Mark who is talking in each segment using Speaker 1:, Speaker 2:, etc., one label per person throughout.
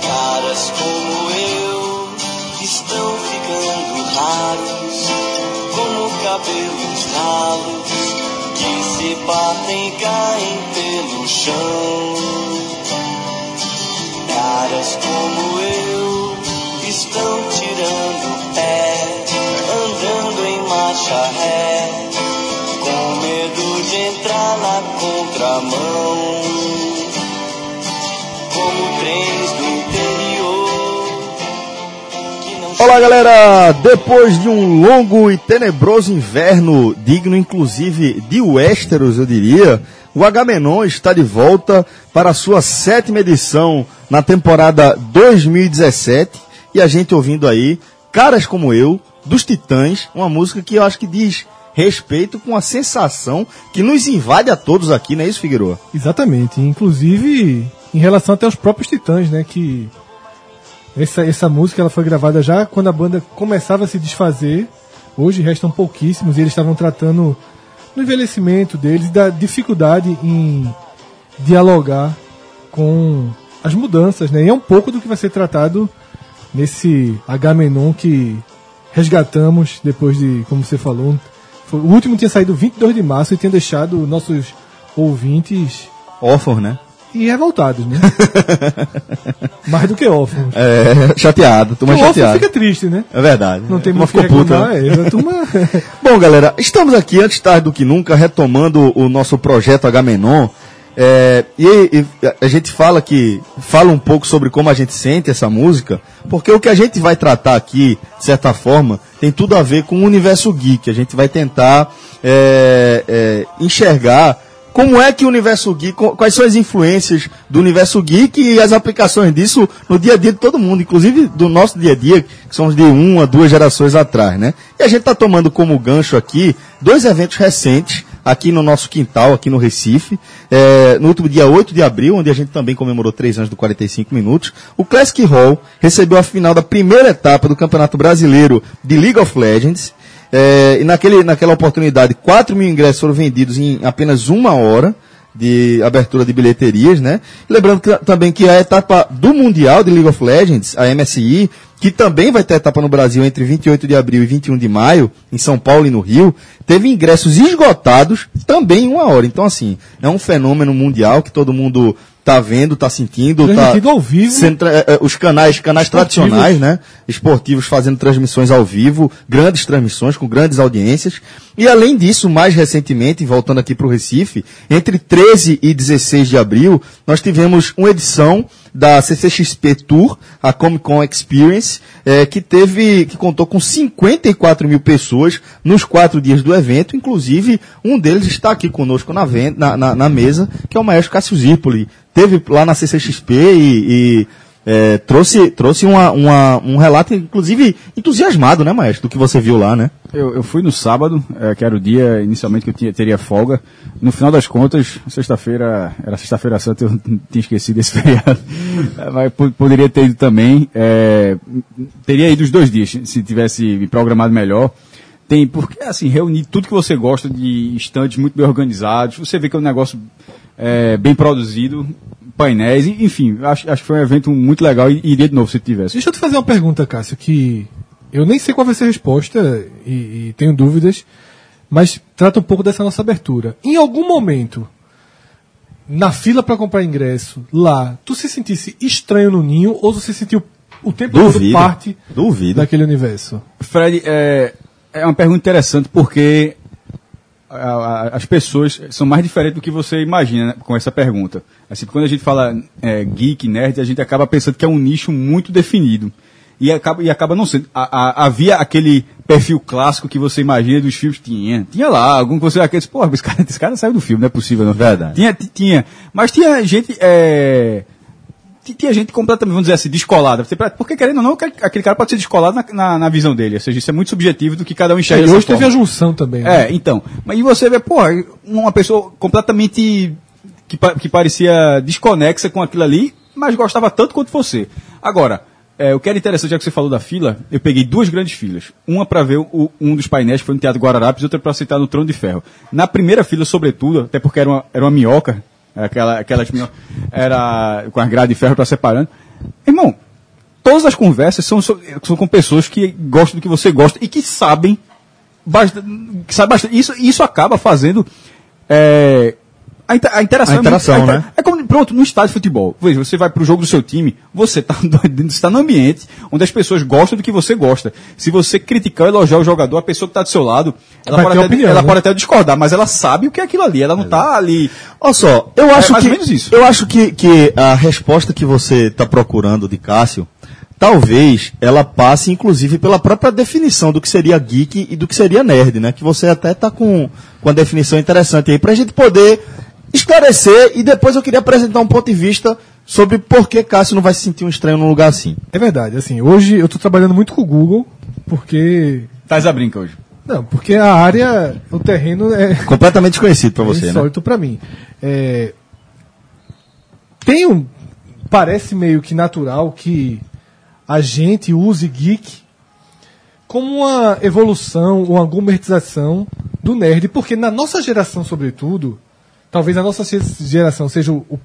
Speaker 1: Poetas como eu estão ficando raros, como cabelos ralos que se batem e caem pelo chão. Caras como eu estão tirando pé, andando em marcha ré, com medo de entrar na contramão. Como trens do interior que não
Speaker 2: Olá galera, depois de um longo e tenebroso inverno, digno inclusive de Westeros, eu diria, o Agamenon está de volta para a sua sétima edição na temporada 2017 e a gente ouvindo aí Caras Como Eu, dos Titãs, uma música que eu acho que diz respeito com a sensação que nos invade a todos aqui, não é isso, Figueroa?
Speaker 3: Exatamente. Inclusive, em relação até aos próprios Titãs, né? Que essa, essa música ela foi gravada já quando a banda começava a se desfazer. Hoje restam pouquíssimos e eles estavam tratando do envelhecimento deles e da dificuldade em dialogar com as mudanças, né? E é um pouco do que vai ser tratado nesse Agamenon que resgatamos depois de, como você falou, foi- o último tinha saído 22 de março e tinha deixado nossos ouvintes
Speaker 2: Órfãos, né?
Speaker 3: e revoltados, né? Mais do que órfãos.
Speaker 2: É, chateado, turma
Speaker 3: o órfão
Speaker 2: chateada.
Speaker 3: fica triste, né?
Speaker 2: É verdade.
Speaker 3: Não tem
Speaker 2: Turma
Speaker 3: muito o que
Speaker 2: ficou puta,
Speaker 3: reclamar,
Speaker 2: né?
Speaker 3: é, a turma...
Speaker 2: Bom, galera, estamos aqui antes tarde do que nunca retomando o nosso projeto Agamenon. É, e, e a gente fala que fala um pouco sobre como a gente sente essa música, porque o que a gente vai tratar aqui, de certa forma, tem tudo a ver com o universo geek. A gente vai tentar é, é, enxergar como é que o universo geek, qu- quais são as influências do universo geek e as aplicações disso no dia a dia de todo mundo, incluve do nosso dia a dia, que somos de uma, duas gerações atrás, né? E a gente está tomando como gancho aqui dois eventos recentes aqui no nosso quintal, aqui no Recife, é, no último dia 8 de abril, onde a gente também comemorou três anos do 45 minutos, o Classic Hall recebeu a final da primeira etapa do Campeonato Brasileiro de League of Legends, é, e naquele, naquela oportunidade, 4 mil ingressos foram vendidos em apenas uma hora de abertura de bilheterias, né? Lembrando que- também que a etapa do Mundial de League of Legends, a MSI, que também vai ter etapa no Brasil entre 28 de abril e 21 de maio, em São Paulo e no Rio, teve ingressos esgotados também em uma hora. Então, assim, é um fenômeno mundial que todo mundo tá vendo, tá sentindo, tá
Speaker 3: Transmitido ao vivo.
Speaker 2: sendo tra- eh, eh, os canais, canais tradicionais, né? Esportivos fazendo transmissões ao vivo, grandes transmissões com grandes audiências. E além disso, mais recentemente, voltando aqui para o Recife, entre 13 e 16 de abril, nós tivemos uma edição da CCXP Tour, a Comic Con Experience, eh, que teve, que contou com 54 mil pessoas nos quatro dias do evento, inclusive um deles está aqui conosco na, ven- na, na- na mesa, que é o maestro Cássio Zirpoli. Teve lá na CCXP e, e é, trouxe, trouxe uma, uma- um relato, inclusive, entusiasmado, né, Maestro, do que você viu lá, né?
Speaker 4: Eu, eu fui no sábado, eh, que era o dia inicialmente que eu tinha- teria folga. No final das contas, sexta-feira, era sexta-feira santa, eu tinha esquecido esse feriado. Eh, Mas po- poderia ter ido também. eh, teria ido os dois dias, se tivesse me programado melhor. Tem, porque assim, reunir tudo que você gosta de estantes muito bem organizados. Você vê que é um negócio eh, bem produzido, painéis, e- enfim, acho, acho que foi um evento muito legal e iria de novo se tivesse.
Speaker 3: Deixa eu te fazer uma pergunta, Cássio, que eu nem sei qual vai ser a resposta e, e tenho dúvidas, mas trata um pouco dessa nossa abertura. Em algum momento, na fila para comprar ingresso, lá, tu se sentisse estranho no ninho ou tu se sentiu o tempo todo
Speaker 2: Duvido.
Speaker 3: parte
Speaker 2: Duvido.
Speaker 3: daquele universo?
Speaker 4: Fred, é, é uma pergunta interessante porque a- a- as pessoas são mais diferentes do que você imagina né, com essa pergunta. Assim, quando a gente fala é, geek, nerd, a gente acaba pensando que é um nicho muito definido. E acaba, e acaba não sendo. A- a- havia aquele perfil clássico que você imagina dos filmes? Tinha. Tinha lá, algum que você aquele, pô, esse cara, esse cara saiu do filme, não é possível, não.
Speaker 2: Verdade.
Speaker 4: Tinha, ti- tinha. Mas tinha gente. é, T- tinha gente completamente, vamos dizer assim, descolada. Você- Porque querendo ou não, aquele- aquele cara pode ser descolado na, na, na visão dele. Ou seja, isso é muito subjetivo do que cada um enxerga.
Speaker 3: e
Speaker 4: dessa
Speaker 3: hoje teve
Speaker 4: forma.
Speaker 3: a junção também. né?
Speaker 4: É, então. Mas e você vê, pô, uma pessoa completamente que, pa- que parecia desconexa com aquilo ali, mas gostava tanto quanto você. Agora, é, o que era interessante, já que você falou da fila, eu peguei duas grandes filas. Uma para ver o- um dos painéis, que foi no Teatro Guararapes, e outra para sentar no Trono de Ferro. Na primeira fila, sobretudo, até porque era uma, era uma minhoca, era aquela, aquelas minhocas, era com as grades de ferro para separando. Irmão,
Speaker 5: todas as conversas são, so- são com pessoas que gostam do que você gosta e que sabem bastante. Que sabem bastante. Isso, isso acaba fazendo. é, a, inter- a interação,
Speaker 2: A interação,
Speaker 5: é, muito- a inter-
Speaker 2: né?
Speaker 5: é como, pronto, no estádio de futebol. Veja, você vai pro jogo do seu time, você tá, dentro- você tá num ambiente onde as pessoas gostam do que você gosta. Se você criticar ou elogiar o jogador, a pessoa que tá do seu lado, ela,
Speaker 3: Vai
Speaker 5: pode
Speaker 3: ter
Speaker 5: até,
Speaker 3: opinião,
Speaker 5: ela
Speaker 3: né?
Speaker 5: pode até discordar, mas ela sabe o que é aquilo ali. Ela não tá ali.
Speaker 2: Olha só, eu acho
Speaker 5: É, mais
Speaker 2: que
Speaker 5: ou menos isso.
Speaker 2: eu acho que, que a resposta que você está procurando de Cássio, talvez ela passe inclusive pela própria definição do que seria geek e do que seria nerd, né? Que você até está com com a definição interessante aí para a gente poder esclarecer e depois eu queria apresentar um ponto de vista sobre por que Cássio não vai se sentir um estranho num lugar assim.
Speaker 3: É verdade, assim, hoje eu tô trabalhando muito com o Google, porque.
Speaker 5: Tás a tá brinca hoje.
Speaker 3: Não, porque a área, o terreno é
Speaker 2: Completamente desconhecido para você, né?
Speaker 3: insólito pra mim. É, Tem um. Parece meio que natural que a gente use geek como uma evolução ou uma gourmetização do nerd, porque na nossa geração, sobretudo, talvez a nossa ge- geração seja o- o-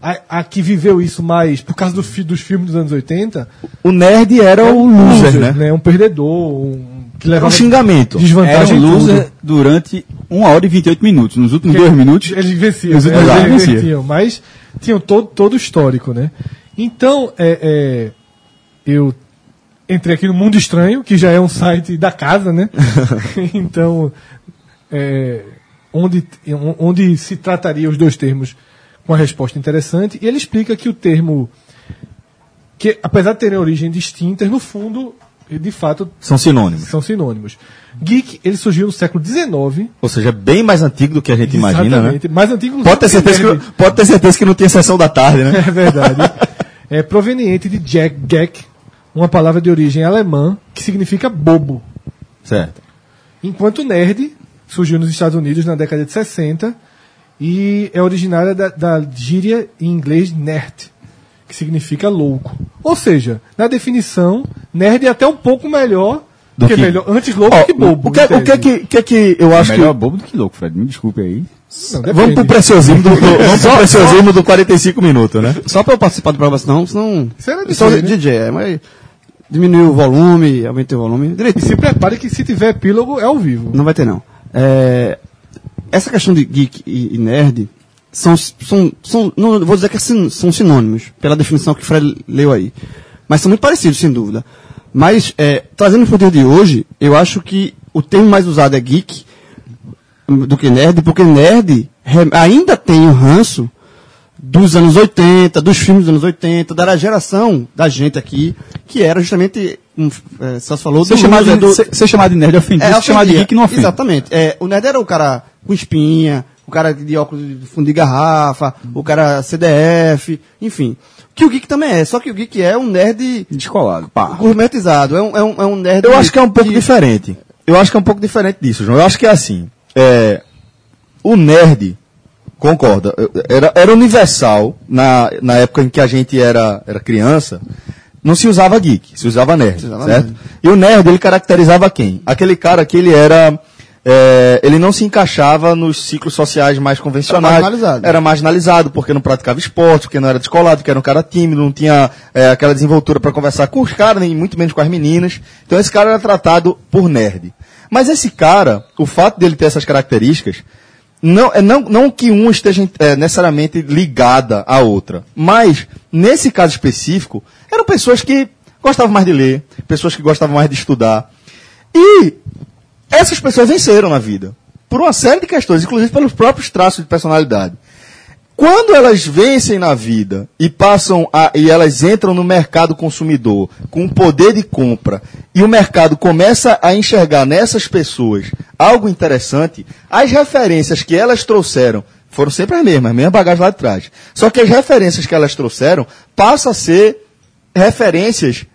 Speaker 3: a, a que viveu isso mais por causa do fi- dos filmes dos anos 80,
Speaker 2: O nerd era o
Speaker 6: É
Speaker 2: loser, né?
Speaker 3: É Um perdedor, um que levava
Speaker 2: Um xingamento.
Speaker 5: Era
Speaker 3: desvantagem.
Speaker 5: um
Speaker 3: em tudo.
Speaker 5: loser durante 1 hora e 28 minutos. Nos últimos
Speaker 3: Porque
Speaker 5: dois minutos.
Speaker 3: Eles venciam,
Speaker 5: Os
Speaker 3: né?
Speaker 5: últimos
Speaker 3: eles
Speaker 5: lá, vencia.
Speaker 3: venciam, mas tinham todo, todo o histórico, né? Então, é, é, eu entrei aqui no Mundo Estranho, que já é um site da casa, né? então, é, onde, onde se trataria os dois termos com a resposta interessante, e ele explica que o termo, que apesar de terem origem distintas, no fundo, de fato,
Speaker 2: São sinônimos.
Speaker 3: são sinônimos. Geek, ele surgiu no século XIX,
Speaker 2: Ou seja, é bem mais antigo do que a gente imagina, né?
Speaker 3: Exatamente. Mais antigo
Speaker 2: Pode ter, certeza
Speaker 3: nerd.
Speaker 2: que, pode ter certeza que não tinha sessão da tarde, né?
Speaker 3: É verdade. é proveniente de Jack Geck, uma palavra de origem alemã que significa bobo.
Speaker 2: Certo.
Speaker 3: Enquanto nerd surgiu nos Estados Unidos na década de 60 e é originária da, da gíria em inglês nerd, que significa louco. Ou seja, na definição, nerd é até um pouco melhor
Speaker 2: Do
Speaker 3: que,
Speaker 2: que-
Speaker 3: melhor, antes louco que bobo.
Speaker 2: o que, o que, é que, o que é que eu acho
Speaker 5: Melhor bobo do que louco, Fred. Me desculpe aí.
Speaker 2: que.
Speaker 3: Não, depende.
Speaker 2: vamos pro preciosismo do, do, vamos pro preciosismo do 45 minutos, né?
Speaker 6: Só pra eu participar do programa, senão. senão
Speaker 3: Você era
Speaker 6: eu sou
Speaker 3: DJ,
Speaker 6: DJ,
Speaker 3: né?
Speaker 6: é, mas diminui o volume, aumentei o volume.
Speaker 3: E
Speaker 6: Direitinho.
Speaker 3: se prepare que se tiver epílogo é ao vivo.
Speaker 6: Não vai ter, não. É, essa questão de geek e, e nerd são, são, são. Não vou dizer que é sin- são sinônimos, pela definição que o Fred leu aí. Mas são muito parecidos, sem dúvida. Mas, é, trazendo para o dia de hoje, eu acho que o termo mais usado é geek do que nerd, porque nerd re- ainda tem o ranço dos anos 80, dos filmes dos anos 80, da geração da gente aqui, que era justamente, como é, Celso falou,
Speaker 5: Ser
Speaker 6: do
Speaker 5: chamado,
Speaker 6: uso
Speaker 5: de, ser, ser chamado de nerd ofendido,
Speaker 6: é,
Speaker 5: ser chamado de
Speaker 6: ofendia.
Speaker 5: geek não ofende.
Speaker 6: Exatamente. É, o nerd era o cara com espinha, o cara de óculos de fundo de garrafa, o cara CDF, enfim. Que o geek também é, só que o geek é um nerd
Speaker 5: Descolado. Pá.
Speaker 6: gourmetizado, é um, é um, é um nerd...
Speaker 2: Eu acho que é um pouco diferente. Eu acho que é um pouco diferente disso, João. Eu acho que é assim. é, o nerd, concorda, era, era universal na, na época em que a gente era, era criança. Não se usava geek, se usava nerd,
Speaker 6: usava
Speaker 2: certo?
Speaker 6: nerd.
Speaker 2: E o nerd, ele caracterizava quem? Aquele cara que ele era... é, ele não se encaixava nos ciclos sociais mais convencionais.
Speaker 6: marginalizado.
Speaker 2: Era marginalizado, porque não praticava esporte, porque não era descolado, porque era um cara tímido, não tinha é, aquela desenvoltura para conversar com os caras, nem muito menos com as meninas. Então esse cara era tratado por nerd. Mas esse cara, o fato dele ter essas características, não, é, não, não que uma esteja é, necessariamente ligada à outra, mas nesse caso específico, eram pessoas que gostavam mais de ler, pessoas que gostavam mais de estudar. E essas pessoas venceram na vida. Por uma série de questões, inclusive pelos próprios traços de personalidade. Quando elas vencem na vida e passam a, e elas entram no mercado consumidor com um poder de compra e o mercado começa a enxergar nessas pessoas algo interessante, as referências que elas trouxeram foram sempre as mesmas, as mesmas bagagens lá de trás. Só que as referências que elas trouxeram passam a ser referências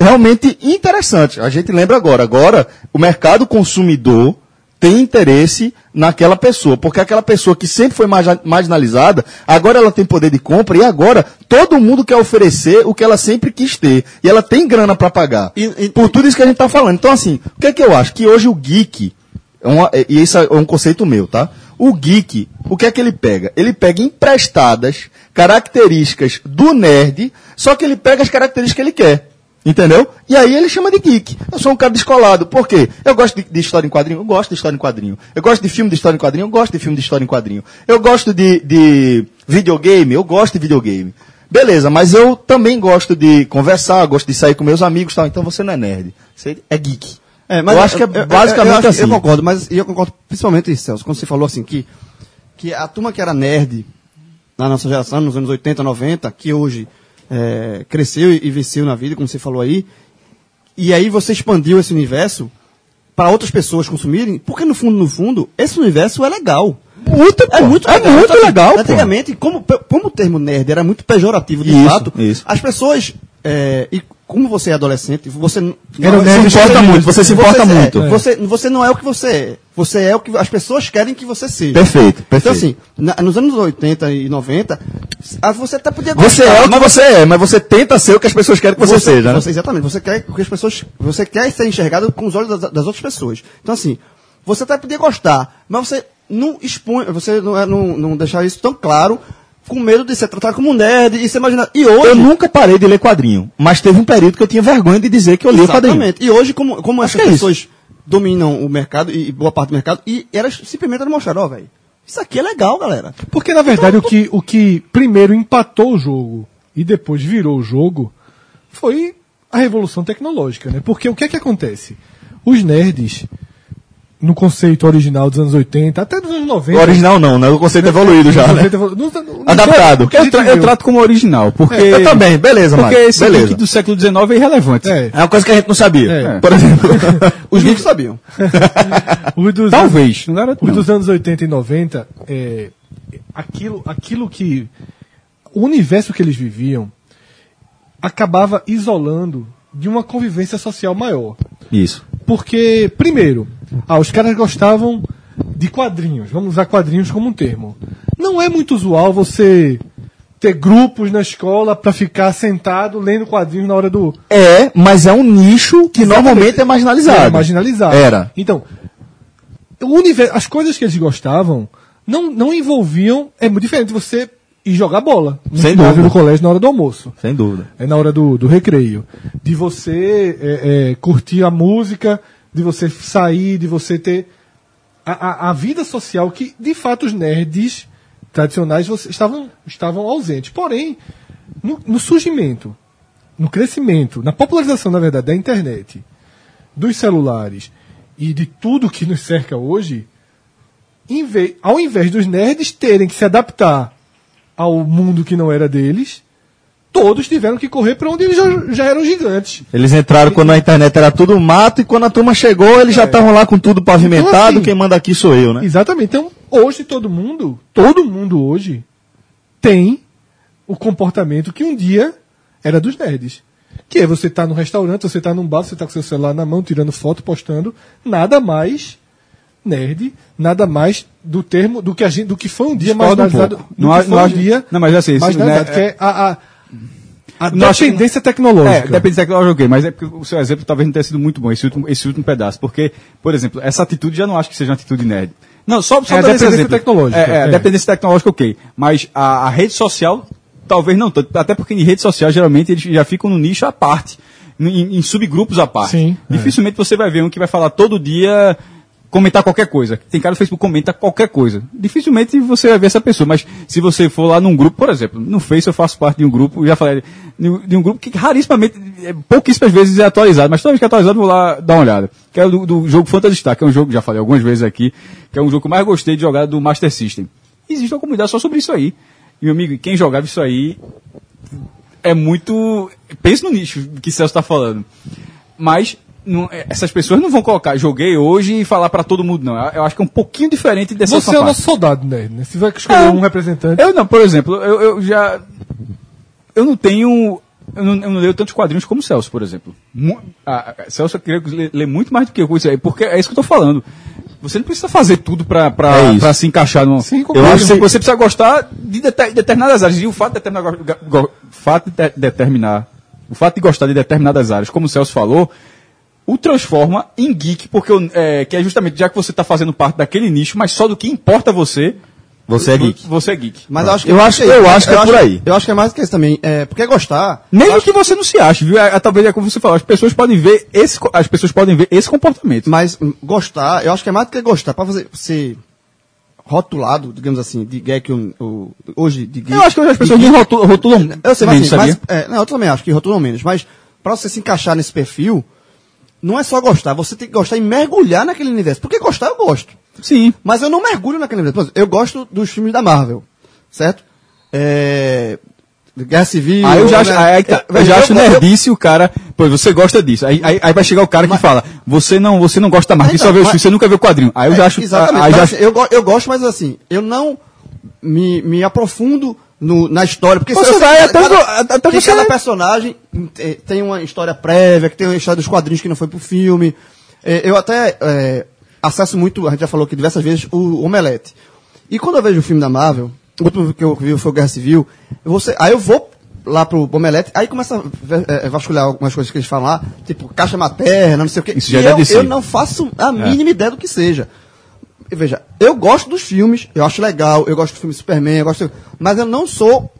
Speaker 2: realmente interessantes. A gente lembra agora, agora o mercado consumidor tem interesse naquela pessoa, porque aquela pessoa que sempre foi marja- marginalizada, agora ela tem poder de compra e agora todo mundo quer oferecer o que ela sempre quis ter e ela tem grana para pagar.
Speaker 6: E- e-
Speaker 2: Por tudo isso que a gente está falando. Então assim, o que é que eu acho que hoje o geek é uma- e isso é um é conceito meu, tá? O geek, o que é que ele pega? Ele pega emprestadas características do nerd, só que ele pega as características que ele quer. Entendeu? E aí ele chama de geek. Eu sou um cara descolado. Por quê? Eu gosto de, de história em quadrinho, eu gosto de história em quadrinho. Eu gosto de filme de história em quadrinho, eu gosto de filme de história em quadrinho. Eu gosto de, de videogame, eu gosto de videogame. Beleza, mas eu também gosto de conversar, gosto de sair com meus amigos e tal. Então você não é nerd. Você é geek. eu acho que é basicamente
Speaker 6: eu, acho-
Speaker 2: assim.
Speaker 6: Eu concordo, mas e eu concordo principalmente isso, Celso, quando você falou assim que, que a turma que era nerd na nossa geração, nos anos 80, 90, que hoje é, cresceu e, e venceu na vida, como você falou aí, e aí você expandiu esse universo para outras pessoas consumirem, porque no fundo, no fundo, esse universo é legal.
Speaker 2: Muito,
Speaker 6: É muito
Speaker 2: É
Speaker 6: legal.
Speaker 2: muito
Speaker 6: Então, assim,
Speaker 2: legal, pô.
Speaker 6: Antigamente, como, pe- como o termo nerd era muito pejorativo, de
Speaker 2: Isso,
Speaker 6: fato,
Speaker 2: isso.
Speaker 6: as pessoas. é, e como você é adolescente, você n-
Speaker 3: Era
Speaker 6: não-
Speaker 3: um nerd
Speaker 6: você-
Speaker 2: importa muito, você se importa
Speaker 6: é,
Speaker 2: muito.
Speaker 6: você, você não é o que você é. Você é o que as pessoas querem que você seja.
Speaker 2: Perfeito, perfeito.
Speaker 6: Então, assim, na- nos anos 80 e 90, ah, você até podia
Speaker 2: Você
Speaker 6: gostar,
Speaker 2: é o que
Speaker 6: mas
Speaker 2: você é, mas você tenta ser o que as pessoas querem que você, seja, né?
Speaker 6: você- exatamente. Você quer que as pessoas. Você quer ser enxergado com os olhos das, das outras pessoas. Então, assim, você até podia gostar, mas você não expõe, você não, é- não, não deixar isso tão claro, com medo de ser tratado como um nerd e ser imaginado. E hoje.
Speaker 2: Eu nunca parei de ler quadrinho, mas teve um período que eu tinha vergonha de dizer que eu lia quadrinho.
Speaker 6: Exatamente. E hoje, como, como
Speaker 2: Acho
Speaker 6: essas
Speaker 2: que é
Speaker 6: pessoas dominam o mercado e, e boa parte do mercado, e elas simplesmente não mostraram, ó, velho. Isso aqui é legal, galera.
Speaker 3: Porque, na verdade, o que, o que primeiro empatou o jogo e depois virou o jogo foi a revolução tecnológica, né? Porque o que é que acontece? Os nerds, no conceito original dos anos 80, até dos anos 90...
Speaker 2: O original não, né? O conceito evoluído já, né? Adaptado. É,
Speaker 4: Eu, tra- eu trato como original, porque.
Speaker 2: Eu também, beleza,
Speaker 4: Porque
Speaker 2: Mário,
Speaker 4: esse
Speaker 2: beleza.
Speaker 4: geek do século XIX é irrelevante.
Speaker 3: É.
Speaker 2: É uma coisa que a gente não sabia.
Speaker 3: É.
Speaker 2: Por exemplo,
Speaker 6: Os geeks sabiam.
Speaker 3: Os dos
Speaker 4: Talvez, não garanto.
Speaker 3: Os
Speaker 4: não.
Speaker 3: dos anos 80 e 90, é, aquilo, aquilo que. O universo que eles viviam acabava isolando de uma convivência social maior.
Speaker 2: Isso.
Speaker 3: Porque, primeiro, ah, os caras gostavam de quadrinhos. Vamos usar quadrinhos como um termo. Não é muito usual você ter grupos na escola para ficar sentado lendo quadrinhos na hora do,
Speaker 2: É, mas é um nicho que normalmente é marginalizado.
Speaker 3: era marginalizado.
Speaker 2: Era.
Speaker 3: Então, o universo, as coisas que eles gostavam não, não envolviam. É muito diferente você ir jogar bola no
Speaker 2: Sem
Speaker 3: ginásio
Speaker 2: dúvida.
Speaker 3: do colégio na hora do almoço.
Speaker 2: Sem dúvida.
Speaker 3: É na hora do, do recreio. De você é, é, curtir a música, de você sair, de você ter a, a- a vida social que, de fato, os nerds tradicionais você- estavam, estavam ausentes. Porém, no, no surgimento, no crescimento, na popularização, na verdade, da internet, dos celulares e de tudo que nos cerca hoje, em ve- ao invés dos nerds terem que se adaptar ao mundo que não era deles, todos tiveram que correr para onde eles já, já eram gigantes.
Speaker 2: Eles entraram quando a internet era tudo mato e quando a turma chegou, eles já estavam lá com tudo pavimentado.
Speaker 3: Então, assim,
Speaker 2: Quem manda aqui sou eu, né?
Speaker 3: Exatamente. Então, hoje todo mundo, todo mundo hoje tem o comportamento que um dia era dos nerds. Que é você tá num restaurante, você tá num bar, você tá com seu celular na mão, tirando foto, postando, nada mais nerd, nada mais do termo do que a gente, do que foi um dia
Speaker 4: Discordo um
Speaker 3: marginalizado,
Speaker 4: pouco.
Speaker 3: do
Speaker 4: Não
Speaker 3: que
Speaker 4: acho-
Speaker 3: foi
Speaker 4: não
Speaker 3: um
Speaker 4: acho-
Speaker 3: dia
Speaker 4: não, mas assim, isso,
Speaker 3: marginalizado,
Speaker 4: né,
Speaker 3: que é a, a, a
Speaker 4: Não acho-
Speaker 3: dependência tecnológica.
Speaker 4: É, depende da tecnologia, ok, mas é porque o seu exemplo talvez não tenha sido muito bom, esse último, esse último pedaço. Porque, por exemplo, essa atitude já não acho que seja uma atitude nerd. Não, só, só
Speaker 3: É a
Speaker 4: pra dar esse
Speaker 3: dependência
Speaker 4: exemplo.
Speaker 3: tecnológica,
Speaker 4: É, é, a
Speaker 3: é.
Speaker 4: dependência tecnológica, ok. Mas a, a rede social, talvez não tanto. Até porque em rede social, geralmente, eles já ficam no nicho à parte, em, em subgrupos à parte.
Speaker 3: Sim, é.
Speaker 4: Dificilmente você vai ver um que vai falar todo dia comentar qualquer coisa. Tem cara no Facebook que comenta qualquer coisa. Dificilmente você vai ver essa pessoa, mas se você for lá num grupo, por exemplo, no Face eu faço parte de um grupo, já falei, de um de um grupo que rarissimamente, é, pouquíssimas vezes é atualizado, mas toda vez que é atualizado eu vou lá dar uma olhada. Que é o do, do jogo Phantasy Star, que é um jogo, que já falei algumas vezes aqui, que é um jogo que eu mais gostei de jogar do Master System. Existe uma comunidade só sobre isso aí. Meu amigo, quem jogava isso aí é muito. Pensa no nicho que Celso está falando. Mas não- essas pessoas não vão colocar joguei hoje e falar para todo mundo, não. Eu acho que é um pouquinho diferente dessa
Speaker 3: Você é
Speaker 4: outra
Speaker 3: o
Speaker 4: parte.
Speaker 3: nosso soldado nerd, né? Se vai escolher
Speaker 4: É.
Speaker 3: um representante.
Speaker 4: Eu não, por exemplo, eu, eu já. Eu não tenho. Eu não, eu não leio tantos quadrinhos como Celso, por exemplo. Mu- ah, ah, Celso, eu queria ler, ler muito mais do que eu com isso aí, porque é isso que eu tô falando. Você não precisa fazer tudo pra, pra,
Speaker 2: É isso.
Speaker 4: pra se encaixar no.
Speaker 3: Sim,
Speaker 4: eu
Speaker 3: concordo.
Speaker 4: acho que você precisa gostar de dete- determinadas áreas. E o fato de determinar, go- go- fato de de- determinar. O fato de gostar de determinadas áreas, como o Celso falou, o transforma em geek, porque eu- é, que é justamente já que você está fazendo parte daquele nicho, mas só do que importa a você.
Speaker 2: Você é geek.
Speaker 4: Você é geek.
Speaker 6: Mas acho que
Speaker 2: Ah, Eu
Speaker 6: é
Speaker 2: acho-
Speaker 6: isso aí.
Speaker 2: eu acho que é por aí.
Speaker 6: Eu acho que é mais do que isso também. É, porque gostar.
Speaker 4: Mesmo que você não se ache, viu? É, é, talvez é como você falou, as pessoas podem ver esse, co- as pessoas podem ver esse comportamento.
Speaker 6: Mas hum, gostar, eu acho que é mais do que gostar. Pra você ser rotulado, digamos assim, de geek ou, ou- hoje de geek.
Speaker 4: eu acho que hoje as
Speaker 6: de
Speaker 4: pessoas
Speaker 6: geek,
Speaker 4: nem rotulam, rotulam
Speaker 6: Eu sei,
Speaker 4: menos,
Speaker 6: mas, assim,
Speaker 4: sabia?
Speaker 6: mas é, não, eu também acho que rotulam menos, mas pra você se encaixar nesse perfil, não é só gostar, você tem que gostar e mergulhar naquele universo. Porque gostar eu gosto,
Speaker 4: Sim.
Speaker 6: mas eu não mergulho naquele universo. Por exemplo, eu gosto dos filmes da Marvel, certo? É, Guerra Civil.
Speaker 4: Aí eu já acho,
Speaker 6: né?
Speaker 4: aí, aí tá, eu,
Speaker 6: veja,
Speaker 4: já acho
Speaker 6: eu-
Speaker 4: nerdice o cara. Pô, você gosta disso. Aí, aí, aí vai chegar o cara que fala: você não, você não gosta mais,
Speaker 6: Aí
Speaker 4: que só
Speaker 6: não,
Speaker 4: vê os
Speaker 6: Então,
Speaker 4: filmes,
Speaker 6: mas-
Speaker 4: você nunca vê o quadrinho. Aí eu já
Speaker 6: É,
Speaker 4: acho.
Speaker 6: Exatamente.
Speaker 4: Aí
Speaker 6: mas,
Speaker 4: já
Speaker 6: assim,
Speaker 4: acho
Speaker 6: eu, go- eu gosto, mas assim, eu não me, me aprofundo no- na história. Porque
Speaker 4: Você
Speaker 6: eu sei
Speaker 4: vai é
Speaker 6: que
Speaker 4: até
Speaker 6: cada,
Speaker 4: o- até
Speaker 6: que
Speaker 4: você-
Speaker 6: cada personagem eh, tem uma história prévia, que tem uma história dos quadrinhos que não foi pro filme. Eh, Eu até eh, acesso muito, a gente já falou aqui diversas vezes, o Omelete. E quando eu vejo o filme da Marvel, o último que eu vi foi o Guerra Civil, eu vou ser- aí eu vou lá pro Omelete, aí começa a ve- eh, vasculhar algumas coisas que eles falam lá, tipo caixa materna, não sei o quê.
Speaker 4: Isso já
Speaker 6: E
Speaker 4: é da É.
Speaker 6: eu,
Speaker 4: DC.
Speaker 6: eu não faço a mínima ideia do que seja. E Veja, eu gosto dos filmes, eu acho legal, eu gosto do filme Superman, eu gosto. Mas eu não sou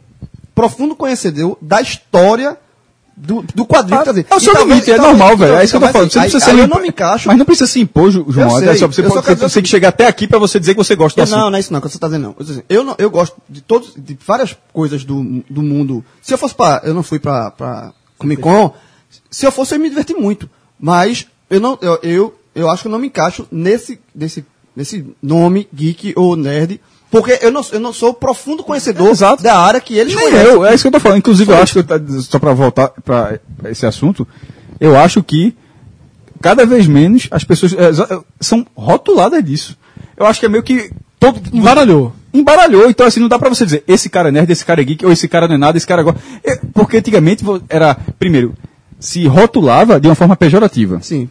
Speaker 6: profundo conhecedor da história do, do quadrinho. tá
Speaker 4: Ah,
Speaker 6: quer dizer,
Speaker 4: é o seu
Speaker 6: e talvez-
Speaker 4: limite, é
Speaker 6: talvez-
Speaker 4: normal, velho. É isso que eu tô
Speaker 6: talvez-
Speaker 4: falando. Você não
Speaker 6: aí-
Speaker 4: precisa
Speaker 6: então, aí
Speaker 4: ser
Speaker 6: eu
Speaker 4: limpo-
Speaker 6: não me encaixo.
Speaker 4: Mas não precisa se impor, Ju- João.
Speaker 6: Eu
Speaker 4: Olha
Speaker 6: sei,
Speaker 4: só, você
Speaker 6: eu só
Speaker 4: pode,
Speaker 6: quero
Speaker 4: você
Speaker 6: dizer
Speaker 4: tem que chegar até aqui pra você dizer que você gosta do
Speaker 6: Eu-
Speaker 4: assunto.
Speaker 6: não, não é isso não, que você tá dizendo não. Eu, tô dizendo, eu não- eu gosto de todos, de várias coisas do, do mundo. Se eu fosse pra. Eu não fui pra, pra Comic Con, se eu fosse eu me diverti muito. Mas eu não. Eu, eu, eu acho que eu não me encaixo nesse, nesse, nesse nome, geek ou nerd. Porque eu não, eu não sou profundo conhecedor
Speaker 4: Exato.
Speaker 6: da área que eles
Speaker 4: Nem
Speaker 6: conhecem.
Speaker 4: eu, é isso que eu tô falando. Inclusive, eu acho que, eu tá- só pra voltar pra esse assunto, eu acho que cada vez menos as pessoas é, exa- são rotuladas disso. Eu acho que é meio que. Todo,
Speaker 3: Embaralhou.
Speaker 4: Embaralhou, então assim, não dá pra você dizer esse cara é nerd, esse cara é geek, ou esse cara não é nada, esse cara agora. Porque antigamente vo- era, primeiro, se rotulava de uma forma pejorativa.
Speaker 6: Sim.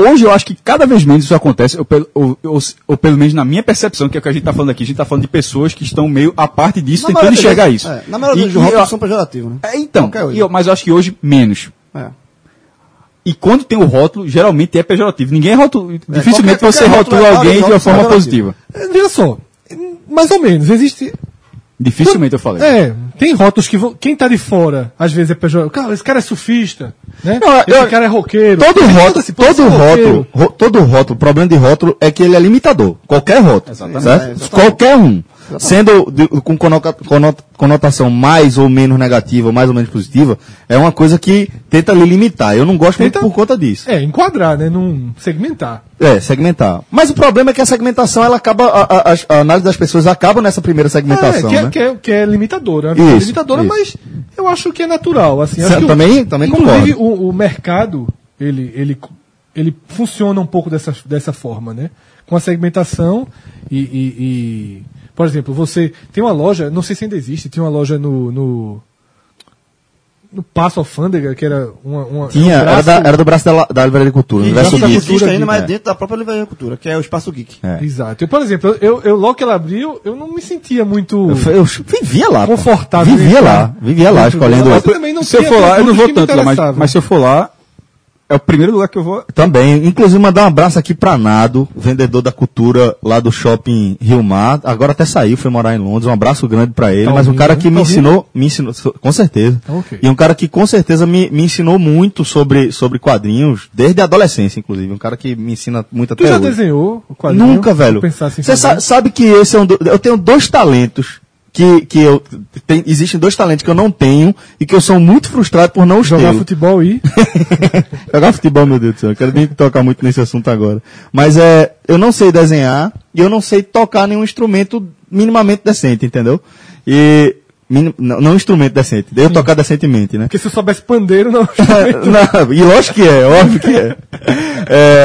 Speaker 4: Hoje eu acho que cada vez menos isso acontece, ou, pelo- ou- ou- ou pelo menos na minha percepção, que é o que a gente está falando aqui, a gente está falando de pessoas que estão meio à parte disso,
Speaker 6: Na
Speaker 4: tentando
Speaker 6: maioria
Speaker 4: enxergar
Speaker 6: das-
Speaker 4: isso.
Speaker 6: é, na maioria dos
Speaker 4: E- e eu-
Speaker 6: rótulos são pejorativos, né?
Speaker 4: É, então,
Speaker 6: Qualquer um.
Speaker 4: e eu- mas eu acho que hoje menos.
Speaker 6: É.
Speaker 4: E quando tem o rótulo, geralmente é pejorativo. Ninguém rotu- dificilmente
Speaker 6: É, qualquer-
Speaker 4: você
Speaker 6: qualquer rótulo
Speaker 4: rotula
Speaker 6: é-
Speaker 4: alguém de uma
Speaker 6: rótulo é
Speaker 4: forma positiva.
Speaker 6: pejorativo.
Speaker 3: É, Veja só, mais ou menos, existe...
Speaker 4: Dificilmente eu falei.
Speaker 3: É, tem rótulos que vão... Quem tá de fora, às vezes é pejorativo. Cara, esse cara é surfista, né?
Speaker 2: Não,
Speaker 3: esse
Speaker 2: eu-
Speaker 3: cara é roqueiro.
Speaker 2: Todo
Speaker 3: Mas
Speaker 2: rótulo,
Speaker 3: foda-se, pode ser
Speaker 2: todo
Speaker 3: roqueiro.
Speaker 2: rótulo, ro- todo rótulo, o problema de rótulo é que ele é limitador. Qualquer rótulo,
Speaker 4: Exatamente.
Speaker 2: certo?
Speaker 6: É, exatamente.
Speaker 2: Qualquer um. Sendo de- com conoca- conota- conotação mais ou menos negativa, mais ou menos positiva, é uma coisa que tenta lhe limitar. Eu não gosto
Speaker 3: Tenta-
Speaker 2: muito por conta disso.
Speaker 3: É, enquadrar, né? Não segmentar.
Speaker 2: É, segmentar. Mas o problema é que a segmentação, ela acaba, a, a- a- a análise das pessoas acaba nessa primeira segmentação,
Speaker 3: é, que,
Speaker 2: né?
Speaker 3: é, que, é, que é limitadora.
Speaker 2: Isso,
Speaker 3: é limitadora,
Speaker 2: isso.
Speaker 3: mas eu acho que é natural. Assim,
Speaker 2: Certo,
Speaker 3: acho que o-
Speaker 2: também- também
Speaker 3: inclusive, o, o mercado, ele, ele, ele funciona um pouco dessa, dessa forma, né? Com a segmentação e, e- e- Por exemplo, você tem uma loja, não sei se ainda existe, tinha uma loja no. no no Passo Alfândega, que era uma. uma
Speaker 2: Tinha,
Speaker 3: um
Speaker 2: era,
Speaker 3: braço-
Speaker 2: da, era do braço da, la- da Livraria Cultura,
Speaker 6: E
Speaker 2: Universo
Speaker 6: isso
Speaker 3: Geek.
Speaker 2: Geek.
Speaker 6: existe ainda,
Speaker 3: Geek,
Speaker 6: mas
Speaker 2: é.
Speaker 6: dentro da própria livraria cultura, que é o espaço geek.
Speaker 2: É.
Speaker 3: Exato. Eu, por exemplo, eu, eu logo que ela abriu, eu não me sentia muito.
Speaker 2: Eu, fui- eu vivia lá. pô.
Speaker 3: Hum. Confortável.
Speaker 2: Vivia lá, vivia lá, escolhendo.
Speaker 3: Mas eu também não
Speaker 4: se eu
Speaker 3: tinha
Speaker 4: for lá, eu
Speaker 3: produtos
Speaker 4: não vou
Speaker 3: que me
Speaker 4: tanto lá, mas,
Speaker 3: interessavam.
Speaker 4: mas se eu for lá, é o primeiro lugar que eu vou.
Speaker 2: Também, inclusive mandar um abraço aqui pra Nado, vendedor da cultura lá do shopping Rio Mar. Agora até saiu, foi morar em Londres. Um abraço grande pra ele.
Speaker 3: Tá
Speaker 2: mas um
Speaker 3: ouvindo,
Speaker 2: cara
Speaker 3: né?
Speaker 2: que me
Speaker 3: Tá ouvindo?
Speaker 2: ensinou, me ensinou, so- com certeza.
Speaker 3: Tá ok.
Speaker 2: E um cara que com certeza me, me ensinou muito sobre, sobre quadrinhos, desde a adolescência, inclusive. Um cara que me ensina muito até
Speaker 3: Tu já
Speaker 2: hoje.
Speaker 3: desenhou o quadrinho? assim,
Speaker 2: Nunca, velho.
Speaker 3: Pensasse em
Speaker 2: Você sa-
Speaker 3: fazer?
Speaker 2: sabe que esse é um. do- Eu tenho dois talentos. Que, que eu. Tem, existem dois talentos que eu não tenho e que eu sou muito frustrado por não os
Speaker 3: Jogar
Speaker 2: ter.
Speaker 3: futebol e.
Speaker 2: Jogar futebol, meu Deus do céu, eu quero nem tocar muito nesse assunto agora. Mas é, eu não sei desenhar e eu não sei tocar nenhum instrumento minimamente decente, entendeu? E. minim- não, não instrumento decente, eu tocar decentemente, né?
Speaker 3: Porque se eu soubesse pandeiro, não.
Speaker 2: É Não, e lógico que é, óbvio que é.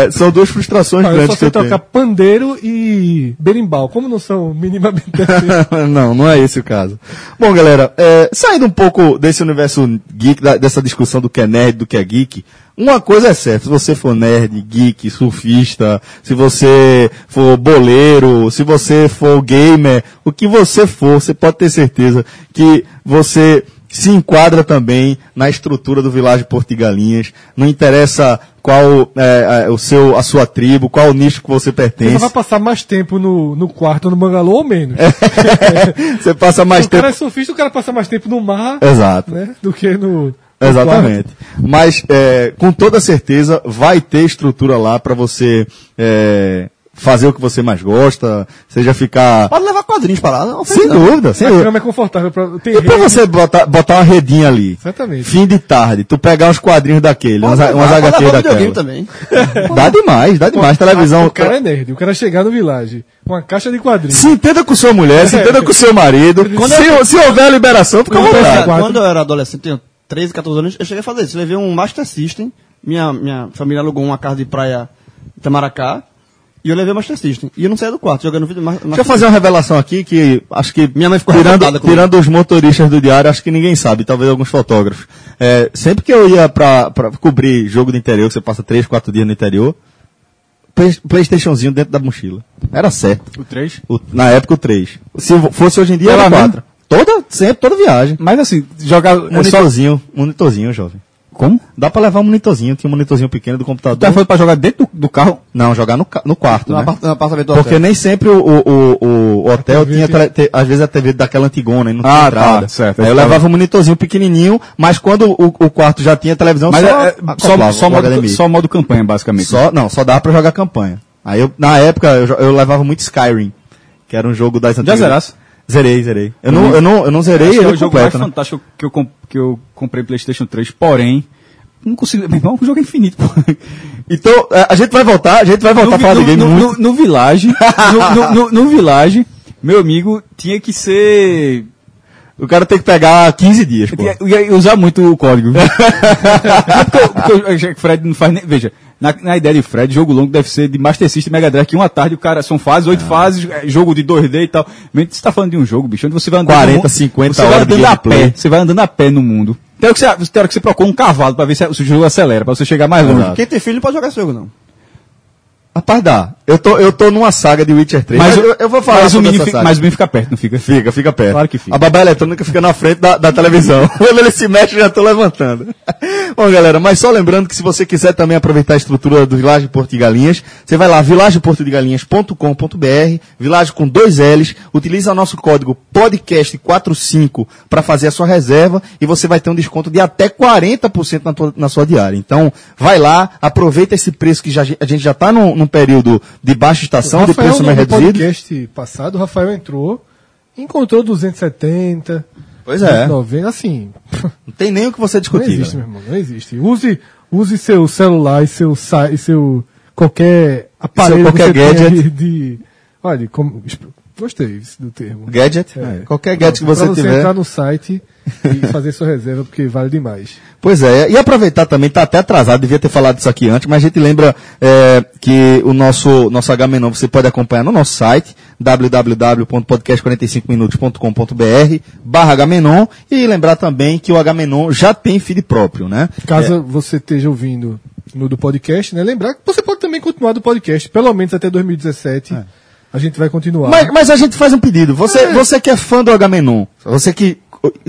Speaker 2: É, são duas frustrações
Speaker 3: eu só
Speaker 2: grandes que
Speaker 3: sei
Speaker 2: eu tenho.
Speaker 3: tocar pandeiro e berimbau. Como não são minimamente. assim, decentes?
Speaker 2: não, não é esse o caso. Bom, galera, é, saindo um pouco desse universo geek, da- dessa discussão do que é nerd, do que é geek, uma coisa é certa, se você for nerd, geek, surfista, se você for boleiro, se você for gamer, o que você for, você pode ter certeza que você se enquadra também na estrutura do Vilagem Portigalinhas. Não interessa qual é, é, o seu, a sua tribo, qual o nicho que você
Speaker 3: Você
Speaker 2: pertence.
Speaker 3: então vai passar mais tempo no, no quarto no bangalô ou menos.
Speaker 2: É, Você passa mais
Speaker 3: o cara
Speaker 2: tempo.
Speaker 3: é surfista, o cara passa mais tempo no mar
Speaker 2: Exato.
Speaker 3: né, do que no. no
Speaker 2: É. Exatamente. Mas é, com toda certeza vai ter estrutura lá para você é, fazer o que você mais gosta, seja ficar.
Speaker 6: Pode levar quadrinhos pra lá, não
Speaker 2: Sem dúvida, sem
Speaker 3: quarto. A
Speaker 2: dúvida.
Speaker 3: cama é confortável pra. Tem
Speaker 2: E pra
Speaker 3: rede.
Speaker 2: você botar, botar uma redinha ali.
Speaker 3: Exatamente.
Speaker 2: Fim de tarde, tu pegar uns quadrinhos
Speaker 3: é
Speaker 2: daquele, umas, umas HQ
Speaker 6: videogame
Speaker 2: daquela.
Speaker 6: também.
Speaker 2: Dá demais, dá demais. Televisão.
Speaker 3: O cara é nerd. O cara chegar no vilage com uma caixa de quadrinhos.
Speaker 2: Se entenda com sua mulher, se
Speaker 3: É.
Speaker 2: entenda com seu marido.
Speaker 3: Quando
Speaker 2: Se, se houver liberação, fica à
Speaker 6: Quando eu, era,
Speaker 2: vontade.
Speaker 3: é Quatro.
Speaker 6: quando eu era adolescente, tinha 13, 14 anos, eu cheguei a fazer isso. Eu levei um Master System. Minha, minha família alugou uma casa de praia em Itamaracá. E eu levei o Master System. E eu não saía do quarto, jogando vídeo. Mas,
Speaker 2: Deixa eu fazer uma revelação aqui que acho que
Speaker 6: Minha mãe ficou
Speaker 2: tirando,
Speaker 6: revoltada comigo.
Speaker 2: tirando os motoristas do diário, acho que ninguém sabe, talvez alguns fotógrafos. É, sempre que eu ia pra, pra cobrir jogo do interior, que você passa 3, 4 dias no interior, play- Playstationzinho dentro da mochila. Era certo.
Speaker 5: O 3?
Speaker 2: O- na época o 3. Se fosse hoje em dia,
Speaker 5: Era
Speaker 2: era
Speaker 5: mesmo?
Speaker 2: 4. Toda, sempre, toda viagem.
Speaker 5: Mas assim, jogar. É só...
Speaker 2: Monitorzinho, monitorzinho, jovem.
Speaker 5: Como?
Speaker 2: Dá pra levar um monitorzinho, tinha um monitorzinho pequeno do computador.
Speaker 4: Tá
Speaker 5: Tu foi pra jogar dentro do, do carro?
Speaker 2: Não, jogar no, ca- no quarto,
Speaker 6: Tá, no
Speaker 2: né?
Speaker 6: apart- no apartamento do
Speaker 2: Porque
Speaker 6: hotel.
Speaker 2: nem sempre o, o- o- o hotel
Speaker 3: TV
Speaker 2: tinha,
Speaker 3: tinha-
Speaker 2: tele- te- às vezes, a TV daquela antigona e não tinha
Speaker 5: Ah, tá,
Speaker 2: entrada.
Speaker 5: certo.
Speaker 2: Aí eu levava um monitorzinho pequenininho, mas quando o, o quarto já tinha televisão,
Speaker 5: Mas
Speaker 2: só,
Speaker 5: é- é só,
Speaker 2: acoplava
Speaker 5: só,
Speaker 2: o
Speaker 5: modo,
Speaker 2: HDMI.
Speaker 5: só modo campanha, basicamente.
Speaker 2: Só- não, só dava pra jogar campanha. Aí, eu, na época, eu, jo- eu levava muito Skyrim, que era um jogo das antigas.
Speaker 5: zerasse?
Speaker 2: Zerei, zerei. Eu não,
Speaker 5: Uhum.
Speaker 2: eu não, eu não zerei
Speaker 5: Acho que
Speaker 2: ele
Speaker 5: é o jogo mais
Speaker 2: completo, né?
Speaker 5: fantástico que eu, com- que eu comprei PlayStation 3, porém. Não consigo. Meu irmão, o jogo é infinito, pô.
Speaker 2: Então, é, a gente vai voltar, a gente vai voltar a falar de
Speaker 5: no,
Speaker 2: game
Speaker 5: no,
Speaker 2: muito.
Speaker 5: no, no Village. no, no, no, no Village, meu amigo, tinha que ser.
Speaker 2: O cara tem que pegar 15 dias, pô.
Speaker 5: é, Eu ia, ia usar muito o código. Não, porque, eu- porque eu achei que o Fred não faz nem. Veja, na, na ideia de Fred, jogo longo deve ser de Master System Mega Drive, que uma tarde o cara. São fases,
Speaker 2: Ah.
Speaker 5: oito fases, é, jogo de 2D e tal. Mas você tá falando de um jogo, bicho, onde você vai andando.
Speaker 2: 40,
Speaker 5: no mundo-
Speaker 2: 50
Speaker 5: você vai
Speaker 2: horas de
Speaker 5: andando a
Speaker 2: gameplay.
Speaker 5: pé. Você vai andando a pé no mundo. Tem hora que você, tem hora que você procura um cavalo pra ver se, a- se o jogo acelera, pra você chegar mais longe.
Speaker 2: Exato.
Speaker 6: Quem tem filho não pode jogar esse jogo, não.
Speaker 2: Rapaz, dá. Eu tô, eu tô numa saga de Witcher 3.
Speaker 5: Mas
Speaker 2: eu,
Speaker 5: o-
Speaker 2: eu vou falar
Speaker 5: mas o
Speaker 2: sobre
Speaker 5: mini
Speaker 2: essa
Speaker 5: fica,
Speaker 2: saga.
Speaker 5: mas o mini fica perto, não fica?
Speaker 2: Fica, fica perto.
Speaker 5: Claro que fica.
Speaker 2: A babá eletrônica fica na frente da, da televisão. Quando ele se mexe, eu já tô levantando. Bom, galera, mas só lembrando que se você quiser também aproveitar a estrutura do Vilagem Porto de Galinhas, você vai lá, vilagemportodegalinhas.com.br, vilagem com dois L's, utiliza nosso código podcast45 para fazer a sua reserva e você vai ter um desconto de até 40% na, tua- na sua diária. Então, vai lá, aproveita esse preço que já, a gente já está num, num período de baixa estação, de
Speaker 3: Rafael,
Speaker 2: preço mais
Speaker 3: no
Speaker 2: reduzido.
Speaker 3: podcast passado, o Rafael entrou, encontrou 270,
Speaker 2: Pois é, não
Speaker 3: 290, assim.
Speaker 2: tem nem o que você
Speaker 3: Não
Speaker 2: discutir.
Speaker 3: existe,
Speaker 2: galera.
Speaker 3: meu irmão, não existe. Use, use seu celular e seu, sa- e seu qualquer aparelho
Speaker 2: qualquer
Speaker 3: que você tenha
Speaker 2: gadget.
Speaker 3: de, de- Olha, como, exp- gostei do termo.
Speaker 2: Gadget? né?
Speaker 3: É.
Speaker 2: Qualquer gadget que você
Speaker 3: pra você
Speaker 2: tiver.
Speaker 3: entrar no site e fazer sua reserva, porque vale demais.
Speaker 2: Pois é, e aproveitar também, tá até atrasado, devia ter falado isso aqui antes, mas a gente lembra é, que o nosso, nosso HMNOM você pode acompanhar no nosso site, www.podcast45minutos.com.br barra HMNOM, e lembrar também que o HMNOM já tem feed próprio, né?
Speaker 3: Caso você esteja ouvindo no do podcast, né? Lembrar que você pode também continuar do podcast, pelo menos até 2017. A gente vai continuar.
Speaker 2: É. Mas, mas a gente faz um pedido. Você, você que é fã do Agamenon, você que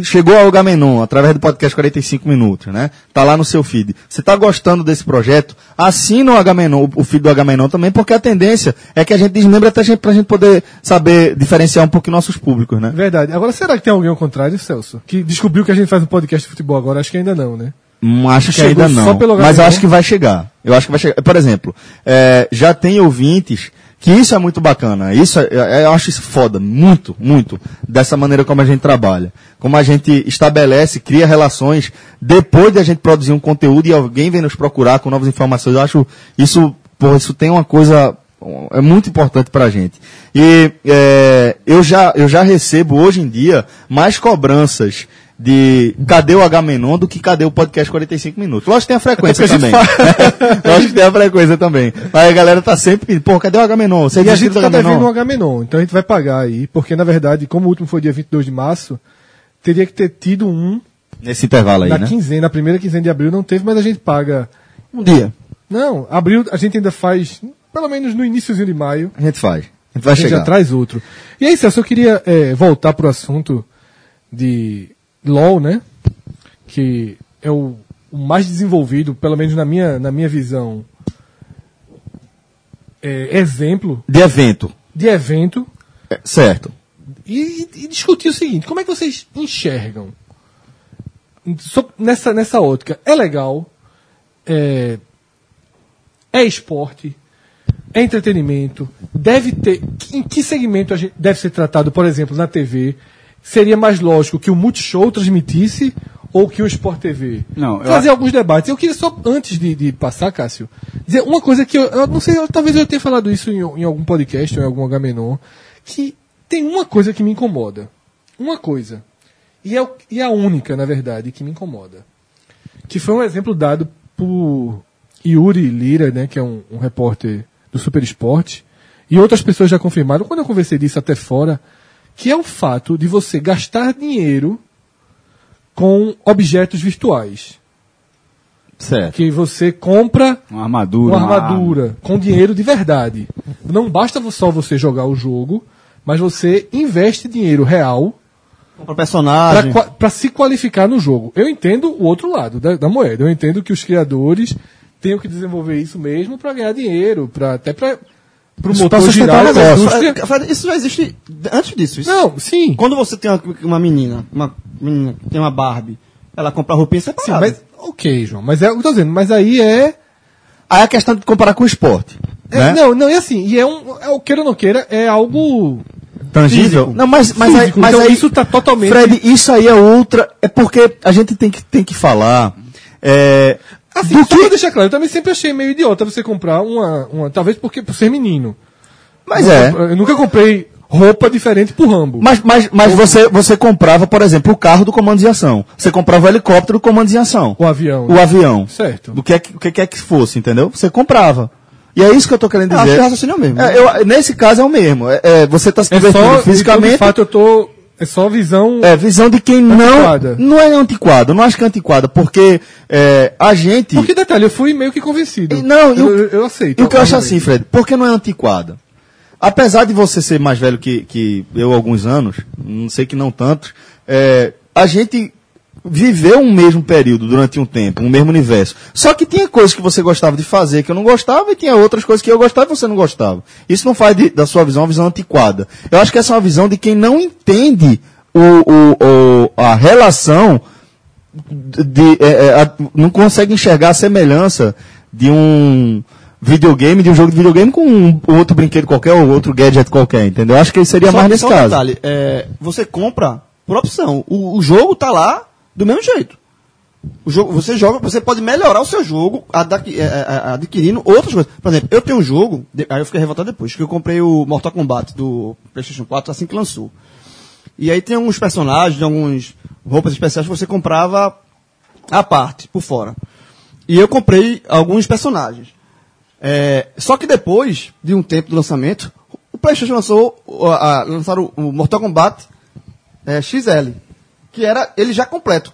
Speaker 2: chegou ao Agamenon através do podcast 45 minutos, né? Tá lá no seu feed. Você tá gostando desse projeto? Assina o Agamenon, o feed do Agamenon também, porque a tendência é que a gente desmembra até a gente, pra gente poder saber diferenciar um pouco nossos públicos, né?
Speaker 3: Verdade. Agora, será que tem alguém ao contrário, Celso? Que descobriu que a gente faz um podcast de futebol agora? Acho que ainda não, né?
Speaker 2: Hum, Acho que
Speaker 3: Chegou
Speaker 2: ainda
Speaker 3: só
Speaker 2: não.
Speaker 3: pelo
Speaker 2: Mas eu
Speaker 3: Agamenon?
Speaker 2: acho que vai chegar. Eu acho que vai chegar. Por exemplo, é, já tem ouvintes que isso é muito bacana. Isso é- é- eu acho isso foda, muito, muito, dessa maneira como a gente trabalha. Como a gente estabelece, cria relações depois de a gente produzir um conteúdo e alguém vem nos procurar com novas informações. Eu acho isso, porra, isso tem uma coisa é muito importante pra gente. E é, eu, já, eu já recebo hoje em dia mais cobranças de cadê o H-Menon do que cadê o podcast 45 minutos. Lógico que tem a
Speaker 3: É
Speaker 2: frequência também. né? Lógico que tem a frequência também. Mas a galera tá sempre pedindo, pô, cadê o H-Menon? Você
Speaker 3: E a
Speaker 2: desistiu
Speaker 3: gente
Speaker 2: do
Speaker 3: tá devendo um
Speaker 2: H-Menon?
Speaker 3: H-Menon, então a gente vai pagar aí, porque na verdade, como o último foi dia 22 de março, teria que ter tido um
Speaker 2: Nesse intervalo aí,
Speaker 3: na
Speaker 2: né?
Speaker 3: quinzena, na primeira quinzena de abril não teve, mas a gente paga.
Speaker 6: Um dia.
Speaker 3: Não, abril a gente ainda faz, pelo menos no iníciozinho de maio,
Speaker 2: A gente faz. A gente vai
Speaker 3: a gente
Speaker 2: chegar.
Speaker 3: já traz é, outro. E aí, Celso, eu queria eh, voltar pro assunto de LOL, né? que é o, o mais desenvolvido, pelo menos na minha, na minha visão, é, exemplo
Speaker 2: De evento.
Speaker 3: de evento
Speaker 2: É, certo.
Speaker 3: e, e discutir o seguinte: como é que vocês enxergam? So- Nessa, nessa ótica, é legal, é, é esporte, é entretenimento, deve ter. Em que segmento a gente deve ser tratado, por exemplo, na TV? Seria mais lógico que o Multishow transmitisse ou que o Sport TV?
Speaker 5: Não, eu
Speaker 3: Fazer
Speaker 5: acho-
Speaker 3: alguns debates. Eu queria só, antes de, de passar, Cássio, dizer uma coisa que eu, eu não sei, eu- talvez eu tenha falado isso em, em algum podcast ou em algum H-Menon, que tem uma coisa que me incomoda. Uma coisa. E é, o- e é a única, na verdade, que me incomoda que foi um exemplo dado por Yuri Lira, né, que é um, um repórter do Super Esporte, e outras pessoas já confirmaram, quando eu conversei disso até fora, que é o fato de você gastar dinheiro com objetos virtuais.
Speaker 2: Certo.
Speaker 3: Que você compra
Speaker 5: Uma armadura. um
Speaker 3: uma armadura com dinheiro de verdade. Não basta só você jogar o jogo, mas você investe dinheiro real
Speaker 6: Compra personagem.
Speaker 3: para se qualificar no jogo. Eu entendo o outro lado da, da moeda. Eu entendo que os criadores tenham que desenvolver isso mesmo para ganhar dinheiro, pra, até para o
Speaker 6: Pra
Speaker 3: motor girar
Speaker 6: sustentar o
Speaker 3: e pra
Speaker 6: negócio.
Speaker 3: indústria.
Speaker 6: Ah, Fred, Isso já existe antes disso. Isso.
Speaker 3: Não, sim.
Speaker 6: Quando você tem uma, uma menina, uma menina que tem uma Barbie, ela compra roupinha
Speaker 3: sim
Speaker 6: separada.
Speaker 3: mas, ok, João. Mas é o que eu tô dizendo. Mas aí é...
Speaker 2: Aí a questão de comparar com o esporte.
Speaker 3: é,
Speaker 2: né?
Speaker 3: Não, não, é assim. E é um... É, o queira ou não queira, é algo...
Speaker 2: Tangível? Não, mas, mas, aí,
Speaker 3: Físico.
Speaker 2: mas
Speaker 3: Então
Speaker 2: aí-
Speaker 3: isso tá totalmente-
Speaker 2: Fred, isso aí é outra. É porque a gente tem que, tem que falar. É,
Speaker 3: Assim,
Speaker 2: do
Speaker 3: só pra
Speaker 2: que.
Speaker 3: deixar claro, eu também sempre achei meio idiota você comprar uma... uma talvez porque por ser menino.
Speaker 2: Mas
Speaker 3: Eu
Speaker 2: é.
Speaker 3: compra- Eu nunca comprei roupa diferente pro Rambo.
Speaker 2: Mas, mas, mas você, você comprava, por exemplo, o carro do comando de ação. Você comprava o helicóptero do comando de ação.
Speaker 3: O avião.
Speaker 2: O avião.
Speaker 3: Certo.
Speaker 2: Do que é que, o que quer que fosse, entendeu? Você comprava. E é isso que eu tô querendo
Speaker 6: Eu acho
Speaker 2: dizer.
Speaker 6: que o raciocínio é o mesmo.
Speaker 3: né?
Speaker 2: É, eu- nesse caso é o mesmo. É, é, você tá se
Speaker 3: É
Speaker 2: divertindo
Speaker 3: só, fisicamente...
Speaker 2: fisicamente.
Speaker 3: de fato, eu tô... É só visão...
Speaker 2: É, visão de quem
Speaker 3: Antiquada.
Speaker 2: não. Não é antiquada, não acho que é antiquada, porque é, a gente.
Speaker 3: Porque, detalhe, eu fui meio que convencido.
Speaker 2: E É, Não, e o-
Speaker 3: eu, eu, eu aceito.
Speaker 2: E o que eu acho assim,
Speaker 3: obviamente.
Speaker 2: Fred, por que não é antiquada? Apesar de você ser mais velho que, que eu alguns anos, não sei que não tantos, é, a gente viveu um mesmo período durante um tempo, um mesmo universo. Só que tinha coisas que você gostava de fazer que eu não gostava e tinha outras coisas que eu gostava e você não gostava. Isso não faz de- da sua visão uma visão antiquada. Eu acho que essa é uma visão de quem não entende o, o- o- a relação de- é, é, a- não consegue enxergar a semelhança de um videogame, de um jogo de videogame com um, outro brinquedo qualquer ou outro gadget qualquer, entendeu? Acho que ele seria
Speaker 6: Só-
Speaker 2: mais nesse
Speaker 6: só um
Speaker 2: caso.
Speaker 6: detalhe, é, você compra por opção. O, o jogo tá lá do mesmo jeito. O jogo, você joga, você pode melhorar o seu jogo adaqui- é, é, é, adquirindo outras coisas. Por exemplo, eu tenho um jogo, de- aí eu fiquei revoltado depois, que eu comprei o Mortal Kombat do PlayStation 4 assim que lançou. E aí tem alguns personagens, algumas roupas especiais que você comprava à parte, por fora. E eu comprei alguns personagens. É, só que depois de um tempo do lançamento, o PlayStation lançou o- a- a- lançaram o Mortal Kombat é, XL, que era ele já completo.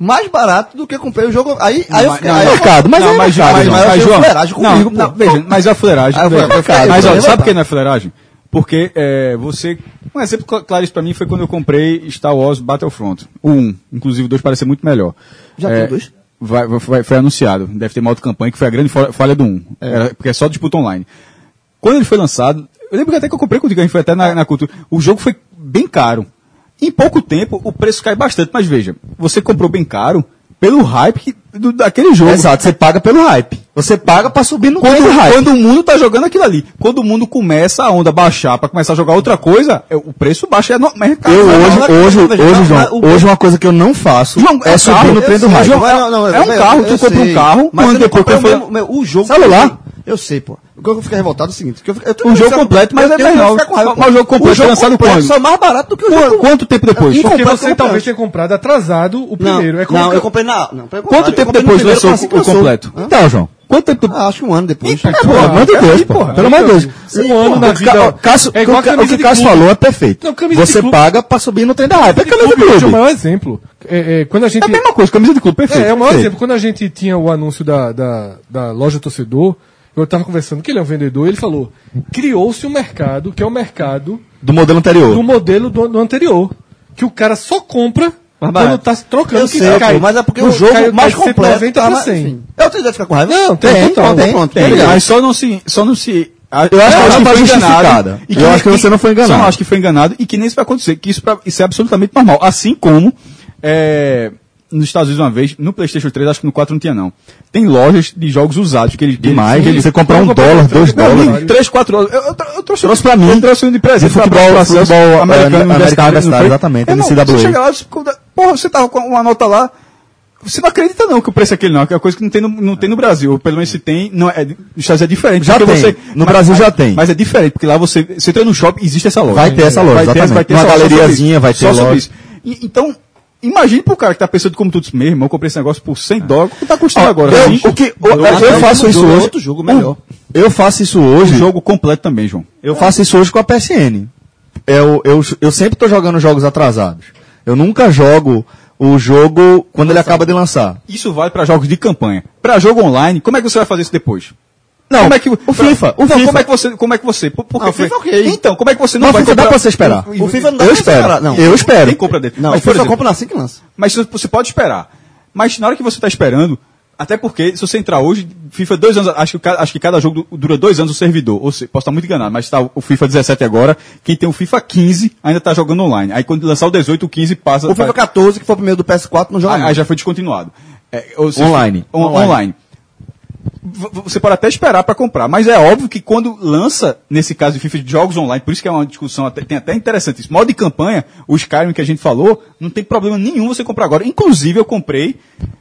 Speaker 6: Mais barato do que eu comprei o jogo. Aí, aí eu
Speaker 5: mas-
Speaker 6: fiquei.
Speaker 5: não,
Speaker 6: aí
Speaker 5: não,
Speaker 6: eu-
Speaker 2: mercado, mas
Speaker 6: não,
Speaker 2: é
Speaker 6: mas,
Speaker 2: mercado,
Speaker 6: mas,
Speaker 2: não.
Speaker 6: mas eu achei
Speaker 5: João,
Speaker 6: fuleiragem comigo.
Speaker 5: Não,
Speaker 6: pô.
Speaker 5: veja, mas é fuleiragem.
Speaker 6: Ah, eu vou-
Speaker 5: veja.
Speaker 6: eu vou
Speaker 5: mas
Speaker 6: ficar- eu
Speaker 5: olha,
Speaker 6: vou
Speaker 5: sabe
Speaker 6: levantar.
Speaker 5: por que não é fuleiragem? Porque é, você. Um exemplo cl- claro isso pra mim foi quando eu comprei Star Wars Battlefront. O 1. Inclusive o 2 parece ser muito melhor. É,
Speaker 6: Já tem o dois?
Speaker 5: vai- vai- vai- foi anunciado. Deve ter uma auto-campanha que foi a grande fo- falha do 1. Era- porque é só disputa online. Quando ele foi lançado, eu lembro que até que eu comprei contigo, a gente foi até na, na cultura. O jogo foi bem caro. Em pouco tempo, o preço cai bastante, mas veja, você comprou bem caro pelo hype que- do- daquele jogo.
Speaker 2: Exato, você paga pelo hype. Você paga pra subir no trem
Speaker 5: Quando,
Speaker 2: do é hype.
Speaker 5: quando o mundo tá jogando aquilo ali. Quando o mundo começa a onda baixar pra começar a jogar outra coisa, é- o preço baixa é no mercado.
Speaker 2: Eu
Speaker 5: Não, não, não,
Speaker 2: hoje,
Speaker 5: não,
Speaker 2: hoje,
Speaker 5: veja,
Speaker 2: hoje,
Speaker 5: não,
Speaker 2: João,
Speaker 5: não, o-
Speaker 2: hoje uma coisa que eu não faço
Speaker 5: João,
Speaker 2: é
Speaker 5: é
Speaker 2: subir
Speaker 5: carro,
Speaker 2: no trem do
Speaker 5: eu
Speaker 2: hype.
Speaker 5: sei, João,
Speaker 6: Mas não, não,
Speaker 5: É um
Speaker 6: eu-
Speaker 5: carro,
Speaker 6: eu
Speaker 5: tu compra
Speaker 6: sei.
Speaker 5: um carro, um
Speaker 6: mas eu
Speaker 5: ano
Speaker 6: não
Speaker 5: depois
Speaker 6: comprei
Speaker 5: foi-
Speaker 6: o meu, o jogo.
Speaker 5: Celular.
Speaker 6: Eu sei, pô. O que eu fiquei revoltado é o seguinte: que eu, fiquei- eu
Speaker 5: O jogo
Speaker 6: eu-
Speaker 5: completo, mas
Speaker 6: eu
Speaker 5: é
Speaker 6: tenho que
Speaker 5: melhor.
Speaker 6: ficar com raiva, pô.
Speaker 5: Mas o jogo completo foi lançado quando?
Speaker 6: só é mais barato do que o
Speaker 5: Qu-
Speaker 6: jogo.
Speaker 5: Quanto tempo depois?
Speaker 6: E
Speaker 3: Porque
Speaker 6: comprar,
Speaker 3: você
Speaker 6: comprar.
Speaker 3: talvez tenha comprado atrasado o
Speaker 6: Não,
Speaker 3: primeiro. é como
Speaker 6: não,
Speaker 3: que-
Speaker 6: eu comprei na. Não,
Speaker 5: Quanto
Speaker 6: pelo contrário,
Speaker 5: tempo
Speaker 6: eu comprei no
Speaker 5: depois
Speaker 6: primeiro
Speaker 5: lançou
Speaker 6: assim que
Speaker 5: o completo?
Speaker 6: Hã?
Speaker 2: Então, João.
Speaker 5: Quanto tempo depois?
Speaker 6: Ah, acho que um ano depois.
Speaker 2: É, pelo amor de Deus, pô. Pelo amor de Deus.
Speaker 3: Um ano na
Speaker 2: o que, o
Speaker 3: vida-
Speaker 2: Ca- Cássio,
Speaker 3: é igual
Speaker 2: o que
Speaker 3: a
Speaker 2: o
Speaker 3: camisa
Speaker 2: que
Speaker 3: de
Speaker 2: Cássio
Speaker 3: clube.
Speaker 2: falou é perfeito.
Speaker 3: Não, camisa de
Speaker 2: você
Speaker 3: clube-
Speaker 2: paga pra subir no trem da hype. É camisa do
Speaker 3: Clube hoje é o
Speaker 2: clube.
Speaker 3: maior exemplo. É, é, quando a gente...
Speaker 5: É a mesma coisa, camisa de clube, perfeito.
Speaker 3: É, é o maior
Speaker 5: Perfeito.
Speaker 3: exemplo. Quando a gente tinha o anúncio da, da, da loja torcedor, eu estava conversando que ele é um vendedor, ele falou, criou-se um mercado, que é o mercado
Speaker 2: Do modelo anterior.
Speaker 3: do modelo do, do anterior. Que o cara só compra
Speaker 6: Mais
Speaker 3: Quando
Speaker 6: barato.
Speaker 3: tá se trocando,
Speaker 6: Eu sei, pô, mas é porque o jogo mais completo.
Speaker 3: 90
Speaker 6: tá,
Speaker 3: pra
Speaker 6: mas,
Speaker 3: 100.
Speaker 6: enfim. É outra ideia de ficar com raiva?
Speaker 3: Não, tem,
Speaker 6: tem,
Speaker 3: total,
Speaker 6: pronto,
Speaker 3: tem,
Speaker 6: pronto.
Speaker 2: tem.
Speaker 6: tá ligado?
Speaker 4: É Mas só não se. Só não se é, eu
Speaker 2: acho que ela tá justificada. Eu acho que você não foi enganado.
Speaker 4: Só não acho que foi enganado e que nem isso vai acontecer, que isso, pra- isso é absolutamente normal. Assim como é, nos Estados Unidos uma vez, no PlayStation 3, acho que no 4 não tinha não. Tem lojas de jogos usados que eles
Speaker 2: Demais,
Speaker 4: eles-
Speaker 2: você comprar um
Speaker 4: Eu comprei-
Speaker 2: dólar, dois
Speaker 4: Meu amigo,
Speaker 2: dólares.
Speaker 4: Três, quatro horas. Eu, eu, tra- eu trouxe,
Speaker 2: Trouxe pra mim.
Speaker 4: Eu trouxe um de presente.
Speaker 2: De futebol-
Speaker 4: pra- pra-
Speaker 2: futebol, eh,
Speaker 4: americano,
Speaker 2: americano
Speaker 4: universitário, não
Speaker 2: universitário,
Speaker 4: foi?
Speaker 2: exatamente,
Speaker 4: Irmão,
Speaker 2: NCAA.
Speaker 4: Você chega lá, você fica- porra, você tava com uma nota lá, você não acredita não que o preço é aquele não, que é uma coisa que não tem no, não tem no Brasil, ou pelo menos se tem, não é, nos Estados Unidos é diferente.
Speaker 2: Já
Speaker 4: porque
Speaker 2: tem. No Brasil já tem.
Speaker 4: Mas é diferente, porque lá você, você entra no shopping, existe essa loja.
Speaker 2: Vai ter essa loja,
Speaker 4: vai ter,
Speaker 2: exatamente.
Speaker 4: vai ter
Speaker 2: Uma
Speaker 4: essa loja
Speaker 2: galeriazinha,
Speaker 4: sobre
Speaker 2: vai
Speaker 4: isso.
Speaker 2: ter
Speaker 4: Só sobre
Speaker 2: loja.
Speaker 4: isso. E- então, imagine pro cara que tá pensando como tudo mesmo, eu comprei esse negócio por 100 dólares, quanto tá custando
Speaker 2: Ó,
Speaker 4: agora?
Speaker 2: Ah.
Speaker 3: né?
Speaker 2: eu,
Speaker 4: Cinco?
Speaker 2: o que, eu,
Speaker 4: Dois?
Speaker 2: eu faço isso
Speaker 4: Mudou
Speaker 2: hoje.
Speaker 4: outro jogo melhor.
Speaker 2: Eu faço isso
Speaker 4: Um
Speaker 2: hoje. É.
Speaker 4: jogo completo também, João.
Speaker 2: Eu faço isso hoje com a PSN. Eu, É eu, eu sempre estou jogando jogos atrasados. Eu nunca jogo o jogo quando ele acaba de lançar.
Speaker 4: Isso vale pra jogos de campanha. Pra jogo online, como é que você vai fazer isso depois?
Speaker 2: Não,
Speaker 4: como é que,
Speaker 2: o
Speaker 4: pra-
Speaker 2: FIFA, o
Speaker 4: não,
Speaker 2: FIFA.
Speaker 4: como é que você, como é que você? por- por
Speaker 6: Ah, o
Speaker 4: que-
Speaker 6: FIFA ok.
Speaker 4: Então, como é que você não
Speaker 2: Não,
Speaker 4: vai
Speaker 2: FIFA dá
Speaker 4: comprar-
Speaker 2: pra você esperar.
Speaker 4: O- o-
Speaker 6: FIFA não dá
Speaker 2: eu
Speaker 6: pra
Speaker 2: espero.
Speaker 6: esperar, não.
Speaker 2: Eu espero.
Speaker 4: Tem compra dele.
Speaker 6: Não,
Speaker 4: mas,
Speaker 6: mas
Speaker 4: por
Speaker 6: foi só
Speaker 4: exemplo,
Speaker 6: compra assim que lança.
Speaker 4: mas você- você pode esperar. Mas na hora que você está esperando, até porque se você entrar hoje, FIFA dois anos, acho que, ca- acho que cada jogo du- dura dois anos o servidor. Ou seja, posso estar muito enganado, mas está o FIFA 17 agora, quem tem o FIFA 15 ainda está jogando online. Aí quando lançar o 18, o 15 passa.
Speaker 6: O FIFA
Speaker 4: vai-
Speaker 6: 14, que foi o primeiro do PS4, não joga
Speaker 4: Aí,
Speaker 6: mais.
Speaker 4: aí Ah, já foi descontinuado. É, ou seja,
Speaker 2: Online.
Speaker 4: on- online. V- v- Você pode até esperar para comprar, mas é óbvio que quando lança, nesse caso de FIFA de jogos online, por isso que é uma discussão até, tem até interessante isso. Modo de campanha, o Skyrim que a gente falou, não tem problema nenhum você comprar agora. Inclusive, eu comprei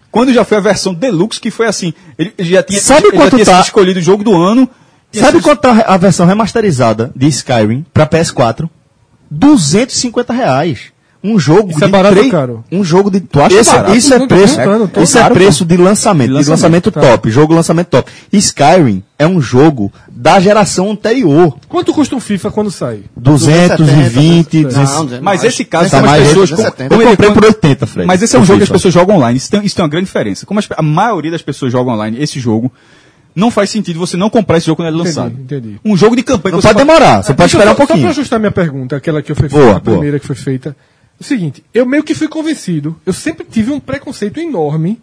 Speaker 4: quando já foi a versão Deluxe, que foi assim. Ele, ele já tinha,
Speaker 2: Sabe
Speaker 4: ele já
Speaker 2: quanto
Speaker 4: tinha
Speaker 2: tá?
Speaker 4: sido escolhido o jogo do ano. tinha
Speaker 2: Sabe
Speaker 4: sido-
Speaker 2: quanto tá a versão remasterizada de Skyrim para PS4? 250 reais. Um jogo
Speaker 3: Isso é barato
Speaker 2: três-
Speaker 3: ou caro?
Speaker 2: Um jogo de. Tu
Speaker 4: acha
Speaker 2: isso,
Speaker 4: barato?
Speaker 2: Isso é
Speaker 3: Não,
Speaker 2: preço,
Speaker 3: tô perguntando, tô
Speaker 2: isso é
Speaker 3: caro,
Speaker 2: preço de lançamento,
Speaker 4: De
Speaker 2: de lançamento, tá.
Speaker 3: lançamento,
Speaker 2: top, jogo lançamento top. Skyrim é um jogo da geração anterior.
Speaker 3: Quanto custa um FIFA quando sai?
Speaker 2: 220,
Speaker 6: 270,
Speaker 2: 200.
Speaker 6: não,
Speaker 4: Mas esse caso,
Speaker 2: Tá
Speaker 4: como as
Speaker 2: mais
Speaker 4: pessoas.
Speaker 6: esse, é
Speaker 4: com-
Speaker 6: 70.
Speaker 4: como é
Speaker 2: Eu
Speaker 4: ele-
Speaker 2: comprei por 80, Fred.
Speaker 4: Mas esse é um
Speaker 2: O
Speaker 4: jogo que as
Speaker 2: FIFA.
Speaker 4: pessoas jogam online. Isso tem, isso tem uma grande diferença. Como as- a maioria das pessoas joga online, esse jogo, não faz sentido você não comprar esse jogo quando ele é
Speaker 3: Entendi,
Speaker 4: lançado.
Speaker 3: entendi.
Speaker 4: Um jogo de campanha
Speaker 2: Não
Speaker 4: que você
Speaker 2: pode demorar, você pode
Speaker 3: Deixa eu
Speaker 2: esperar um
Speaker 3: É, só- Só pra
Speaker 2: pouquinho.
Speaker 3: ajustar minha pergunta, aquela que eu fui
Speaker 2: Boa,
Speaker 3: feita, a
Speaker 2: boa.
Speaker 3: primeira que foi feita. O seguinte, eu meio que fui convencido, eu sempre tive um preconceito enorme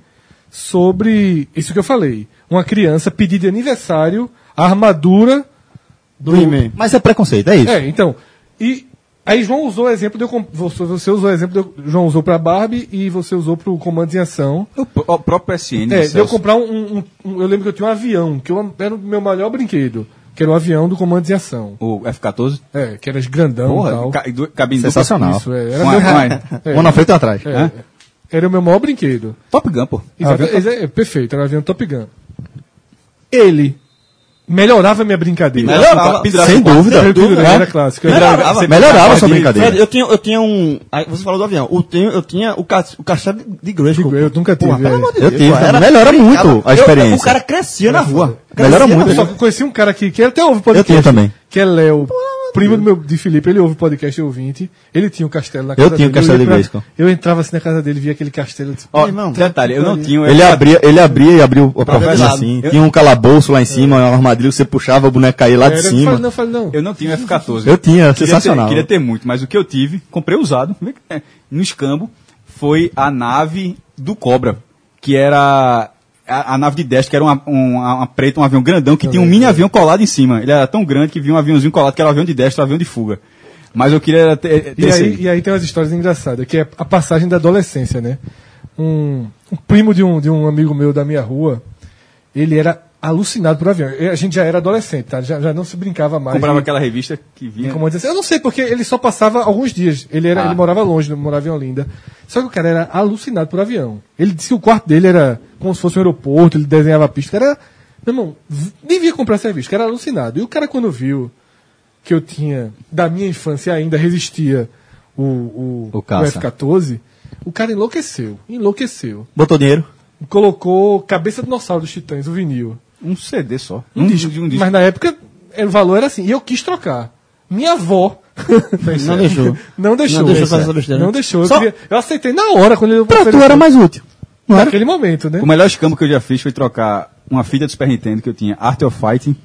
Speaker 3: sobre isso que eu falei. Uma criança pedir de aniversário a armadura
Speaker 6: Do e-mail.
Speaker 2: Mas é preconceito, é isso.
Speaker 3: é, então. E aí João usou o exemplo de eu comp- você, você usou o exemplo de eu- João usou pra Barbie e você usou pro Comandos em Ação.
Speaker 4: O, pr- o próprio SN,
Speaker 3: É, de eu
Speaker 4: Celso,
Speaker 3: comprar um, um- um- eu lembro que eu tinha um avião, que eu am- era o meu melhor brinquedo, que era o avião do Comandos em Ação.
Speaker 4: o F-14,
Speaker 3: É, que era grandão e tal.
Speaker 4: porra, ca, du- cabine dupla.
Speaker 2: Sensacional.
Speaker 3: Isso, é, era
Speaker 4: Com a-
Speaker 3: meu-
Speaker 4: com a-
Speaker 3: é,
Speaker 2: Um na frente e um atrás.
Speaker 3: é, era o meu maior brinquedo.
Speaker 4: Top Gun, pô.
Speaker 3: Exato, exa- é, perfeito, era o avião Top Gun. Ele melhorava a minha brincadeira.
Speaker 4: Melhorava,
Speaker 6: Melhorava,
Speaker 4: pendurava
Speaker 2: sem
Speaker 4: no quarto.
Speaker 2: dúvida.
Speaker 3: Era o pendurava,
Speaker 2: né?
Speaker 3: era clássico.
Speaker 6: Melhorava.
Speaker 2: Melhorava, melhorava a sua brincadeira.
Speaker 6: Fred, eu tinha, eu tinha um. aí Você falou do avião. Eu tinha, eu tinha o, ca, o castelo de- de Grayskull.
Speaker 3: Eu nunca tive.
Speaker 6: Porra, pelo
Speaker 3: é.
Speaker 6: amor de
Speaker 2: Eu
Speaker 6: Deus,
Speaker 2: tive,
Speaker 6: cara, era-
Speaker 2: melhora muito a
Speaker 6: Eu-
Speaker 2: experiência.
Speaker 6: o cara crescia na rua.
Speaker 2: Melhora
Speaker 6: Crescia
Speaker 2: muito.
Speaker 6: na
Speaker 3: Só
Speaker 6: rua.
Speaker 3: que eu conheci um cara aqui, que ele até ouve podcast.
Speaker 2: Eu tinha também.
Speaker 3: Que é Léo, primo do meu, de Felipe, ele ouve podcast ouvinte. Ele tinha um castelo na
Speaker 2: Eu tinha o castelo
Speaker 3: ia
Speaker 2: de
Speaker 3: pra-
Speaker 2: Grayskull.
Speaker 3: Eu entrava assim na casa dele, via aquele castelo. tipo, eu disse,
Speaker 4: Ó,
Speaker 6: Irmão,
Speaker 4: detalhe, eu não tinha um- o
Speaker 2: Ele
Speaker 4: F-14.
Speaker 2: abria, ele abria e abriu a portinha
Speaker 6: verdade.
Speaker 2: assim.
Speaker 4: Eu-
Speaker 2: Tinha um calabouço lá em cima, uma armadilha que você puxava, o boneco caía lá
Speaker 3: É,
Speaker 2: de
Speaker 3: "Era", eu falei, não,
Speaker 2: cima.
Speaker 3: eu falei, não.
Speaker 4: Eu não tinha o F-14.
Speaker 2: Eu tinha,
Speaker 4: Queria
Speaker 2: sensacional.
Speaker 4: Ter, queria ter muito, mas o que eu tive, comprei usado, é no escambo, foi a nave do Cobra, que era a, a nave de Dest, que era uma, um- uma- uma preta, um avião grandão, que tinha um mini avião colado em cima. Ele era tão grande que vinha um aviãozinho colado, que era o avião de Dest, um avião de fuga. Mas eu queria era ter, ter
Speaker 3: E
Speaker 4: esse
Speaker 3: aí, e aí tem umas histórias engraçadas, que é a passagem da adolescência, né? Um, um primo de um, de um amigo meu da minha rua, ele era alucinado por avião. E A gente já era adolescente, tá? Já, já não se brincava mais.
Speaker 4: Comprava
Speaker 3: E-
Speaker 4: aquela revista que vinha...
Speaker 3: Como eu, disse, eu não sei, porque ele só passava alguns dias. Ele, era,
Speaker 4: Ah.
Speaker 3: ele morava longe, não morava em Olinda. Só que o cara era alucinado por avião. Ele disse que o quarto dele era como se fosse um aeroporto, ele desenhava a pista. Era. Meu irmão, v- devia comprar essa revista, era alucinado. E o cara, quando viu que eu tinha, da minha infância ainda, resistia o, o,
Speaker 2: O caça.
Speaker 3: F-14, o cara enlouqueceu, enlouqueceu.
Speaker 2: Botou dinheiro.
Speaker 3: Colocou Cabeça do Dinossauro dos Titãs, o vinil.
Speaker 4: Um CD só.
Speaker 3: Um disco.
Speaker 4: um disco.
Speaker 3: Mas na época, é, o valor era assim. E eu quis trocar. Minha avó.
Speaker 6: Não deixou.
Speaker 3: Não deixou.
Speaker 6: Não deixou fazer essa besteira.
Speaker 3: Não deixou. Eu,
Speaker 6: Só-
Speaker 3: queria- eu aceitei na hora quando ele
Speaker 2: Pra tu era mais útil. Não era?
Speaker 3: Naquele momento, né?
Speaker 4: O melhor escambo que eu já fiz foi trocar uma fita do Super Nintendo que eu tinha, Art of Fighting,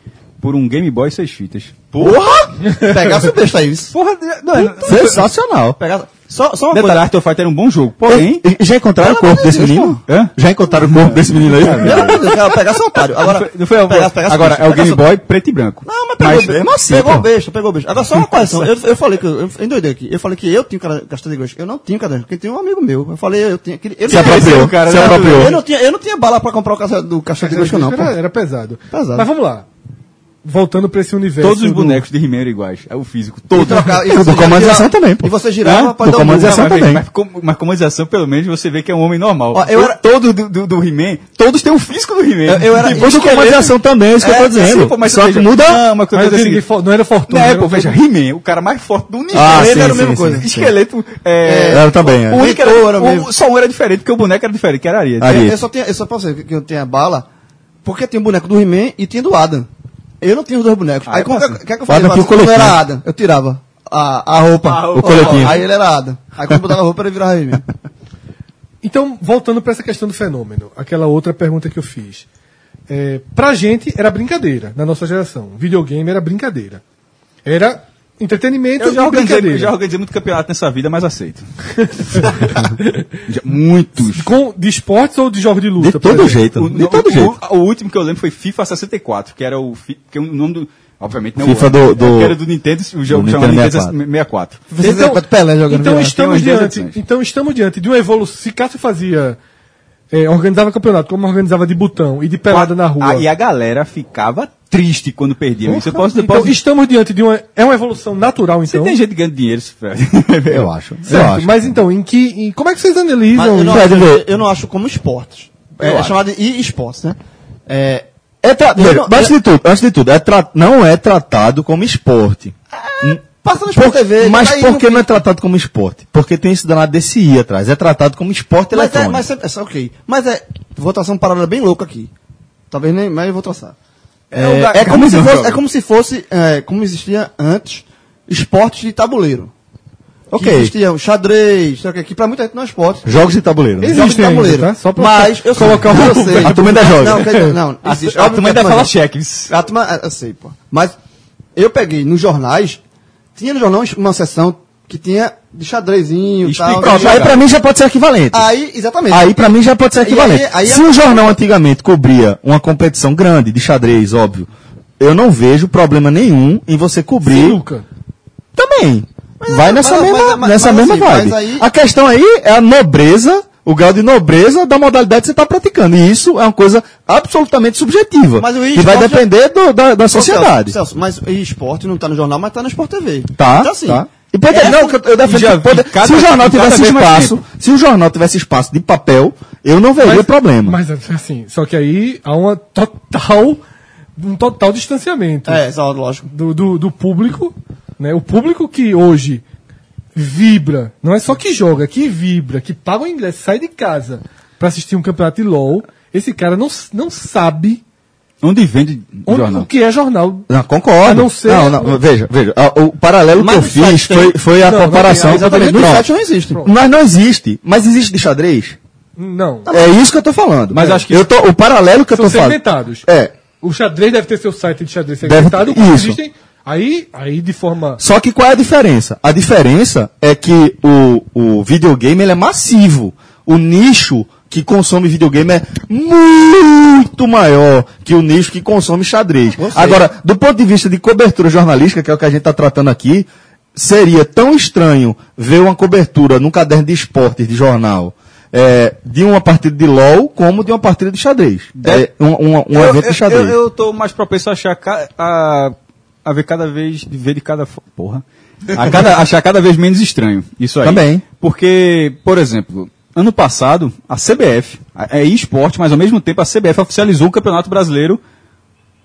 Speaker 4: por um Game Boy 6 fitas.
Speaker 6: Porra! Pegasse o besta isso.
Speaker 4: Porra, não, não,
Speaker 2: Sensacional.
Speaker 6: Pegasse.
Speaker 4: Só, só uma
Speaker 6: Detalhe.
Speaker 4: coisa, Art of Fight era um bom jogo, porém...
Speaker 2: E- e Já encontraram o corpo desse menino?
Speaker 4: Hã?
Speaker 2: Já encontraram o corpo desse menino aí?
Speaker 6: Pelo amor de Deus, cara, pegar seu otário. Agora,
Speaker 4: Não foi, não foi
Speaker 6: pegar- pegar-
Speaker 4: agora, é o
Speaker 6: pegar
Speaker 4: Game
Speaker 6: seu-
Speaker 4: Boy preto e branco.
Speaker 6: Não, mas pegou, be-
Speaker 2: mesmo assim,
Speaker 6: pegou
Speaker 2: pô. é.
Speaker 6: besta, pegou besta. Agora só uma correção. Eu, eu falei que eu, eu endoidei aqui. Eu falei que eu tinha cara- cartão de igreja. Eu não tinha cartão de igreja, porque tinha um amigo meu. Eu falei, eu tinha. que- Ele
Speaker 2: Se apropriou,
Speaker 6: Eu
Speaker 2: se
Speaker 6: não-
Speaker 2: apropriou.
Speaker 6: Eu não tinha, eu não tinha bala pra comprar o cartão do cartão de igreja, não. pô.
Speaker 3: era, era pesado.
Speaker 6: Pesado.
Speaker 3: Mas vamos lá. Voltando pra esse universo.
Speaker 4: Todos os
Speaker 3: do-
Speaker 4: bonecos de He-Man eram iguais. É o físico,
Speaker 6: E
Speaker 4: todo.
Speaker 2: Então,
Speaker 6: trocar- e
Speaker 2: Do
Speaker 6: você
Speaker 2: Comando
Speaker 6: girava-
Speaker 2: e Ação também, pô.
Speaker 6: E você
Speaker 2: É?
Speaker 6: girava pra
Speaker 2: Do
Speaker 6: dar um
Speaker 2: Comando e
Speaker 6: murro.
Speaker 2: Ação
Speaker 6: Não,
Speaker 4: mas,
Speaker 6: mas-
Speaker 2: também.
Speaker 4: mas, com- mas comandização, pelo menos, você vê que é um homem normal.
Speaker 6: Ó, eu era-
Speaker 4: Todo do, do, do He-Man, todos têm o físico do He-Man.
Speaker 6: Eu- eu era-
Speaker 2: E o do comando de ação também, é isso que eu tô dizendo. Só que muda.
Speaker 4: Não, mas o que eu
Speaker 3: Mas
Speaker 4: tô
Speaker 3: eu digo que
Speaker 4: dizendo é o seguinte,
Speaker 3: fo- não era
Speaker 4: Não,
Speaker 3: fortuna.
Speaker 4: é,
Speaker 3: era
Speaker 4: pô,
Speaker 3: um-
Speaker 4: veja, He-Man, o cara mais forte do universo.
Speaker 2: Ah,
Speaker 4: ele
Speaker 2: sim,
Speaker 4: era a
Speaker 2: sim,
Speaker 4: mesma
Speaker 2: sim,
Speaker 4: coisa.
Speaker 2: sim.
Speaker 4: Esqueleto. É,
Speaker 2: Era também, é.
Speaker 4: O único era,
Speaker 6: Mentor era
Speaker 4: o-
Speaker 6: mesmo.
Speaker 4: só um era diferente, porque o boneco era diferente, que era areia.
Speaker 2: Ariete.
Speaker 6: Eu só tinha, eu só pra você que eu tenho a bala, porque tinha o boneco do He-Man e tinha do Adam. Eu não tinha os dois bonecos.
Speaker 4: Ah,
Speaker 6: aí
Speaker 4: é
Speaker 6: como
Speaker 4: fácil.
Speaker 6: que, que é que eu
Speaker 2: O Adam
Speaker 6: fazia?
Speaker 2: tinha o
Speaker 6: Quando eu
Speaker 2: coletinho.
Speaker 6: era Adam, eu tirava a, a roupa.
Speaker 4: A
Speaker 2: roupa. O coletinho.
Speaker 6: Aí ele era Adam. Aí quando eu botava a roupa, ele virava He-Man.
Speaker 3: Então, voltando pra essa questão do fenômeno, aquela outra pergunta que eu fiz. É, pra gente era brincadeira, na nossa geração. Videogame era brincadeira. Era entretenimento
Speaker 4: Eu já
Speaker 3: e
Speaker 4: organizei,
Speaker 3: brincadeira.
Speaker 4: eu já organizei muito campeonato nessa vida, mas aceito. Já- Muitos.
Speaker 3: Com, de esportes ou de jogos de luta?
Speaker 2: De
Speaker 3: por
Speaker 2: todo
Speaker 3: exemplo?
Speaker 2: jeito.
Speaker 4: O,
Speaker 2: Então, De
Speaker 4: o-
Speaker 2: todo
Speaker 4: o-
Speaker 2: jeito.
Speaker 4: o último que eu lembro foi FIFA 64, que era o, fi- que é o nome do. Obviamente não
Speaker 2: FIFA
Speaker 4: o,
Speaker 2: do-
Speaker 4: é,
Speaker 2: do-
Speaker 4: que era do Nintendo, o jogo
Speaker 2: do
Speaker 4: chamado
Speaker 2: Nintendo
Speaker 4: Nintendo 64.
Speaker 6: Você vê quanto Pelé jogando
Speaker 3: então
Speaker 6: videogame.
Speaker 3: estamos
Speaker 4: Tem umas
Speaker 3: diante,
Speaker 4: duas
Speaker 3: então estamos diante de uma evolução. Se Cássio fazia é, organizava campeonato, como organizava de botão e de pelada na rua.
Speaker 4: Ah, e a galera ficava triste quando perdia. Isso eu posso, eu
Speaker 3: então
Speaker 4: posso-
Speaker 3: estamos diante de uma é uma evolução natural
Speaker 4: Você
Speaker 3: então.
Speaker 4: tem gente ganhando dinheiro, Fred.
Speaker 2: Eu acho. Eu
Speaker 3: certo?
Speaker 2: acho.
Speaker 3: Mas então em que em- como é que vocês analisam?
Speaker 6: Mas eu, não
Speaker 3: isso?
Speaker 6: acho,
Speaker 2: Fred, vê.
Speaker 6: eu não acho como esportes.
Speaker 4: Eu
Speaker 6: É, é
Speaker 4: acho.
Speaker 6: chamado de e-esportes, né? É,
Speaker 2: É tra-
Speaker 6: Eu
Speaker 2: Veja,
Speaker 6: não-
Speaker 2: antes, de tudo, antes de tudo, é tra- não é tratado como esporte.
Speaker 6: passa no Sport
Speaker 2: Por-
Speaker 6: TV.
Speaker 2: mas
Speaker 6: tá aí
Speaker 2: por
Speaker 6: no-
Speaker 2: que não é tratado como esporte? Porque tem esse danado desse I atrás. É tratado como esporte
Speaker 6: Mas é,
Speaker 2: eletrônico.
Speaker 6: mas é, é, ok. Mas é, vou traçar uma parada bem louca aqui. Talvez nem, mas eu vou traçar. É,
Speaker 4: o da-
Speaker 6: é como, se
Speaker 4: Não,
Speaker 6: fosse,
Speaker 4: joga.
Speaker 6: é como se fosse, é, como existia antes, esportes de tabuleiro.
Speaker 2: Ok.
Speaker 6: Que existia o xadrez, sabe o que, que pra muita gente não é esporte.
Speaker 2: Jogos de tabuleiro.
Speaker 3: Existe
Speaker 6: Jogos de
Speaker 3: ainda,
Speaker 6: tabuleiro.
Speaker 3: tá? Só pra
Speaker 6: mas eu
Speaker 2: colocar
Speaker 6: eu
Speaker 2: o-
Speaker 6: sei.
Speaker 2: a turma ainda joga.
Speaker 6: Não, quer dizer, não, é existe.
Speaker 4: a turma ainda
Speaker 6: Obviamente,
Speaker 4: fala
Speaker 6: mas-
Speaker 4: cheques.
Speaker 6: a turma, é, eu sei, pô. Mas eu peguei nos jornais, tinha no jornal uma sessão que tinha de xadrezinho e tal.
Speaker 4: Explica-
Speaker 2: Pronto, aí pra mim já pode ser equivalente.
Speaker 6: Aí, exatamente.
Speaker 2: Aí pra mim já pode ser
Speaker 6: Ah, Aí-
Speaker 2: equivalente.
Speaker 6: aí- é aí-
Speaker 2: Se o jornal antigamente cobria uma competição grande de xadrez, óbvio, eu não vejo problema nenhum em você cobrir
Speaker 3: Sinuca.
Speaker 2: também. Vai
Speaker 6: mas-
Speaker 2: nessa
Speaker 6: mas-
Speaker 2: mesma,
Speaker 6: mas-
Speaker 2: nessa
Speaker 6: mas
Speaker 2: mesma
Speaker 6: assim,
Speaker 2: vibe.
Speaker 6: mas aí-
Speaker 2: A questão aí é a nobreza, o grau de nobreza da modalidade que você está praticando. E isso é uma coisa absolutamente subjetiva.
Speaker 6: Mas o
Speaker 2: e
Speaker 6: esporte
Speaker 2: vai
Speaker 6: já-
Speaker 2: depender do- da, da sociedade.
Speaker 6: Celso, Celso, mas e esporte não tá no jornal, mas tá no Sport TV.
Speaker 2: Tá,
Speaker 6: Então, assim,
Speaker 2: tá. E pode,
Speaker 6: essa-
Speaker 2: não, que eu, eu defendo
Speaker 4: já
Speaker 2: que
Speaker 4: vi
Speaker 2: pode-
Speaker 4: cada-
Speaker 2: se o jornal
Speaker 4: cada
Speaker 2: tivesse
Speaker 4: vez mais
Speaker 2: espaço, se o jornal tivesse espaço de papel, eu não veria problema.
Speaker 3: Mas assim, só que aí há uma total um total
Speaker 4: tá.
Speaker 3: distanciamento.
Speaker 6: É, só, lógico.
Speaker 3: do, do, do público, né? O público que hoje vibra, não é só que joga, que vibra, que paga o ingresso, sai de casa pra assistir um campeonato de LOL, esse cara não, s- não sabe
Speaker 4: Onde vende o
Speaker 3: onde, o
Speaker 4: jornal?
Speaker 3: que é jornal.
Speaker 2: Não, concordo.
Speaker 3: A não ser-
Speaker 2: Não, não, veja, veja. a- O paralelo
Speaker 6: Mas
Speaker 2: que eu
Speaker 6: no
Speaker 2: fiz
Speaker 6: site tem-
Speaker 2: foi, foi a
Speaker 3: Não, não
Speaker 2: comparação.
Speaker 3: tem,
Speaker 6: Exatamente, no
Speaker 2: Pronto.
Speaker 6: site não existe.
Speaker 2: Mas não existe. Mas existe de xadrez?
Speaker 3: Não.
Speaker 2: É isso que eu tô falando.
Speaker 4: Mas acho que-
Speaker 2: eu tô, o paralelo que eu
Speaker 3: São
Speaker 2: tô falando.
Speaker 3: segmentados.
Speaker 2: É.
Speaker 3: O xadrez deve ter seu site de xadrez
Speaker 2: Deve-
Speaker 3: segmentado, como
Speaker 2: isso.
Speaker 3: existem. Aí, aí de forma.
Speaker 2: Só que qual é a diferença? A diferença é que o, o videogame ele é massivo. O nicho que consome videogame é muito maior que o nicho que consome xadrez. Agora, do ponto de vista de cobertura jornalística, que é o que a gente está tratando aqui, seria tão estranho ver uma cobertura num caderno de esportes de jornal é, de uma partida de LOL como de uma partida de xadrez. É, um um- um
Speaker 4: eu,
Speaker 2: evento de
Speaker 4: eu,
Speaker 2: xadrez.
Speaker 4: eu, eu tô mais propenso a achar ca- a, a ver cada vez, de ver de cada fo- porra. A cada, achar cada vez menos estranho. Isso aí.
Speaker 2: Também.
Speaker 4: Porque, por exemplo, ano passado, a CBF, a- é esporte, mas ao mesmo tempo a CBF oficializou o Campeonato Brasileiro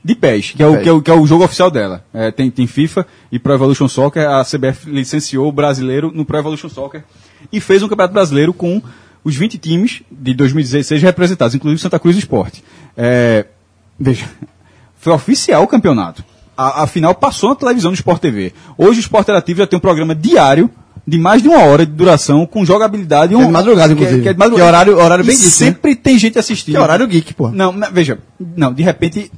Speaker 4: de PES, que é o, que é o, que é o jogo oficial dela. É, tem, tem FIFA e Pro Evolution Soccer, a CBF licenciou o brasileiro no Pro Evolution Soccer e fez um campeonato brasileiro com os 20 times de 2016 representados, inclusive Santa Cruz Esporte. É, veja, foi oficial o campeonato. A, a final passou na televisão do Sport TV. Hoje o Sport Interativo já tem um programa diário de mais de uma hora de duração, com jogabilidade. e um-
Speaker 6: de madrugada, inclusive.
Speaker 4: Que, é de
Speaker 6: Que é horário- horário bem
Speaker 4: E
Speaker 6: geek, né?
Speaker 4: Sempre tem gente assistindo.
Speaker 6: Que é horário geek, pô.
Speaker 4: Não, mas veja, não, de repente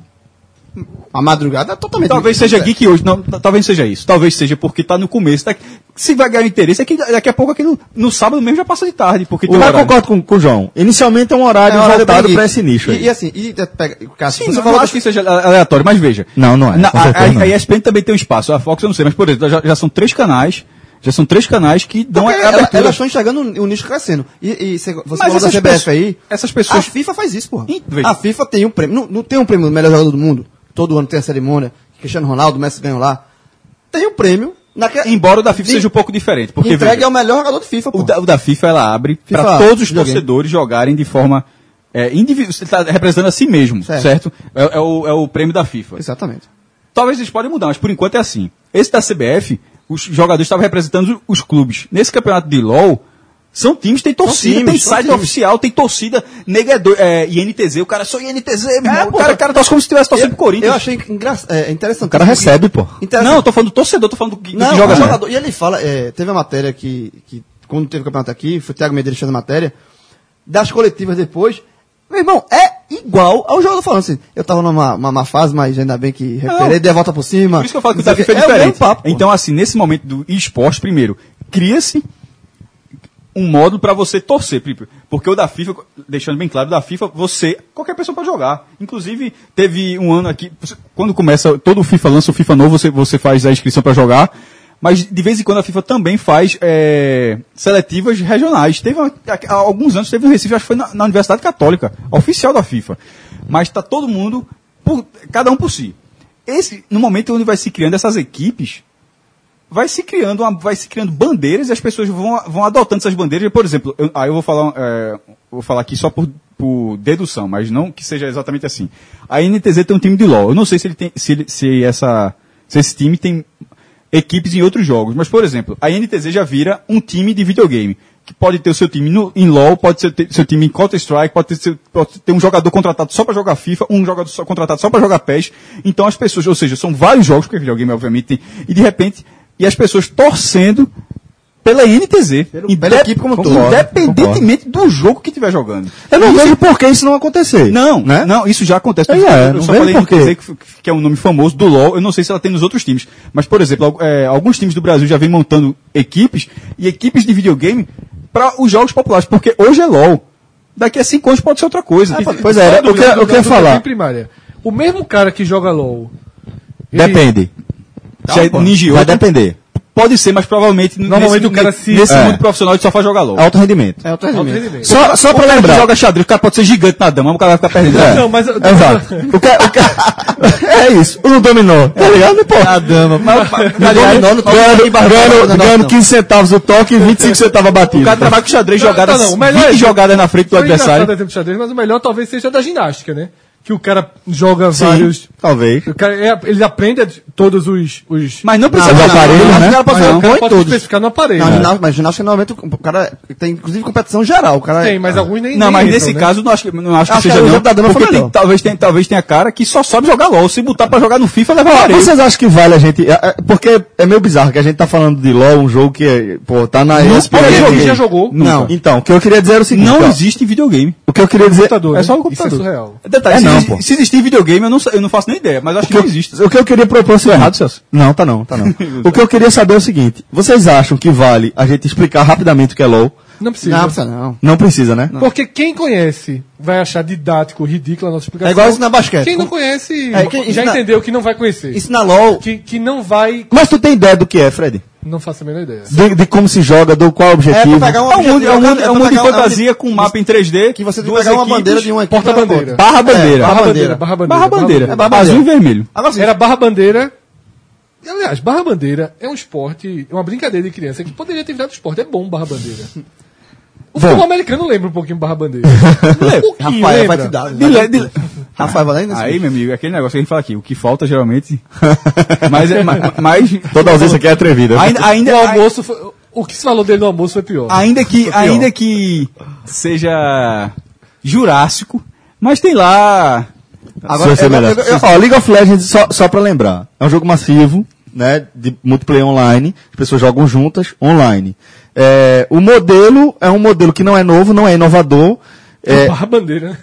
Speaker 6: A madrugada é totalmente.
Speaker 4: Talvez seja geek hoje, não, t- talvez seja isso. Talvez seja porque tá no começo. Tá- se vai ganhar interesse, é que daqui a pouco aqui no, no sábado mesmo já passa de tarde, porque tem
Speaker 2: Eu
Speaker 4: horário.
Speaker 2: concordo com, com o João. Inicialmente é um horário voltado para esse nicho aí.
Speaker 6: E, e assim, e é, pega, o caso,
Speaker 4: Sim, eu acho que seja aleatório, mas veja.
Speaker 2: Não, não é,
Speaker 4: Na-
Speaker 2: com
Speaker 4: a,
Speaker 2: certeza
Speaker 4: a-
Speaker 2: não.
Speaker 4: a ESPN também tem um espaço, a Fox eu não sei, mas por exemplo, já, já são três canais, já são três canais que dão
Speaker 6: Porque
Speaker 4: a
Speaker 6: ela, é
Speaker 4: abertura.
Speaker 6: elas estão enxergando o nicho crescendo. E, e você, você
Speaker 4: é- mas
Speaker 6: falou da
Speaker 4: essas,
Speaker 6: CBF
Speaker 4: pessoas-
Speaker 6: aí.
Speaker 4: essas
Speaker 6: A
Speaker 4: pessoas
Speaker 6: FIFA faz isso, porra.
Speaker 4: Ih, veja.
Speaker 6: A FIFA tem um prêmio. Não, não tem um prêmio do melhor jogador do mundo. Todo ano tem a cerimônia. Cristiano Ronaldo, Messi ganham lá. Tem um prêmio. Naquela,
Speaker 4: Embora o da FIFA
Speaker 6: De-
Speaker 4: seja um pouco diferente, porque
Speaker 6: entregue
Speaker 4: veja,
Speaker 6: ao melhor jogador de FIFA,
Speaker 4: o,
Speaker 6: porra.
Speaker 4: da, o da FIFA ela abre
Speaker 6: FIFA,
Speaker 4: para todos os
Speaker 6: videogame.
Speaker 4: torcedores jogarem de forma é, individual. Você está representando a si mesmo,
Speaker 6: Certo.
Speaker 4: certo? É, é o, é o prêmio da FIFA.
Speaker 6: Exatamente.
Speaker 4: Talvez eles podem mudar, mas por enquanto é assim. Esse da CBF, os jogadores estavam representando os clubes. Nesse campeonato de LOL, são times, tem torcida,
Speaker 6: times,
Speaker 4: tem
Speaker 6: são
Speaker 4: site
Speaker 6: times.
Speaker 4: oficial, tem torcida, nega é, doido, é, INTZ, o cara só INTZ, meu irmão.
Speaker 6: É, pô,
Speaker 4: o
Speaker 6: tá-
Speaker 4: cara, o cara torce como se tivesse torcendo pro
Speaker 6: Eu,
Speaker 4: Corinthians.
Speaker 6: eu achei engra- é, interessante.
Speaker 2: O cara recebe, pô.
Speaker 6: Interessante.
Speaker 4: Não, eu tô falando do torcedor, tô falando do que, do que
Speaker 6: Não,
Speaker 4: joga
Speaker 6: o
Speaker 4: só.
Speaker 6: jogador. E ele fala, é, teve a matéria que, que quando teve o campeonato aqui, foi o Thiago Medeiros fazendo a matéria, das coletivas depois. Meu irmão, é igual ao jogador falando assim. Eu tava numa uma má fase, mas ainda bem que recuperei,
Speaker 4: Não.
Speaker 6: dei a volta por cima.
Speaker 4: Por isso que eu falo que o
Speaker 6: Não
Speaker 4: da
Speaker 6: sei
Speaker 4: FIFA é
Speaker 6: quê. o
Speaker 4: diferente.
Speaker 6: mesmo papo, pô.
Speaker 4: então, assim, nesse momento do esporte, primeiro, cria-se um módulo para você torcer, Pripe. porque o da FIFA, deixando bem claro, o da FIFA, você, qualquer pessoa pode jogar. Inclusive, teve um ano aqui, você- quando começa, todo o FIFA lança o FIFA novo, você, você faz a inscrição para jogar, mas de vez em quando a FIFA também faz eh, seletivas regionais. Teve uma- há alguns anos, teve no Recife, acho que foi na, na Universidade Católica, oficial da FIFA. Mas está todo mundo, por- cada um por si. Esse, no momento onde vai se criando essas equipes, vai se criando uma- vai se criando bandeiras e as pessoas vão, vão adotando essas bandeiras. Por exemplo, eu, aí eu vou falar, é, vou falar aqui só por, por dedução, mas não que seja exatamente assim. A NTZ tem um time de LoL. Eu não sei se ele tem, se, ele- se essa, se esse time tem equipes em outros jogos, mas por exemplo, a NTZ já vira um time de videogame. Que pode ter o seu time no, em LoL, pode ser te- seu time em Counter-Strike, pode ter, seu- pode ter um jogador contratado só para jogar FIFA, um jogador só contratado só para jogar PES. Então as pessoas, ou seja, são vários jogos, porque videogame obviamente tem, e de repente, e as pessoas torcendo pela NTZ. Inde-
Speaker 6: pela equipe como um todo.
Speaker 4: Independentemente do jogo que estiver jogando.
Speaker 2: Eu não vejo por que isso não acontecer.
Speaker 4: Não,
Speaker 2: né?
Speaker 4: não, isso já acontece.
Speaker 2: Pois é,
Speaker 4: eu
Speaker 2: não
Speaker 4: só
Speaker 2: vejo
Speaker 4: falei
Speaker 2: por quê.
Speaker 4: dizer que, f- que é um nome famoso do LoL. Eu não sei se ela tem nos outros times. Mas, por exemplo, al- é, alguns times do Brasil já vêm montando equipes e equipes de videogame para os jogos populares. Porque hoje é LoL. Daqui a cinco anos pode ser outra coisa. Tipo, E-
Speaker 2: Pois é, eu queria, eu queria falar.
Speaker 3: Primária. O mesmo cara que joga LOL. ele-
Speaker 2: Depende.
Speaker 4: se é Ninja
Speaker 2: Vai
Speaker 4: outro,
Speaker 2: depender.
Speaker 4: Pode ser, mas provavelmente n-
Speaker 3: Normalmente
Speaker 4: nesse,
Speaker 3: o cara
Speaker 4: ne-
Speaker 3: se-
Speaker 4: nesse
Speaker 2: é.
Speaker 4: mundo profissional ele só faz jogar LoL.
Speaker 2: Alto rendimento.
Speaker 6: É outro
Speaker 3: Alto
Speaker 6: rendimento.
Speaker 3: rendimento.
Speaker 2: Só, só pra
Speaker 4: Ele
Speaker 2: lembrar.
Speaker 4: joga xadrez, o cara pode ser gigante na dama, mas o cara vai ficar perdendo.
Speaker 2: É.
Speaker 3: Não, mas.
Speaker 2: Exato. O ca- o ca- é isso. O dominou. Tá ligado? Pô. A dama.
Speaker 6: No dominó, no toque,
Speaker 2: Ganhando,
Speaker 6: ninguém bateu na
Speaker 2: ganhando,
Speaker 6: bola,
Speaker 2: ganhando
Speaker 6: não.
Speaker 2: 15 centavos o toque e 25 centavos a
Speaker 4: O cara
Speaker 2: batida.
Speaker 4: trabalha com xadrez,
Speaker 3: Não,
Speaker 4: jogadas,
Speaker 3: não, não, o melhor
Speaker 4: 20
Speaker 3: é-
Speaker 4: jogadas na frente do
Speaker 3: Foi
Speaker 4: adversário.
Speaker 3: engraçado exemplo de xadrez, mas o melhor talvez seja da ginástica, né? Que o cara joga vários.
Speaker 2: Talvez.
Speaker 3: o cara- é, ele aprende todos os. os
Speaker 4: Mas não precisa
Speaker 2: Os
Speaker 4: não,
Speaker 2: aparelhos, né?
Speaker 4: não,
Speaker 6: O cara pode ser
Speaker 3: o cara
Speaker 6: bom em
Speaker 3: pode
Speaker 6: todos.
Speaker 3: especificar no aparelho.
Speaker 6: Não, ginástica, mas ginástica normalmente o o cara tem inclusive competição geral. O cara é Ah,
Speaker 3: Tem, mas alguns nem.
Speaker 4: Não, Ah,
Speaker 3: nem
Speaker 4: é, mas
Speaker 3: entram,
Speaker 4: nesse
Speaker 3: né?
Speaker 4: caso não acho que, não acho que
Speaker 6: Acho que
Speaker 4: seja
Speaker 6: a
Speaker 4: não,
Speaker 6: Luísa da Dama foi
Speaker 4: porque tem,
Speaker 6: melhor.
Speaker 4: talvez, tem, talvez tenha cara que só sabe jogar LOL. Se botar pra jogar no FIFA, leva
Speaker 2: Ó,
Speaker 4: aparelho.
Speaker 2: Vocês acham que vale a gente. é, é, Porque é meio bizarro que a gente tá falando de LOL, um jogo que, é, pô, tá na
Speaker 4: Não,
Speaker 2: ESPN.
Speaker 4: olha,
Speaker 3: Ele
Speaker 4: joguei,
Speaker 3: já jogou.
Speaker 2: Não. Então, o que eu queria dizer era o seguinte.
Speaker 4: Não
Speaker 2: ó,
Speaker 4: existe em videogame.
Speaker 2: O que eu queria dizer.
Speaker 3: Computador,
Speaker 4: É
Speaker 3: né?
Speaker 4: só o
Speaker 3: Isso é
Speaker 4: computador.
Speaker 3: surreal.
Speaker 4: Detalhe,
Speaker 2: É
Speaker 4: se,
Speaker 2: não,
Speaker 4: exi-
Speaker 2: pô.
Speaker 4: se existir em videogame, eu não, sa- eu não faço nem ideia, mas acho
Speaker 2: O
Speaker 4: que,
Speaker 2: que, eu,
Speaker 4: não existe.
Speaker 2: o que eu queria propor é o seguinte. Não, tá não, tá não. o que eu queria saber é o seguinte: vocês acham que vale a gente explicar rapidamente o que é LOL?
Speaker 3: Não precisa.
Speaker 6: Não, precisa não.
Speaker 2: Não precisa, né?
Speaker 3: Porque quem conhece vai achar didático, ridícula a nossa explicação.
Speaker 6: É igual isso na basquete.
Speaker 3: Quem não conhece
Speaker 6: É, quem-
Speaker 3: já
Speaker 6: isso na-
Speaker 3: entendeu que não vai conhecer.
Speaker 6: Isso na LOL.
Speaker 3: Que, que não vai.
Speaker 2: Mas tu tem ideia do que é, Fred?
Speaker 3: Não faço a menor ideia.
Speaker 2: De, de como se joga, do qual
Speaker 6: É
Speaker 2: objetivo?
Speaker 6: pra pegar um
Speaker 4: É um mundo, é um mundo, é um mundo de
Speaker 6: pra pegar um-
Speaker 4: fantasia com um mapa em 3D.
Speaker 6: Que você tem que
Speaker 4: duas
Speaker 6: pegar uma
Speaker 4: equipes,
Speaker 6: bandeira de uma equipe.
Speaker 3: Porta-bandeira.
Speaker 6: É,
Speaker 4: Barra bandeira.
Speaker 6: barra bandeira.
Speaker 3: Barra bandeira.
Speaker 4: Barra bandeira.
Speaker 6: É barra bandeira.
Speaker 4: Azul e vermelho.
Speaker 6: Agora sim.
Speaker 3: Era Barra Bandeira. E, Aliás, Barra Bandeira é um esporte, é uma brincadeira de criança que poderia ter virado esporte. É bom Barra Bandeira. O futebol americano lembra um pouquinho Barra Bandeira. um pouquinho,
Speaker 6: Rafael vai te
Speaker 3: lembra.
Speaker 6: dar.
Speaker 4: De le- de le-
Speaker 6: Rafael vai lá e nesse-
Speaker 4: Aí, meu amigo, é aquele negócio que a gente fala aqui. O que falta geralmente. mas é ma- mas-
Speaker 2: Toda ausência aqui é atrevida.
Speaker 4: Ainda, ainda,
Speaker 3: o almoço foi- o que se falou dele no almoço foi pior.
Speaker 4: Ainda que,
Speaker 3: pior.
Speaker 4: ainda que seja Jurássico, mas tem lá.
Speaker 6: Agora,
Speaker 2: Se você
Speaker 6: eu- eu-
Speaker 2: merece.
Speaker 6: eu-
Speaker 2: é, Ó, League of Legends, só, só pra lembrar, é um jogo massivo, né, de multiplayer online, as pessoas jogam juntas, online. É, o modelo é um modelo que não é novo, não é inovador, é,
Speaker 3: Barra Bandeira. né?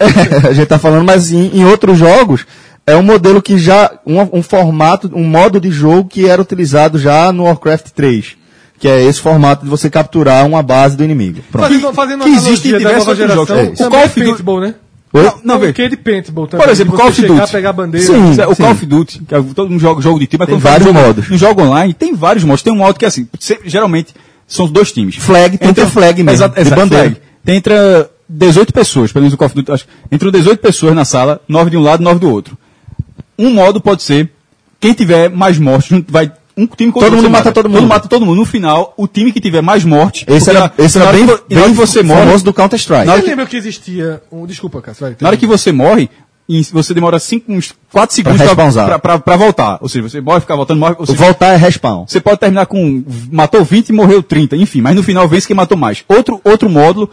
Speaker 2: a gente tá falando, mas em, em outros jogos, é um modelo que já. Um, um formato, um modo de jogo que era utilizado já no Warcraft 3. Que é esse formato de você capturar uma base do inimigo. Pronto.
Speaker 3: Fazendo, fazendo
Speaker 4: que
Speaker 3: uma
Speaker 4: existe em
Speaker 3: analogia da
Speaker 4: diversos
Speaker 3: nova
Speaker 4: outros
Speaker 3: geração,
Speaker 4: jogos. É
Speaker 3: também
Speaker 4: isso. O Call
Speaker 3: é
Speaker 4: of Duty-
Speaker 3: paintball, né?
Speaker 2: Oi?
Speaker 4: Não, veja.
Speaker 3: O que é de paintball também.
Speaker 4: Por exemplo,
Speaker 3: de você
Speaker 4: Call of
Speaker 3: chegar,
Speaker 4: Duty.
Speaker 3: pegar a bandeira.
Speaker 4: Sim, o Call of Duty, que é todo mundo joga jogo de time, mas
Speaker 2: Tem
Speaker 4: quando fala de
Speaker 2: vários
Speaker 4: jogo-
Speaker 2: modos.
Speaker 4: No jogo online tem vários modos. Tem um modo que é assim, se- geralmente são os dois times.
Speaker 2: Flag, tem que ter flag mesmo,
Speaker 4: Exato,
Speaker 2: de
Speaker 4: exato,
Speaker 2: bandeira.
Speaker 4: flag. Tem entre 18 pessoas, pelo menos o Call of Duty, acho, entre 18 pessoas na sala, 9 de um lado, 9 do outro. Um modo pode ser quem tiver mais mortes, junto- vai um time contra
Speaker 2: Todo
Speaker 4: o outro,
Speaker 2: mundo
Speaker 4: você
Speaker 2: mata todo mundo.
Speaker 4: Todo mata todo mundo. No final, o time que tiver mais mortes,
Speaker 2: Esse
Speaker 4: porque
Speaker 2: era,
Speaker 4: na-
Speaker 2: esse
Speaker 4: na
Speaker 2: era
Speaker 4: hora
Speaker 2: bem,
Speaker 4: que vo- na hora
Speaker 2: bem
Speaker 4: que você morre,
Speaker 2: famoso do Counter-Strike.
Speaker 3: Você lembra que existia um... Desculpa, Cássio. vai,
Speaker 4: na hora que você morre, em- você demora cinco, uns 4 segundos
Speaker 2: respawnzar.
Speaker 4: pra- pra- pra voltar. Ou seja, você morre, fica voltando, morre. Ou seja,
Speaker 2: Voltar é respawn.
Speaker 4: você pode terminar com. Matou 20 e morreu 30, enfim, mas no final vence quem matou mais. Outro, outro módulo.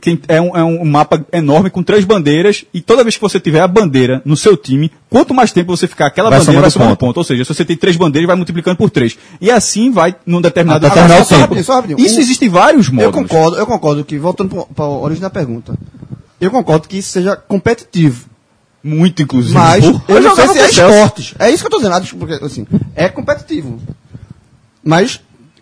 Speaker 4: que É um, é um mapa enorme com três bandeiras e toda vez que você tiver a bandeira no seu time, quanto mais tempo você ficar aquela
Speaker 2: Vai
Speaker 4: bandeira,
Speaker 2: somando
Speaker 4: vai somando ponto.
Speaker 2: ponto.
Speaker 4: Ou seja, se você tem três bandeiras, vai multiplicando por três. E assim vai num determinado
Speaker 2: Até terminar
Speaker 4: Agora,
Speaker 2: o
Speaker 4: só
Speaker 2: tempo.
Speaker 4: rapidinho, só rapidinho.
Speaker 6: O-
Speaker 4: Isso existe em vários
Speaker 6: Eu
Speaker 4: módulos.
Speaker 6: concordo, eu concordo que, voltando para a origem da pergunta, eu concordo que isso seja competitivo.
Speaker 4: Muito, inclusive.
Speaker 6: Mas
Speaker 4: Porra,
Speaker 6: eu não sei
Speaker 4: jogava
Speaker 6: se é
Speaker 4: com Chelsea.
Speaker 6: esportes. É isso que eu tô dizendo. Ah, desculpa, porque, assim, é competitivo. Mas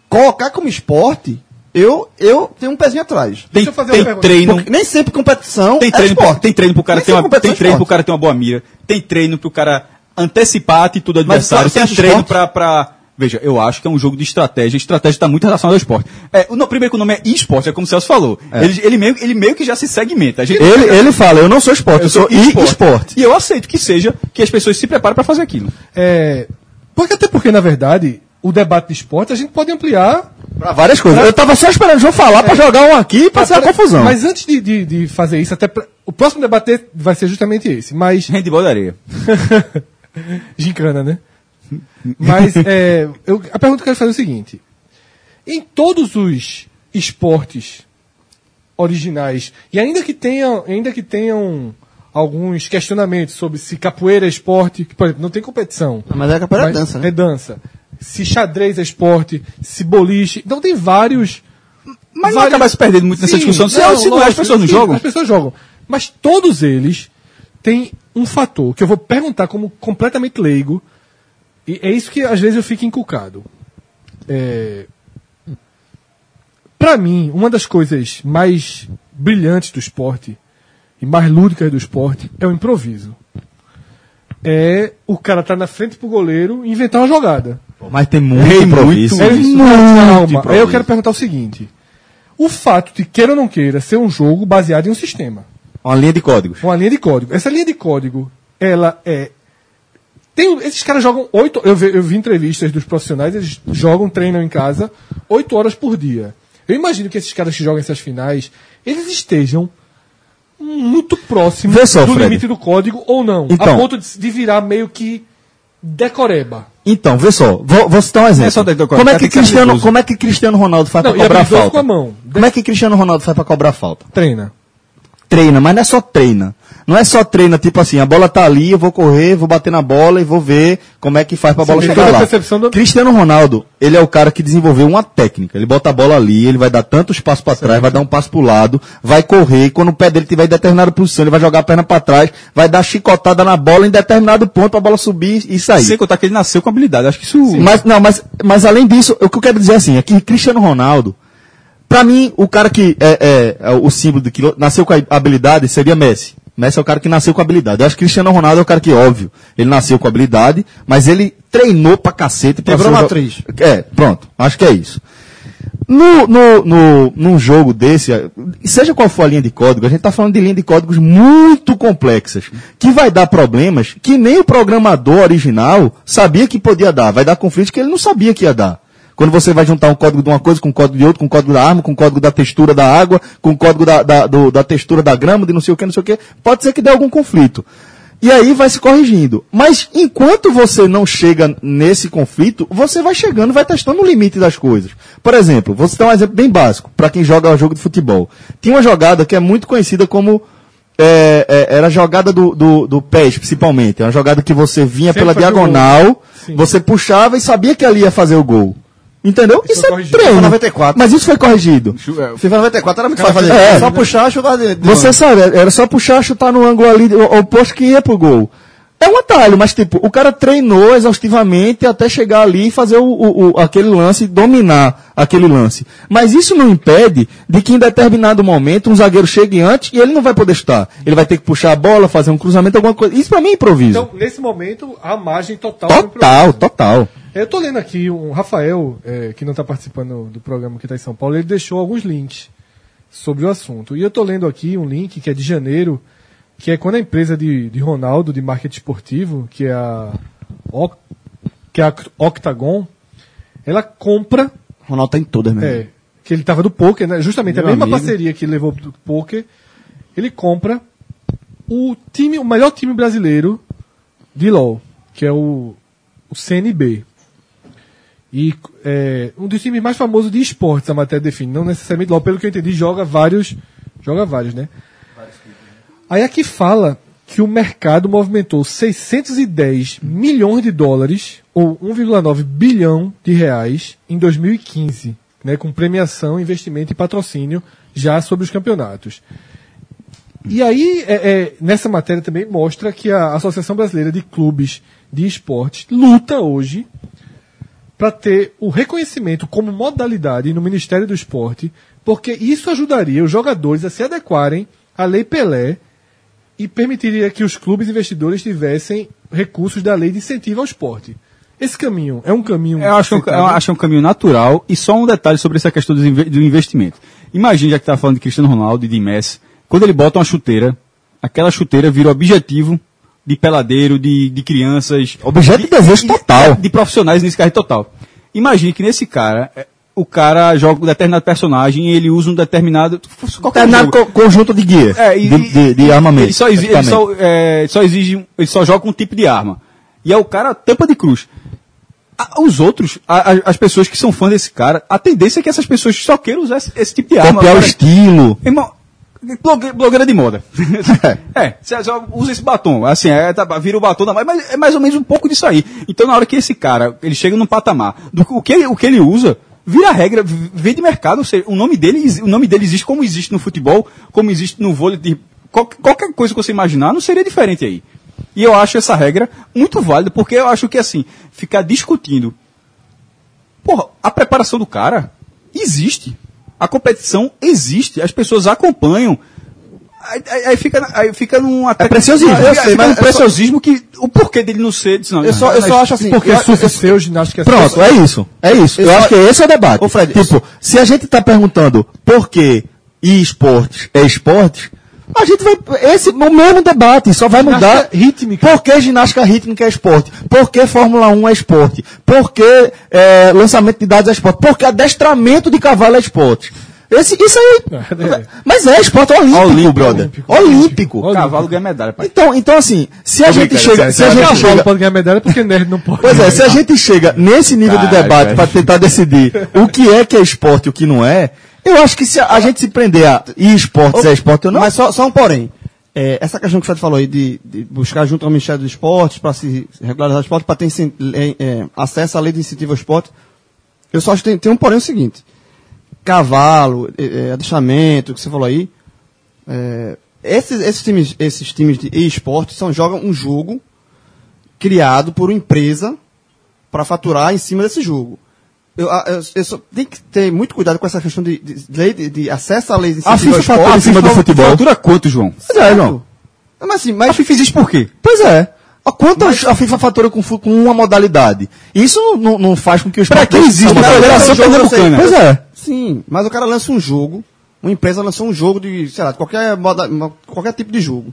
Speaker 6: colocar como esporte, eu, eu tenho um pezinho atrás.
Speaker 4: Tem,
Speaker 3: Deixa eu fazer uma
Speaker 4: tem
Speaker 3: pergunta.
Speaker 4: treino.
Speaker 6: Porque nem sempre competição
Speaker 4: Tem
Speaker 6: é
Speaker 4: treino, pro,
Speaker 6: esporte.
Speaker 4: tem treino pro cara
Speaker 6: Nem
Speaker 4: ter
Speaker 6: sempre
Speaker 4: uma,
Speaker 6: competição
Speaker 4: tem
Speaker 6: é
Speaker 4: treino pro
Speaker 6: esporte.
Speaker 4: cara ter uma boa mira. Tem treino pro cara antecipar a atitude do
Speaker 6: Mas
Speaker 4: adversário.
Speaker 6: você
Speaker 4: Tem
Speaker 6: acha
Speaker 4: treino
Speaker 6: esporte?
Speaker 4: pra, pra. Veja, eu acho que é um jogo de estratégia. Estratégia está muito relacionada ao esporte. É, o no- primeiro que o nome é esporte, é como o Celso falou. Ele, ele meio, ele meio que já se segmenta. A gente-
Speaker 2: Ele, ele fala, eu não sou esporte, eu,
Speaker 4: Eu
Speaker 2: sou
Speaker 4: sou
Speaker 2: e-esporte.
Speaker 4: E eu aceito que seja que as pessoas se preparem pra fazer aquilo.
Speaker 3: É, porque até porque, na verdade, o debate de esporte a gente pode ampliar.
Speaker 2: Pra várias coisas. Eu tava só esperando o João falar pra jogar um aqui e pra ser a confusão.
Speaker 3: Mas antes de, de, de fazer isso, até pra- o próximo debate vai ser justamente esse. Mas.
Speaker 4: Handball da areia.
Speaker 3: Gincana, né? Mas é, eu- a pergunta que eu quero fazer é o seguinte: em todos os esportes originais, e ainda que tenham, ainda que tenham alguns questionamentos sobre se capoeira é esporte, que, por exemplo, não tem competição.
Speaker 6: Mas é a capoeira é dança, né?
Speaker 3: É dança. Se xadrez é esporte, se boliche. Então tem vários.
Speaker 4: Mas não acaba se perdendo muito nessa discussão. Se, é ou se não é, as
Speaker 3: lógico,
Speaker 4: pessoas não
Speaker 3: sim,
Speaker 4: jogam.
Speaker 3: As pessoas jogam. Mas todos eles têm um fator que eu vou perguntar como completamente leigo. E é isso que às vezes eu fico inculcado. É... Para mim, uma das coisas mais brilhantes do esporte e mais lúdicas do esporte é o improviso. É o cara tá na frente pro goleiro e inventar uma jogada.
Speaker 2: Mas tem muito improviso.
Speaker 3: É
Speaker 2: nisso. um
Speaker 3: muito calma. Aí eu
Speaker 2: improviso.
Speaker 3: quero perguntar o seguinte: o fato de queira ou não queira ser um jogo baseado em um sistema,
Speaker 2: Uma linha de códigos.
Speaker 3: uma linha de código. Essa linha de código, ela é tem, um- esses caras jogam oito. Eu vi, eu vi entrevistas dos profissionais, eles jogam, treinam em casa oito horas por dia. Eu imagino que esses caras que jogam essas finais, eles estejam muito
Speaker 2: Vê
Speaker 3: próximos
Speaker 2: só,
Speaker 3: do
Speaker 2: Fred.
Speaker 3: limite do código ou não, a
Speaker 2: Então.
Speaker 3: ponto de, de virar meio que decoreba.
Speaker 2: Então, vê só, vou, vou citar um exemplo.
Speaker 4: É só dentro do
Speaker 2: como, é
Speaker 4: tem
Speaker 2: que
Speaker 4: que ser
Speaker 2: Cristiano,
Speaker 4: habilidoso.
Speaker 2: como é que Cristiano Ronaldo faz
Speaker 3: Não,
Speaker 2: pra
Speaker 3: e
Speaker 2: cobrar
Speaker 3: habilidoso
Speaker 2: falta?
Speaker 3: com a mão.
Speaker 2: Como é que Cristiano Ronaldo faz pra cobrar falta?
Speaker 3: Treina.
Speaker 2: Treina, mas não é só treina. Não é só treina, tipo assim, a bola tá ali, eu vou correr, vou bater na bola e vou ver como é que faz pra bola
Speaker 3: tem
Speaker 2: chegar
Speaker 3: toda a
Speaker 2: lá.
Speaker 3: percepção do-
Speaker 2: Cristiano Ronaldo, ele é o cara que desenvolveu uma técnica. Ele bota a bola ali, ele vai dar tantos passos pra trás, vai dar um passo pro lado, vai correr, quando o pé dele tiver em determinada posição, ele vai jogar a perna pra trás, vai dar chicotada na bola em determinado ponto pra bola subir e sair.
Speaker 4: Sem contar que ele nasceu com habilidade. Acho que isso.
Speaker 2: Mas, não, mas, mas além disso, o que eu quero dizer assim, é que Cristiano Ronaldo, pra mim, o cara que é, é, é o símbolo de que nasceu com a habilidade seria Messi. Messi é o cara que nasceu com habilidade. Eu acho que Cristiano Ronaldo é o cara que, óbvio, ele nasceu com habilidade, mas ele treinou pra cacete. pra
Speaker 6: Quebrou
Speaker 2: ser
Speaker 6: a
Speaker 2: jo-
Speaker 6: matriz.
Speaker 2: É, pronto. Acho que é isso. No, no, no, num jogo desse, eh, seja qual for a linha de código, a gente está falando de linha de códigos muito complexas, que vai dar problemas que nem o programador original sabia que podia dar. Vai dar conflitos que ele não sabia que ia dar. Quando você vai juntar um código de uma coisa com um código de outra, com um código da arma, com um código da textura da água, com um código da, da, do- da textura da grama, de não sei o que, não sei o que, pode ser que dê algum conflito. E aí vai se corrigindo. Mas enquanto você não chega nesse conflito, você vai chegando, vai testando o limite das coisas. Por exemplo, vou citar um exemplo bem básico, para quem joga jogo de futebol. Tinha uma jogada que é muito conhecida como. é, é, era a jogada do, do, do PES, principalmente. É uma jogada que você vinha
Speaker 3: Sempre
Speaker 2: pela
Speaker 3: fazia o gol.
Speaker 2: diagonal,
Speaker 3: Sim.
Speaker 2: você puxava e sabia que ali ia fazer o gol. Entendeu? Isso, é
Speaker 3: corrigido.
Speaker 2: treino.
Speaker 6: Foi 94.
Speaker 2: Mas isso foi corrigido.
Speaker 6: FIFA 94 era muito fácil fazer.
Speaker 2: É.
Speaker 6: só puxar, chutar de, de
Speaker 2: Você sabe, era só puxar, chutar no ângulo ali, o, o posto que ia pro gol. É um atalho, mas tipo, o cara treinou exaustivamente até chegar ali e fazer o, o- o- aquele lance, dominar aquele lance. Mas isso não impede de que em determinado momento um zagueiro chegue antes e ele não vai poder chutar. Ele vai ter que puxar a bola, fazer um cruzamento, alguma coisa. Isso pra mim é improviso.
Speaker 3: Então, nesse momento, a margem
Speaker 4: é um
Speaker 3: total. do
Speaker 2: total, total.
Speaker 3: Eu tô lendo aqui um Rafael, eh, que não tá participando do programa que tá em São Paulo, ele deixou alguns links sobre o assunto. E eu tô lendo aqui um link que é de janeiro, que é quando a empresa de, de Ronaldo, de marketing esportivo, que é a, Oc- que é a Octagon, ela compra
Speaker 6: Ronaldo tá em todas, meu.
Speaker 3: é, que ele tava do poker, né? Justamente a
Speaker 5: né? Meu
Speaker 3: mesma
Speaker 5: amigo.
Speaker 3: parceria que levou pro poker. Ele compra o time, o melhor time brasileiro de LoL, que é o, o CNB. E é, um dos times mais famosos de esportes, a matéria define, não necessariamente LoL, pelo que eu entendi, joga vários, joga vários, né? Aí aqui fala que o mercado movimentou 610 milhões de dólares, ou 1,9 bilhão de reais, em 2015, né, com premiação, investimento e patrocínio já sobre os campeonatos. E aí, é, é, nessa matéria também mostra que a Associação Brasileira de Clubes de Esportes luta hoje para ter o reconhecimento como modalidade no Ministério do Esporte, porque isso ajudaria os jogadores a se adequarem à Lei Pelé e permitiria que os clubes investidores tivessem recursos da lei de incentivo ao esporte. Esse caminho é um caminho.
Speaker 4: Eu acho, um, eu
Speaker 3: aceitável?
Speaker 4: acho um caminho natural e só um detalhe sobre essa questão dos inve- do investimento. Imagina, já que estava falando de Cristiano Ronaldo e de Messi, quando ele bota uma chuteira, aquela chuteira vira o objetivo de peladeiro, de, de crianças.
Speaker 2: Objeto de desejo total.
Speaker 4: De profissionais nesse carro total. Imagine que nesse cara, eh, o cara joga um determinado personagem e ele usa um determinado. qualquer
Speaker 2: Determinado
Speaker 4: jogo.
Speaker 2: co- conjunto de guia,
Speaker 4: É, e-
Speaker 2: de, de- de armamento.
Speaker 4: Ele só, exi- ele
Speaker 2: equipamento.
Speaker 4: só, é, só exige, um- ele só joga um tipo de arma. E é o cara tampa de cruz. A- os outros, a- a- as pessoas que são fã desse cara, a tendência é que essas pessoas só queiram usar esse, esse tipo de arma.
Speaker 2: Copiar o
Speaker 4: Agora,
Speaker 2: estilo.
Speaker 4: Irmão, blogue- blogueira de moda. é, você só usa esse batom. Assim, é, tá, vira o batom da mãe, mas é mais ou menos um pouco disso aí. Então, na hora que esse cara, ele chega num patamar, do, que- o, que ele, o que ele usa, vira regra, v- vem de mercado. Ou seja, o nome dele, exi- o nome dele existe como existe no futebol, como existe no vôlei de... qual- qualquer coisa que você imaginar, não seria diferente aí. E eu acho essa regra muito válida, porque eu acho que, assim, ficar discutindo Porra, a preparação do cara existe. A competição existe. As pessoas acompanham. Aí, aí- aí fica, na- aí fica num até.
Speaker 2: É preciosismo,
Speaker 4: Aí
Speaker 2: eu
Speaker 4: fica
Speaker 2: sei, mas
Speaker 4: num
Speaker 2: eu só-
Speaker 4: um preciosismo que. O porquê dele não ser. diz, Não,
Speaker 6: Eu só, eu só acho assim.
Speaker 3: Porque
Speaker 6: eu-
Speaker 3: surf seu, ginástica
Speaker 2: Pronto, é isso. É isso. Eu
Speaker 6: Isso-
Speaker 2: acho que esse é o debate.
Speaker 6: Ô, Fred,
Speaker 2: tipo, se a gente está perguntando por que esportes é esportes, a gente vai. Esse o mesmo debate, só vai
Speaker 3: Ginástica
Speaker 2: mudar.
Speaker 3: rítmica.
Speaker 2: Por que ginástica rítmica é esporte? Por que Fórmula 1 é esporte? Por que é, lançamento de dados é esporte? Por que adestramento de cavalo é esporte? Esse, isso aí.
Speaker 3: É.
Speaker 2: Mas é esporte olímpico,
Speaker 4: Olímpico,
Speaker 2: brother.
Speaker 3: olímpico,
Speaker 2: Olímpico.
Speaker 4: O cavalo ganha medalha, pai.
Speaker 2: Então, então, assim, se a gente chega. Se a gente
Speaker 3: Cavalo
Speaker 2: chega.
Speaker 3: pode ganhar medalha porque nerd não pode.
Speaker 2: Pois é, se a gente chega nesse nível de
Speaker 4: Caralho,
Speaker 2: debate
Speaker 4: velho.
Speaker 2: para tentar decidir o que é que é esporte e o que não é, eu acho que se a, a gente se prender a e esportes é esporte ou não,
Speaker 6: Mas só, só um porém. É, essa questão que o Fred falou aí de, de buscar junto ao Ministério dos Esportes para se regularizar o esporte, para ter incen- é, é, acesso à lei de incentivo ao esporte, eu só acho que tem, tem um porém o seguinte. Cavalo, é, é, adestramento, que você falou aí, é, esses, esses, times, esses times de e-esporte são, jogam um jogo criado por uma empresa para faturar em cima desse jogo. Eu, a- eu- eu só- tem que ter muito cuidado com essa questão de, de, lei de, de acesso à lei de
Speaker 2: a
Speaker 6: incentivo ao
Speaker 2: FIFA fatura em
Speaker 6: esporte.
Speaker 2: cima do futebol.
Speaker 4: Fatura quanto, João?
Speaker 2: Pois é, João.
Speaker 6: Mas assim, mas
Speaker 4: Acho que fiz isso por quê?
Speaker 2: Pois é. Ó, Quanto a FIFA fatura com, fu- com uma modalidade? Isso não- não, não faz com que o esporte...
Speaker 4: que existe
Speaker 2: uma
Speaker 4: uma
Speaker 2: federação
Speaker 4: federação
Speaker 2: pernambucana? Pois
Speaker 4: pernambucana?
Speaker 2: é.
Speaker 6: Sim, mas o cara lança um jogo, uma empresa lançou um jogo de, sei lá, de qualquer, moda, uma- qualquer tipo de jogo.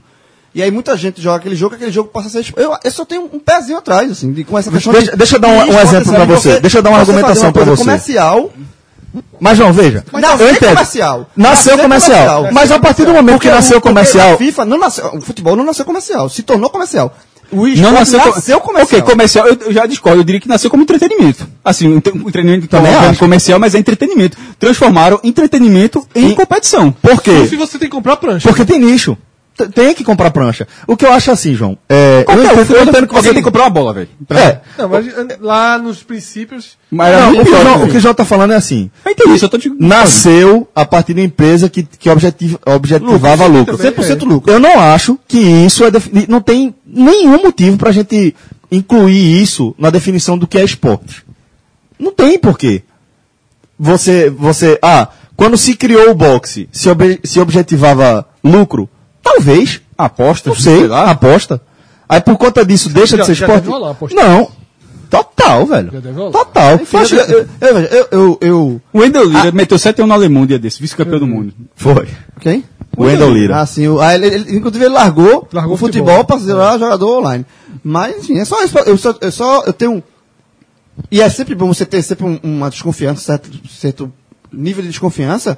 Speaker 6: E aí muita gente joga aquele jogo, aquele jogo passa a ser. expo- Eu, eu só tenho um pezinho atrás, assim, de, com essa questão
Speaker 2: Deixa-
Speaker 6: de.
Speaker 2: deixa eu dar um-
Speaker 6: de
Speaker 2: um
Speaker 6: esporte,
Speaker 2: exemplo pra
Speaker 6: sabe?
Speaker 2: você. Deixa eu dar uma
Speaker 6: fazer
Speaker 2: argumentação pra
Speaker 6: tá coisa
Speaker 2: você.
Speaker 6: comercial.
Speaker 2: Mas, João, veja.
Speaker 6: Mas nasceu
Speaker 2: eu entendo.
Speaker 6: comercial.
Speaker 2: Nasceu
Speaker 6: Nasceu
Speaker 2: comercial.
Speaker 6: comercial.
Speaker 2: Mas a partir do momento que nasceu
Speaker 6: porque
Speaker 2: comercial...
Speaker 6: a FIFA não nasceu. O futebol não nasceu comercial, se tornou comercial. O
Speaker 4: Não
Speaker 6: esporte
Speaker 4: nasceu, co-
Speaker 6: comercial.
Speaker 4: Ok, comercial, eu, eu já discordo. Eu diria que nasceu como entretenimento. Assim, um entre- um entretenimento
Speaker 2: Também
Speaker 4: como
Speaker 2: acho.
Speaker 4: comercial, mas é entretenimento. Transformaram entretenimento em competição.
Speaker 2: Por quê?
Speaker 3: Surf você tem que comprar prancha.
Speaker 2: Porque tem nicho. t- tem que comprar prancha. O que eu acho assim, João, é, eu
Speaker 4: Qualquer um,
Speaker 2: entendo, eu entendo que
Speaker 4: Você
Speaker 2: você
Speaker 4: tem que comprar uma bola, velho.
Speaker 2: É,
Speaker 3: Não, mas eh, lá nos princípios.
Speaker 4: Mas era
Speaker 2: não,
Speaker 4: muito
Speaker 2: o, que o
Speaker 4: pior,
Speaker 2: João,
Speaker 4: né?
Speaker 2: o que o João tá falando é assim,
Speaker 4: Eu entendi isso, eu tô te...
Speaker 2: nasceu a partir da empresa que, que objetiv- objetivava lucro.
Speaker 3: também,
Speaker 2: 100% lucro. Eu não acho que isso é. defini- Não tem nenhum motivo para a gente incluir isso na definição do que é esporte. Não tem porquê. Você. você ah, quando se criou o boxe, se, obje- se objetivava lucro? Talvez.
Speaker 4: Aposta,
Speaker 2: Não sei, aposta. Aí por conta disso deixa
Speaker 3: Já-
Speaker 2: de ser
Speaker 3: já
Speaker 2: esporte?
Speaker 3: deve rolar apostar.
Speaker 2: não. Total, velho.
Speaker 3: Já deve rolar.
Speaker 2: Total. Acho- eu- eu- eu- eu- eu
Speaker 4: O Wendel
Speaker 2: Ah.
Speaker 4: Lira meteu 7 1 no Alemão um dia desse, vice-campeão do mundo.
Speaker 2: foi.
Speaker 6: Quem?
Speaker 2: Wendel Lira.
Speaker 6: Ah, sim. O, ah, ele, ele- inclusive ele largou,
Speaker 3: Largou
Speaker 6: o
Speaker 3: o
Speaker 6: futebol,
Speaker 3: futebol.
Speaker 6: para ser lá jogador online. Mas, enfim, é só isso. Eu só, eu só eu tenho... um- E é sempre bom você ter sempre um- uma desconfiança, certo, certo nível de desconfiança.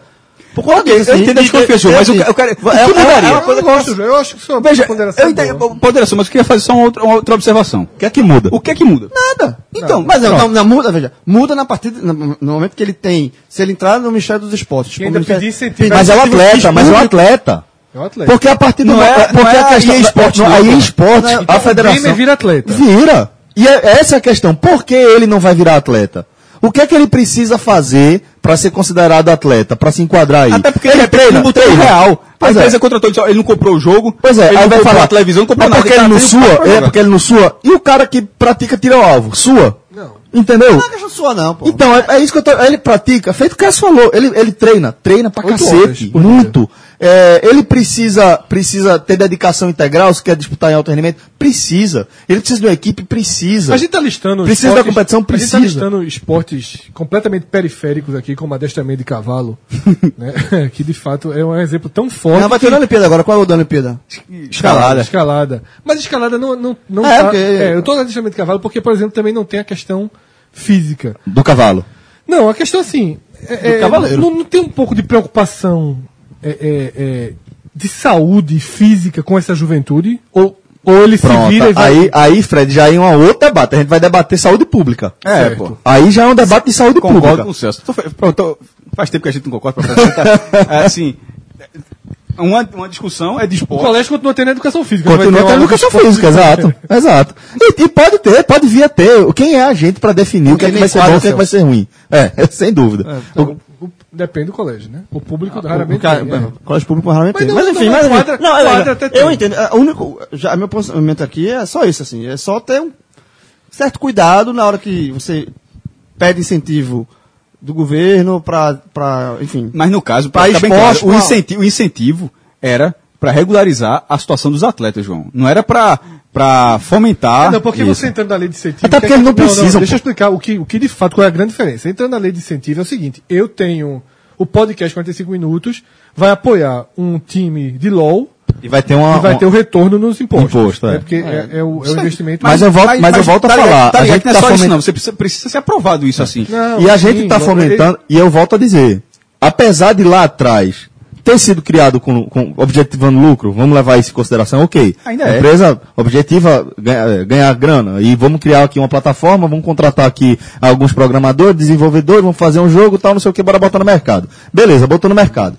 Speaker 6: Por conta disso.
Speaker 4: eu
Speaker 6: E-
Speaker 4: entendo a
Speaker 6: e-
Speaker 4: desconfiança,
Speaker 6: e-
Speaker 4: mas o
Speaker 6: assim,
Speaker 4: ca- o cara- o que
Speaker 6: é- é-
Speaker 4: mudaria?
Speaker 6: é uma
Speaker 3: Eu,
Speaker 6: coisa
Speaker 3: não
Speaker 6: que eu
Speaker 3: gosto, eu acho que sua
Speaker 4: Veja,
Speaker 3: ponderação
Speaker 4: eu
Speaker 3: é
Speaker 4: entendo,
Speaker 3: boa.
Speaker 4: ponderação, mas eu queria fazer só uma outra, uma outra observação.
Speaker 2: O que é que muda?
Speaker 4: O que é que muda?
Speaker 6: Nada. Então, mas é, não, não muda, veja. Muda na partida, na- no, momento que ele tem. Se ele entrar no Ministério dos Esportes.
Speaker 3: E ainda
Speaker 6: como ele
Speaker 3: pedir
Speaker 6: quer-
Speaker 3: incentivo.
Speaker 2: Mas é um atleta, mas é um atleta.
Speaker 3: É o atleta.
Speaker 2: Porque a partir do
Speaker 4: Não é-
Speaker 2: porque
Speaker 4: não é
Speaker 2: a
Speaker 4: a
Speaker 2: questão
Speaker 4: EA Sports,
Speaker 2: não,
Speaker 4: não,
Speaker 2: a
Speaker 4: então,
Speaker 2: EA
Speaker 4: porra.
Speaker 2: Sports, a
Speaker 3: O gamer
Speaker 2: federação
Speaker 3: vira atleta.
Speaker 2: vira. E é- essa é a questão. Por que ele não vai virar atleta? O que é que ele precisa fazer para ser considerado atleta, para se enquadrar aí?
Speaker 4: Até porque ele treina, botou um real. A
Speaker 2: Pois é.
Speaker 4: empresa contratou ele, só- ele não comprou o jogo,
Speaker 2: Pois é,
Speaker 4: ele
Speaker 2: aí
Speaker 4: não
Speaker 2: vai
Speaker 4: comprou
Speaker 2: falar.
Speaker 4: a televisão, não comprou
Speaker 2: é
Speaker 4: nada.
Speaker 2: porque ele
Speaker 4: cara
Speaker 2: não
Speaker 4: tem um cara
Speaker 2: sua,
Speaker 4: pra
Speaker 2: é
Speaker 4: jogar.
Speaker 2: porque ele não sua. E o cara que pratica tira o alvo, sua?
Speaker 3: Não.
Speaker 2: Entendeu?
Speaker 6: Não é questão sua, não, pô.
Speaker 2: Então, é, é isso que eu tô. Ele pratica, feito o que Cássio falou, ele, ele treina, treina pra
Speaker 3: Oito horas
Speaker 2: cacete,
Speaker 3: por
Speaker 2: muito. É, ele precisa, precisa ter dedicação integral, se quer disputar em alto rendimento, precisa. Ele precisa de uma equipe, precisa.
Speaker 3: A gente está listando.
Speaker 2: Precisa da competição?
Speaker 3: A
Speaker 2: Precisa.
Speaker 3: gente está listando esportes completamente periféricos aqui, como adestramento de cavalo, né? que de fato é um exemplo tão forte.
Speaker 6: Não, vai ter na Olimpíada agora. Qual é o da Olimpíada?
Speaker 3: Escalada. Escalada. Mas escalada não. não, não
Speaker 6: É,
Speaker 3: tá-
Speaker 6: porque-
Speaker 3: é, eu tô no adestramento de cavalo porque, por exemplo, também não tem a questão física.
Speaker 2: Do cavalo.
Speaker 3: Não, a questão assim. É, é,
Speaker 2: cavaleiro.
Speaker 3: Não, não tem um pouco de preocupação é, é, é, de saúde física com essa juventude? Ou, ou ele se
Speaker 2: Pronto.
Speaker 3: vira e vai.
Speaker 2: Aí, aí, Fred, já é um outro debate. A gente vai debater saúde pública.
Speaker 4: É,
Speaker 3: Certo.
Speaker 4: pô.
Speaker 2: Aí já é um debate de saúde
Speaker 4: Concordo com o
Speaker 2: pública.
Speaker 4: Celso. Tô, fe- pronto, tô- faz tempo que a gente não concorda. Pra tá, É, assim, uma, uma discussão é de
Speaker 3: O
Speaker 4: esporte.
Speaker 3: colégio continua tendo educação física. não vai ter
Speaker 2: Continua
Speaker 3: uma
Speaker 2: tendo
Speaker 3: aula de
Speaker 2: educação
Speaker 3: esporte.
Speaker 2: física, exato. exato. E, e pode ter, pode vir a ter. Quem é a gente para definir o que, é que vai ser bom e o que, é que vai ser ruim? É, sem dúvida.
Speaker 3: É,
Speaker 2: O-
Speaker 3: então, o- depende do colégio, né? O público
Speaker 2: Ah,
Speaker 3: raramente. tem, é.
Speaker 6: Colégio público raramente
Speaker 3: Mas
Speaker 6: tem.
Speaker 3: não-
Speaker 6: Mas enfim,
Speaker 3: não,
Speaker 6: mas
Speaker 3: quadra-
Speaker 6: enfim. não, é,
Speaker 3: quadra
Speaker 6: é,
Speaker 3: até
Speaker 6: eu
Speaker 3: tem.
Speaker 6: entendo. é, O único, já, meu posicionamento aqui é só isso, assim. É só ter um certo cuidado na hora que você pede incentivo do governo pra, pra enfim.
Speaker 4: Mas no caso,
Speaker 6: Pra
Speaker 4: para ficar bem claro,
Speaker 6: esporte,
Speaker 4: o
Speaker 6: pra-
Speaker 4: incentivo, o incentivo era para regularizar a situação dos atletas, João. Não era para para fomentar.
Speaker 3: É, Não, porque
Speaker 4: isso.
Speaker 3: você entrando na lei de incentivo.
Speaker 2: Até
Speaker 3: o que
Speaker 2: porque eles não precisam,
Speaker 3: deixa
Speaker 2: pô.
Speaker 3: eu explicar o que, o que de fato qual é a grande diferença. Entrando na lei de incentivo é o seguinte: eu tenho o podcast 45 minutos, vai apoiar um time de LOL
Speaker 2: E vai ter uma.
Speaker 3: e vai ter o retorno nos impostos.
Speaker 2: Ah, um Imposto, é.
Speaker 3: porque é, é o, é o
Speaker 4: Isso aí.
Speaker 3: investimento.
Speaker 2: Mas eu volto- mas eu volto a
Speaker 4: tá ligado-
Speaker 2: falar,
Speaker 4: tá
Speaker 2: a
Speaker 4: ligado
Speaker 2: gente
Speaker 4: que não é
Speaker 2: tá
Speaker 4: só isso,
Speaker 2: foment-
Speaker 4: não. Você precisa, precisa ser aprovado isso assim.
Speaker 3: Não,
Speaker 2: E a gente
Speaker 3: sim,
Speaker 2: está
Speaker 3: eu-
Speaker 2: fomentando, e eu volto a dizer, apesar de lá atrás ter sido criado com, com objetivando lucro, vamos levar isso em consideração, ok.
Speaker 4: Ainda
Speaker 2: a
Speaker 4: é.
Speaker 2: empresa objetiva ganha- ganhar grana e vamos criar aqui uma plataforma, vamos contratar aqui alguns programadores, desenvolvedores, vamos fazer um jogo, tal, não sei o que, bora botar no mercado. Beleza, botou no mercado.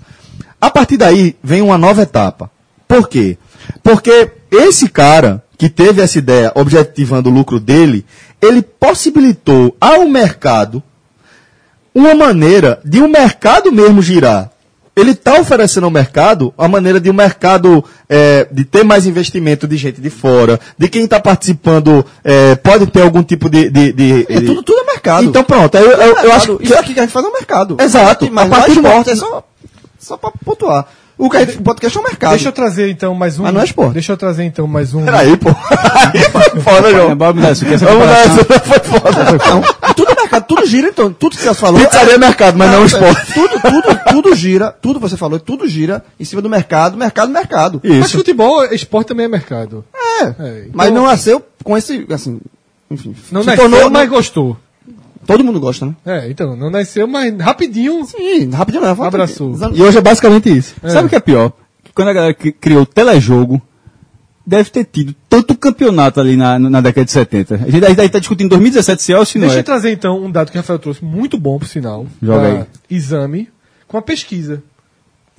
Speaker 2: A partir daí vem uma nova etapa. Por quê? Porque esse cara que teve essa ideia objetivando o lucro dele, ele possibilitou ao mercado uma maneira de o mercado mesmo girar. Ele está oferecendo ao mercado a maneira de o mercado eh, de ter mais investimento de gente de fora, de quem está participando eh, pode ter algum tipo de. de, de-
Speaker 6: É, tudo- tudo é mercado.
Speaker 2: Então pronto, eu, eu- eu acho
Speaker 6: Mercado.
Speaker 2: que.
Speaker 6: Isso aqui que a gente faz é o mercado.
Speaker 2: Exato.
Speaker 6: Mas
Speaker 2: A
Speaker 6: lá
Speaker 2: partir do
Speaker 6: esporte
Speaker 2: momento-
Speaker 6: é só, só pra pontuar. O que a gente, o podcast é o mercado.
Speaker 3: Deixa eu trazer então mais um.
Speaker 6: Mas não é esporte.
Speaker 3: Deixa eu trazer então mais um.
Speaker 2: Peraí, pô. é Aí foi foda, João.
Speaker 4: Bora mudar isso, que essa
Speaker 2: Vamos lá,
Speaker 4: comparação-
Speaker 2: isso foi foda.
Speaker 6: Não, tudo é mercado, tudo gira então. Tudo que você falou.
Speaker 2: Pizzaria é mercado, mas não,
Speaker 6: é,
Speaker 2: esporte.
Speaker 6: Tudo, tudo, tudo gira, tudo você falou, tudo gira em cima do mercado, mercado, mercado.
Speaker 3: Mas futebol, esporte também é mercado.
Speaker 6: É,
Speaker 3: É,
Speaker 6: mas
Speaker 3: então-
Speaker 6: não nasceu com esse, assim, enfim.
Speaker 3: Não
Speaker 6: se
Speaker 3: nasceu,
Speaker 6: tornou-
Speaker 3: mas gostou.
Speaker 6: Todo mundo gosta, né?
Speaker 3: É, então, não nasceu, mas rapidinho.
Speaker 6: Sim, rapidinho, né?
Speaker 3: Abraçou.
Speaker 2: E hoje é basicamente isso.
Speaker 4: Sabe o que é pior? Que Quando a galera cri- criou o telejogo, deve ter tido tanto campeonato ali na, na década de 70. A gente aí está discutindo em 2017 se é ou se não
Speaker 3: Deixa
Speaker 4: é.
Speaker 3: eu trazer então um dado que o Rafael trouxe, muito bom por sinal.
Speaker 4: Joga
Speaker 3: da
Speaker 4: aí.
Speaker 3: Exame, com a pesquisa.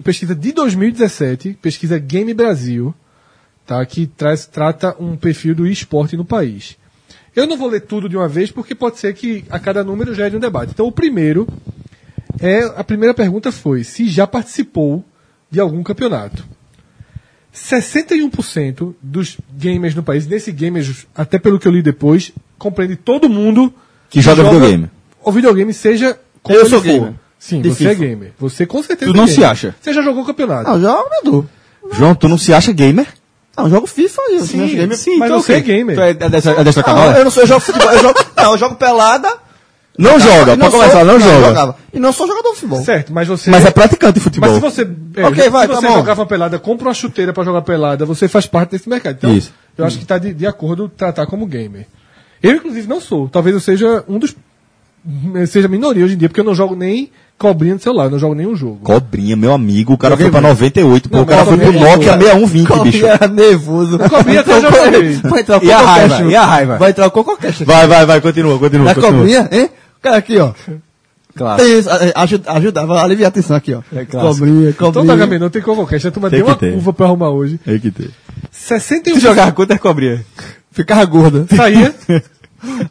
Speaker 3: pesquisa de 2017, pesquisa Game Brasil, tá? que traz, trata um perfil do esporte no país. Eu não vou ler tudo de uma vez, porque pode ser que a cada número já é de um debate. Então, o primeiro, é, a primeira pergunta foi se já participou de algum campeonato. 61% dos gamers no país, nesse gamers, até pelo que eu li depois, compreende todo mundo
Speaker 2: Que joga videogame.
Speaker 3: O videogame seja como
Speaker 2: Eu
Speaker 3: ele
Speaker 2: sou
Speaker 3: for.
Speaker 2: gamer.
Speaker 3: Sim,
Speaker 2: De
Speaker 3: você é
Speaker 2: FIFA.
Speaker 3: gamer. Você com certeza
Speaker 4: Tu não
Speaker 3: é
Speaker 4: se
Speaker 3: gamer.
Speaker 4: acha.
Speaker 3: Você já jogou campeonato.
Speaker 6: Ah, eu jogo, Edu.
Speaker 2: João, tu não se acha gamer?
Speaker 6: Ah, eu jogo FIFA né? e eu
Speaker 3: Sim,
Speaker 6: eu jogo game.
Speaker 3: sim, mas você é gamer.
Speaker 4: Tu é, é dessa, é dessa
Speaker 2: Não,
Speaker 4: cabala?
Speaker 2: não sou, eu jogo futebol. Eu jogo,
Speaker 6: Não, eu jogo pelada.
Speaker 2: não joga,
Speaker 6: e
Speaker 2: pode
Speaker 6: sou-
Speaker 2: começar, não,
Speaker 6: eu
Speaker 2: joga.
Speaker 6: jogava. E não sou jogador de futebol.
Speaker 3: Certo, mas você.
Speaker 2: Mas é praticante de
Speaker 3: Mas
Speaker 2: futebol.
Speaker 3: se você, é,
Speaker 6: Ok, vai,
Speaker 3: se
Speaker 6: tá
Speaker 3: você
Speaker 6: bom.
Speaker 3: jogava pelada, compra uma chuteira pra jogar pelada, você faz parte desse mercado. Então,
Speaker 2: Isso.
Speaker 3: eu acho que tá de, de acordo tratar como gamer. Eu, inclusive, não sou. Talvez eu seja um dos. eu Seja minoria hoje em dia, porque eu não jogo nem cobrinha do celular, eu não jogo nenhum jogo.
Speaker 2: Cobrinha, meu amigo, o cara foi
Speaker 3: Joguei
Speaker 2: pra
Speaker 3: muito.
Speaker 2: 98, pô,
Speaker 3: Não,
Speaker 2: o cara
Speaker 3: mas
Speaker 2: foi pro
Speaker 3: também é
Speaker 2: Nokia
Speaker 3: boa.
Speaker 2: 6120, bicho.
Speaker 6: Cobrinha nervoso.
Speaker 3: Cobrinha até eu já joguei.
Speaker 6: Vai entrar o
Speaker 2: E a
Speaker 6: Cococast,
Speaker 2: raiva,
Speaker 6: viu?
Speaker 2: e a raiva?
Speaker 6: Vai entrar o Cococast.
Speaker 2: Vai, vai, vai, continua, continua.
Speaker 6: Na
Speaker 2: continua.
Speaker 6: É
Speaker 2: Ah.
Speaker 6: cobrinha, hein? Cara, aqui, ó.
Speaker 5: Claro.
Speaker 6: Tem isso, a- ajuda, ajudava a aliviar a tensão aqui, ó.
Speaker 5: É clássico.
Speaker 6: Cobrinha,
Speaker 3: Então tá,
Speaker 6: cobrinha.
Speaker 2: um
Speaker 3: Gabi, não tem convocante. A turma
Speaker 2: Tem
Speaker 3: deu
Speaker 2: que
Speaker 3: uma
Speaker 2: ter.
Speaker 3: curva pra arrumar hoje.
Speaker 2: É que tem.
Speaker 3: 61
Speaker 6: jogava
Speaker 4: Quanto é que cobria?
Speaker 6: Ficava gorda.
Speaker 3: saía.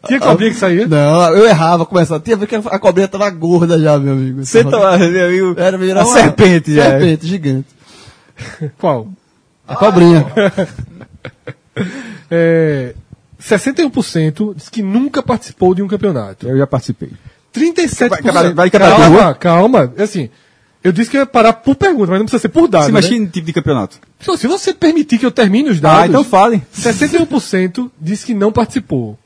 Speaker 3: Tinha cobrinha que saía.
Speaker 6: Não, eu errava, começava. Tinha vez que a cobrinha tava gorda já, meu amigo.
Speaker 4: Você tá, meu amigo.
Speaker 6: Era, era
Speaker 4: A
Speaker 6: uma-
Speaker 4: serpente
Speaker 2: é.
Speaker 4: já.
Speaker 6: Serpente, gigante.
Speaker 3: Qual?
Speaker 6: A cobrinha.
Speaker 3: É, 61% diz que nunca participou de um campeonato.
Speaker 5: Eu já participei.
Speaker 3: 37%.
Speaker 4: Vai- vai- vai-
Speaker 3: calma, calma. Assim, eu disse que ia parar por pergunta, mas não precisa ser por dado.
Speaker 4: Sim,
Speaker 3: né?
Speaker 4: mas que tipo de campeonato?
Speaker 3: Então, Se você permitir que eu termine os dados.
Speaker 4: Ah, então falem.
Speaker 6: Tá
Speaker 3: 61% diz que não participou.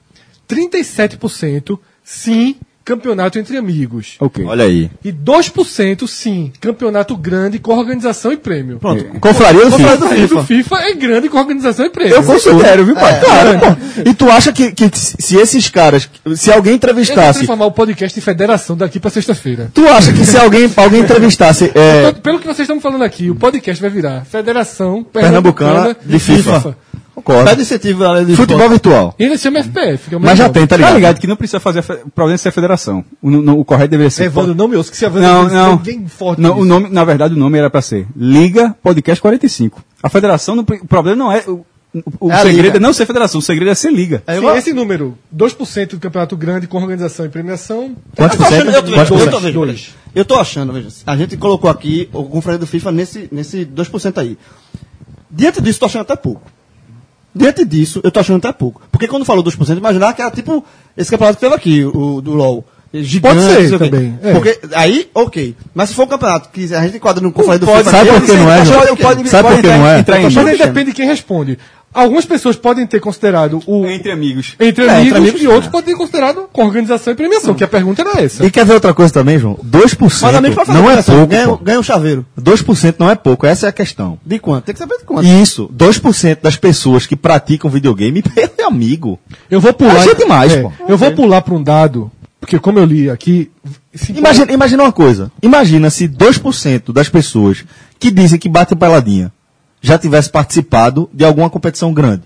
Speaker 3: 37% sim, campeonato entre amigos.
Speaker 5: Ok.
Speaker 2: Olha aí.
Speaker 3: E 2% sim, campeonato grande com organização e prêmio.
Speaker 6: Pronto.
Speaker 2: Confraria do
Speaker 6: Confraria
Speaker 2: FIFA.
Speaker 6: do
Speaker 3: Inclusive,
Speaker 6: FIFA.
Speaker 3: o FIFA é grande com organização e prêmio.
Speaker 2: Eu considero, viu, pai? Claro, pô. E tu acha que, que se esses caras, se alguém
Speaker 3: Eu vou
Speaker 2: entrevistasse,
Speaker 3: transformar o podcast em federação daqui pra sexta-feira.
Speaker 2: tu acha que se alguém, alguém entrevistasse, é,
Speaker 3: Então, Pelo que vocês estão me falando aqui, o podcast vai virar Federação né?
Speaker 2: Pernambucana de FIFA.
Speaker 6: Pede
Speaker 2: Concordo.
Speaker 6: Tá incentivo na lei do
Speaker 2: Futebol
Speaker 6: esporte.
Speaker 2: virtual.
Speaker 3: E ainda chama FPF. Que é o
Speaker 2: Mas
Speaker 3: melhor.
Speaker 2: já tem, tá
Speaker 4: Tá
Speaker 6: né?
Speaker 2: ligado?
Speaker 4: ligado que não precisa fazer a fe... o problema é ser a federação. O, n- não- o correto deveria ser.
Speaker 3: Evandro, não me ouça, que se avança
Speaker 4: Não, não.
Speaker 6: é
Speaker 3: ninguém forte.
Speaker 4: Não, o
Speaker 3: nisso.
Speaker 4: nome, na verdade, o nome era pra ser Liga Podcast 45. A federação, não pre- o problema não é. O, o
Speaker 6: É a
Speaker 4: segredo
Speaker 6: liga.
Speaker 4: é não ser federação, o segredo é ser liga.
Speaker 6: Aí
Speaker 3: Sim,
Speaker 6: eu-
Speaker 3: esse número, 2% do campeonato grande com organização e premiação.
Speaker 2: Quantos por cento?
Speaker 6: Eu tô,
Speaker 2: Quantos por
Speaker 6: eu,
Speaker 2: cento?
Speaker 6: tô,
Speaker 3: Dois,
Speaker 6: veja,
Speaker 3: dois.
Speaker 6: eu tô achando, veja. assim. A gente colocou aqui o confraria do FIFA nesse, nesse 2% aí. Diante disso, eu tô achando até pouco. Diante disso, eu tô achando até pouco. Porque quando falou 2%, imaginar que era tipo esse campeonato que teve aqui, o do LOL. Gigante,
Speaker 3: Pode ser
Speaker 6: não sei o quê.
Speaker 3: também, é.
Speaker 6: Porque aí, ok. Mas se for um campeonato que a gente enquadra no confraria do FIFA.
Speaker 2: sabe
Speaker 6: eu
Speaker 2: por que
Speaker 6: sei,
Speaker 2: não é,
Speaker 6: eu
Speaker 2: João?
Speaker 6: acho que
Speaker 2: Pode- Sabe por que não é?
Speaker 4: Entrar em
Speaker 3: Mas aí
Speaker 4: liga.
Speaker 6: achando- pequeno.
Speaker 3: Então, depende de quem responde. Algumas pessoas podem ter considerado o entre,
Speaker 4: Entre amigos.
Speaker 3: amigos,
Speaker 6: amigos,
Speaker 3: e outros podem ter considerado com organização e premiação, que a pergunta era essa.
Speaker 2: E quer ver outra coisa também, João? 2%
Speaker 6: Mas amigo, pra fazer
Speaker 2: não é
Speaker 6: comparação,
Speaker 2: pouco.
Speaker 6: ganha,
Speaker 2: pô.
Speaker 6: ganha um chaveiro.
Speaker 2: 2% não é pouco, essa é a questão.
Speaker 6: De quanto? Tem que saber de quanto.
Speaker 2: E isso, 2% das pessoas que praticam videogame, meu amigo.
Speaker 3: Eu vou pular.
Speaker 2: Achei demais,
Speaker 3: é,
Speaker 2: pô.
Speaker 3: Eu vou pular para um dado, porque como eu li aqui. cinquenta-
Speaker 2: Imagina, imagina uma coisa. Imagina se 2% das pessoas que dizem que batem peladinha já tivesse participado de alguma competição grande.